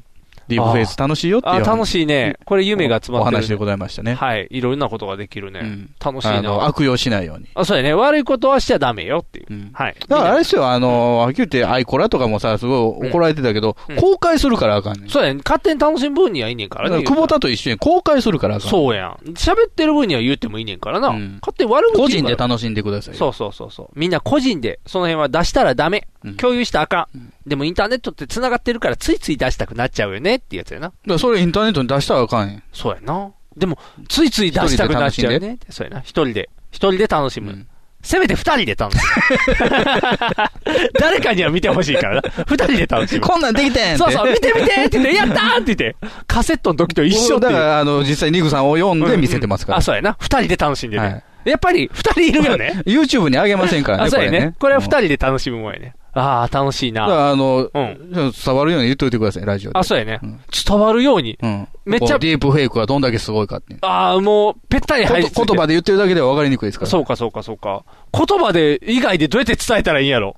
Speaker 2: ディープフェイス楽しいよっていう
Speaker 3: あー楽しいね。これ夢が詰まってる。
Speaker 2: お話でございましたね。
Speaker 3: はい。いろんなことができるね。楽しい
Speaker 2: あの、
Speaker 3: な。
Speaker 2: 悪用しないように。
Speaker 3: あ、そうやね。悪いことはしちゃダメよっていう。はい。
Speaker 2: だからあれですよ、あの、はっきり言って、アイコラとかもさ、すごい怒られてたけど、
Speaker 3: うん
Speaker 2: 公開するからあかんねん。
Speaker 3: そうやね。勝手に楽しむ分にはいいねんか
Speaker 2: だ
Speaker 3: ら
Speaker 2: から
Speaker 3: ね。
Speaker 2: 久保田と一緒に公開するからあかん。
Speaker 3: そうやん。喋ってる分には言ってもいいねんからな。勝手に悪口
Speaker 2: 個
Speaker 3: 言う
Speaker 2: 人
Speaker 3: な
Speaker 2: で
Speaker 3: ら
Speaker 2: 楽しんでください。
Speaker 3: そうそうそうそう。みんな個人で、その辺は出したらダメ。共有したらあかん。でもインターネットって繋がってるから、ついつい出したくなっちゃうよねってやつやな。
Speaker 2: だからそれインターネットに出したらあかんやん。
Speaker 3: そうやな。でも、ついつい出したくなっちゃうよね。そうやな。一人で。一人で楽しむ。せめて二人で楽し [LAUGHS] む。誰かには見てほしいからな。二人で楽しむ。
Speaker 2: こんなんできてんって
Speaker 3: そうそう、見て見てって言って、やったーって言って。カセットの時と一緒って
Speaker 2: だ
Speaker 3: いう
Speaker 2: か。ら、あの、実際ニグさんを読んで見せてますから。
Speaker 3: あ、そうやな。二人で楽しんでる。やっぱり二人いるよね。
Speaker 2: YouTube にあげませんからね、
Speaker 3: あ、そうや
Speaker 2: これ
Speaker 3: ね
Speaker 2: ね。。
Speaker 3: これは二人で楽しむもんやね。ああ、楽しい
Speaker 2: だか
Speaker 3: な。
Speaker 2: らあの、伝わるように言っといてください、ラジオで。
Speaker 3: あ、そうやね。伝わるように。
Speaker 2: うん。
Speaker 3: めっちゃ
Speaker 2: こうディープフェイクがどんだけすごいかって。
Speaker 3: ああ、もう、ぺったり入りついて
Speaker 2: こと言葉で言ってるだけでは分かりにくいですから。
Speaker 3: そうか、そうか、そうか。言葉で、以外でどうやって伝えたらいいんやろ。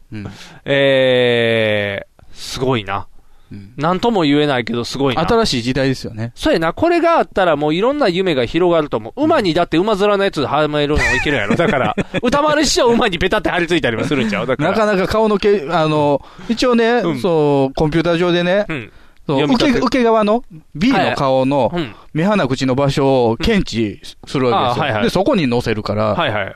Speaker 3: えー、すごいな。なんとも言えないけど、すごいな。
Speaker 2: 新しい時代ですよね。
Speaker 3: そうやな、これがあったらもういろんな夢が広がると思う。馬にだって馬面のやつはめるのもいけるやろ。
Speaker 2: [LAUGHS]
Speaker 3: だから、歌丸師匠馬にペタって張り付いたりもするんちゃうだから。
Speaker 2: なかなか顔のけ、あの、一応ね、そう、コンピューター上でね、そう
Speaker 3: 読み
Speaker 2: 受
Speaker 3: 立
Speaker 2: け
Speaker 3: て
Speaker 2: 受け側の B の顔の目鼻口の場所を検知するわけ
Speaker 3: うんあ
Speaker 2: です
Speaker 3: ーはいはい
Speaker 2: よ。で、そこに載せるから、
Speaker 3: はいはい。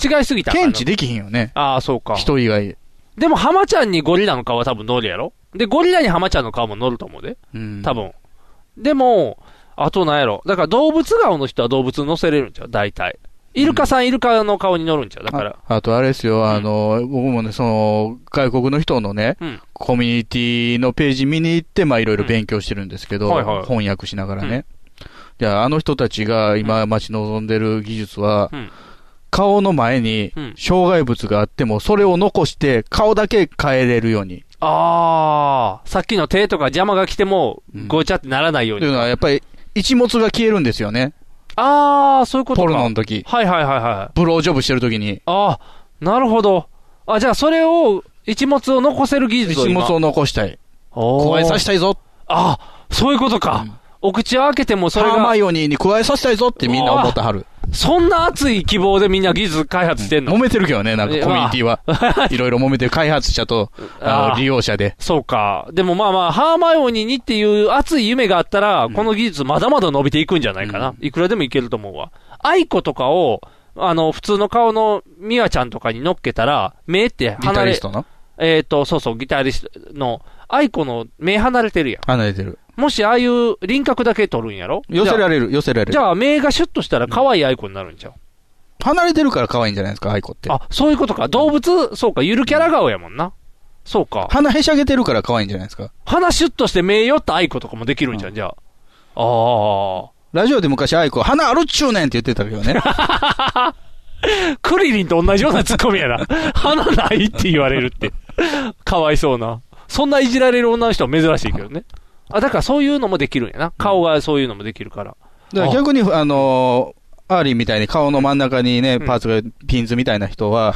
Speaker 3: 違いすぎた。
Speaker 2: 検知できひんよね。
Speaker 3: ああ、そうか。
Speaker 2: 人以外。
Speaker 3: でも、浜ちゃんにゴリラの顔は多分乗るやろで、ゴリラに浜ちゃんの顔も乗ると思うで。
Speaker 2: うん
Speaker 3: 多分。でも、あとなんやろ。だから動物顔の人は動物乗せれるんちゃう大体。イルカさん、イルカの顔に乗るんちゃうだから。
Speaker 2: あとあれですよ、あの、僕もね、その、外国の人のね、
Speaker 3: うん
Speaker 2: コミュニティのページ見に行って、まあいろいろ勉強してるんですけど、
Speaker 3: うんはいはい
Speaker 2: 翻訳しながらね。じゃあ、あの人たちが今待ち望んでる技術は、
Speaker 3: うん
Speaker 2: 顔の前に障害物があっても、それを残して顔だけ変えれるように。
Speaker 3: ああ、さっきの手とか邪魔が来ても、ごちゃってならないよう
Speaker 2: とい
Speaker 3: に。
Speaker 2: うのは、やっぱり、一物が消えるんですよね。
Speaker 3: ああ、そういうこと
Speaker 2: ポ
Speaker 3: か。
Speaker 2: ルノの時。
Speaker 3: はいはいはいはい。
Speaker 2: ブロージョブしてる時に。
Speaker 3: ああ、なるほど。あ、じゃあそれを、一物を残せる技術を
Speaker 2: 一
Speaker 3: 今
Speaker 2: 物を残したい。
Speaker 3: お
Speaker 2: 加
Speaker 3: ー
Speaker 2: えさせたいぞ。
Speaker 3: ああ、そういうことか。お口を開けてもそれが。
Speaker 2: ハーマイオニーに加えさせたいぞってみんな思ってはる。
Speaker 3: そんな熱い希望でみんな技術開発してんの、
Speaker 2: [LAUGHS] 揉めてるけどね、なんかコミュニティは。
Speaker 3: [LAUGHS]
Speaker 2: いろいろ揉めてる開発者と、あ
Speaker 3: あー
Speaker 2: の、利用者で。
Speaker 3: そうか。でもまあまあ、ハーマイオニーにっていう熱い夢があったら、この技術まだまだ伸びていくんじゃないかな。いくらでもいけると思うわ。アイコとかを、あの、普通の顔のミワちゃんとかに乗っけたら、目って
Speaker 2: ギタ
Speaker 3: 離れ、
Speaker 2: リストの
Speaker 3: えっ、と、そうそう、ギタリストの、アイコの目離れてるやん。
Speaker 2: 離れてる。
Speaker 3: もしああいう輪郭だけ取るんやろ
Speaker 2: 寄せられる、寄せられる。
Speaker 3: じゃあ、じゃあ目がシュッとしたら可愛いアイコになるんちゃう
Speaker 2: 離れてるから可愛いんじゃないですか、アイコって。
Speaker 3: あ、そういうことか。動物、そうか、ゆるキャラ顔やもんな。そうか。
Speaker 2: 鼻へしゃげてるから可愛いんじゃないですか。
Speaker 3: 鼻シュッとして目寄ったアイコとかもできるんじゃん、じゃあ。あ
Speaker 2: ラジオで昔アイコ、鼻あるっちゅうねんって言ってたけど
Speaker 3: [LAUGHS]
Speaker 2: ね。
Speaker 3: クリリンと同じようなツッコミやな。 [LAUGHS] 鼻ないって言われるって。かわいそうな。そんないじられる女の人は珍しいけどね。あ、だからそういうのもできるんやな。顔がそういうのもできるから。
Speaker 2: だから逆に、あのー、アーリーみたいに顔の真ん中にね、パーツがピンズみたいな人
Speaker 3: [LAUGHS]
Speaker 2: は、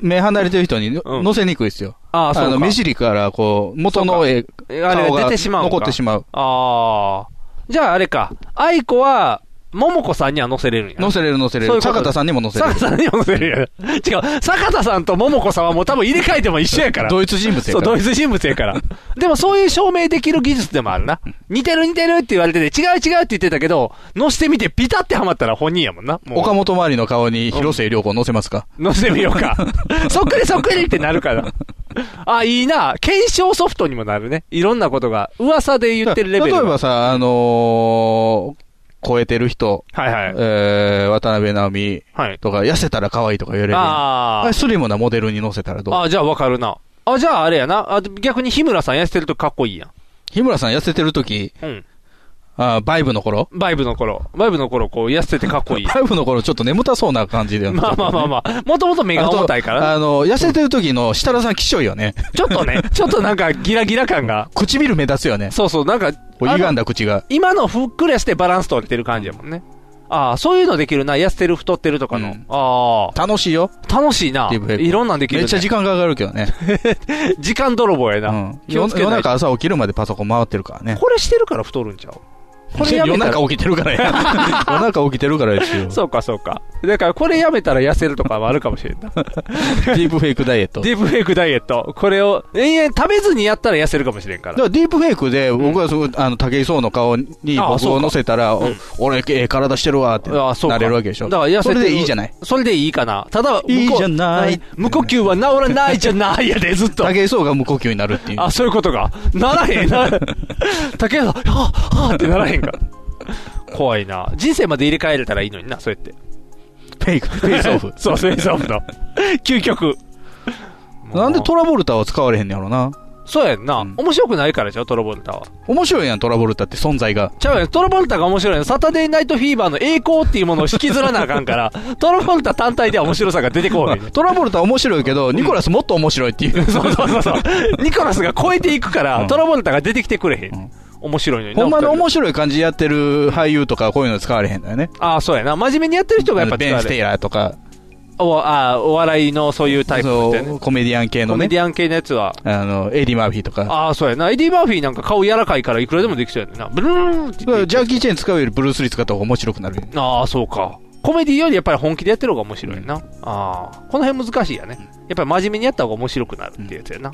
Speaker 2: 目離れてる人に乗せにくいですよ。
Speaker 3: あーそうか
Speaker 2: の、目尻からこう、元の絵、
Speaker 3: あれ
Speaker 2: 顔が
Speaker 3: 出てしまうんか
Speaker 2: 残ってしまう。
Speaker 3: ああ。じゃああれか。アイコは、桃子さんには載せれるんや。
Speaker 2: 載せれる載せれる
Speaker 3: そういうこと
Speaker 2: 坂田さんにも載せれる
Speaker 3: 坂田さんにも載せれる。違う、坂田さんと桃子さんはもう多分入れ替えても一緒やから。
Speaker 2: 同一人物やから
Speaker 3: そう、同一人物やから。でもそういう証明できる技術でもあるな。似てる似てるって言われてて、違う違うって言ってたけど、載せてみてピタってはまったら本人やもんな。もう
Speaker 2: 岡本周りの顔に広末涼子を載せますか
Speaker 3: 載せてみよ
Speaker 2: [LAUGHS]
Speaker 3: うか。そっくりそっくりってなるから。あ、いいな。検証ソフトにもなるね。いろんなことが。噂で言ってるレベル。
Speaker 2: 例えばさ、あのー超えてる人、えー渡辺直美とか、痩せたら可愛いとか言われる。
Speaker 3: あー
Speaker 2: れスリムなモデルに載せたらどう
Speaker 3: あ、じゃあわかるな。あ、じゃああれやな。あ逆に日村さん痩せてるとかっこいいやん。
Speaker 2: 日村さん痩せてる時、
Speaker 3: うん。
Speaker 2: あーバイブの頃
Speaker 3: バイブの頃。バイブの頃、こう、痩せててかっこいい。
Speaker 2: バイブの頃ちょっと眠たそうな感じで。
Speaker 3: まあまあまあまあ。もともと目が重たいから。
Speaker 2: あとあの、痩せてる時の設楽さんきしょいよね。
Speaker 3: ちょっと
Speaker 2: [LAUGHS]
Speaker 3: ね、ちょっとなんかギラギラ感が。
Speaker 2: 唇目立つよね。
Speaker 3: そうそう、なんか、
Speaker 2: こう歪んだ口が。
Speaker 3: 今のふっくらしてバランス取れてる感じやもんね。ああ、そういうのできるな。痩せてる、太ってるとかの。ああ。
Speaker 2: 楽しいよ。
Speaker 3: 楽しいな。
Speaker 2: ディープフェイク
Speaker 3: いろんなんできる、ね。
Speaker 2: めっちゃ時間が上がるけどね。
Speaker 3: 時間泥棒やな。気を
Speaker 2: 夜
Speaker 3: つけ
Speaker 2: 夜
Speaker 3: ない
Speaker 2: 中
Speaker 3: と。
Speaker 2: 朝起きるまでパソコン回ってるからね。
Speaker 3: これしてるから太るんちゃうこれやめ
Speaker 2: 夜
Speaker 3: [LAUGHS] たら
Speaker 2: 中起きてるからや。 [LAUGHS] 夜中起きてるからですよ。
Speaker 3: [LAUGHS] そうか、そうか。だから、これやめたら痩せるとかもあるかもしれん
Speaker 2: [LAUGHS]
Speaker 3: な。
Speaker 2: ディープフェイクダイエット。
Speaker 3: ディープフェイクダイエット。これを延々食べずにやったら痩せるかもしれんか。
Speaker 2: だかららディープフェイクで、僕はすごい、あの、武井壮の顔に
Speaker 3: ああ
Speaker 2: 僕
Speaker 3: そう
Speaker 2: を
Speaker 3: か
Speaker 2: 乗せたら、お俺、ええ体してるわって
Speaker 3: あそうか
Speaker 2: なれるわけでしょ。
Speaker 3: だから痩せ
Speaker 2: そ
Speaker 3: て
Speaker 2: れでいいじゃない。。
Speaker 3: それでいいかな。ただ、。
Speaker 2: いいじゃない
Speaker 3: 無呼吸は治らないじゃないやで、ずっと。
Speaker 2: 武井壮が無呼吸になるっていう。
Speaker 3: あ、そういうことか。ならへん、なら竹さん、はぁ、はぁってならへんから。怖いな。人生まで入れ替えれたらいいのにな、そうやって。。
Speaker 2: フェイク、フェイスオフ
Speaker 3: [LAUGHS] そう、フェイスオフの。究極。
Speaker 2: [LAUGHS] なんでトラボルタは使われへんのやろな。
Speaker 3: そうやんな。面白くないからでしょ、トロボルタは。
Speaker 2: 面白いやん、トラボルタって存在が。
Speaker 3: ちゃうやん、トロボルタが面白いの。サタデーナイトフィーバーの栄光っていうものを引きずらなあかん
Speaker 2: [LAUGHS]
Speaker 3: から、トロボルタ単体では面白さが出てこない。
Speaker 2: トラボルタ面白いけど、ニコラスもっと面白いっていう。
Speaker 3: [LAUGHS] そうそうそう [LAUGHS] そう。ニコラスが超えていくから、トラボルタが出てきてくれへん。面白いのに
Speaker 2: [LAUGHS]
Speaker 3: な
Speaker 2: ほんまの
Speaker 3: 二人
Speaker 2: 面白い感じやってる俳優とかこういうの使われへんだよね。
Speaker 3: ああ、そうやな。真面目にやってる人がやっぱ
Speaker 2: ベン・ステイ
Speaker 3: ー
Speaker 2: ラーとか、
Speaker 3: おああお笑いのそういうタイプの人やね
Speaker 2: コメディアン系
Speaker 3: コ
Speaker 2: の
Speaker 3: メ
Speaker 2: ね
Speaker 3: デ、ィアン系のやつは。
Speaker 2: あの、エディ・マーフィーとか。
Speaker 3: ああ、そうやな。エディ・マーフィーなんか顔柔らかいからいくらでもできそうやねんな。ブルーンって。
Speaker 2: だからジャッキー・チェン使うよりブルース・リー使った方が面白くなるよね。
Speaker 3: ああ、そうか。コメディよりやっぱり本気でやってる方が面白いな。ああ。この辺難しいやね。やっぱり真面目にやった方が面白くなるっていうやつやな。あ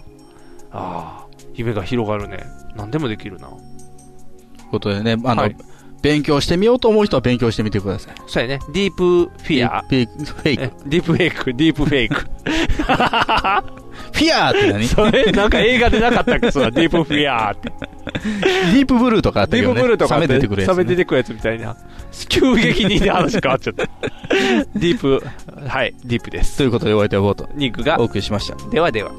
Speaker 3: あ。夢が広がるね。何でもできるな。
Speaker 2: ということでね、あの、
Speaker 3: はい
Speaker 2: 勉強してみようと思う人は勉強してみてください。
Speaker 3: そうやね。ディープフィア。
Speaker 2: ディープフェイク。
Speaker 3: [LAUGHS] ディープフェイク、ディープフェイク。
Speaker 2: フィアーって何
Speaker 3: それ、なんか映画でなかったっけ
Speaker 2: [LAUGHS]
Speaker 3: そのディープフィアーって。
Speaker 2: ディープブルーとかあった
Speaker 3: デ
Speaker 2: け
Speaker 3: ィ
Speaker 2: ど
Speaker 3: ー
Speaker 2: ね。
Speaker 3: プブルーとか
Speaker 2: サ
Speaker 3: っ
Speaker 2: メ出てくるやつ、
Speaker 3: サメ
Speaker 2: ね。
Speaker 3: 出てくるやつみたいな。急激にね、話変わっちゃ
Speaker 2: [LAUGHS]
Speaker 3: った。ディープ、はい、ディープです。
Speaker 2: ということで、お相手はボート。
Speaker 3: ニックが
Speaker 2: お送りしました。
Speaker 3: ではでは。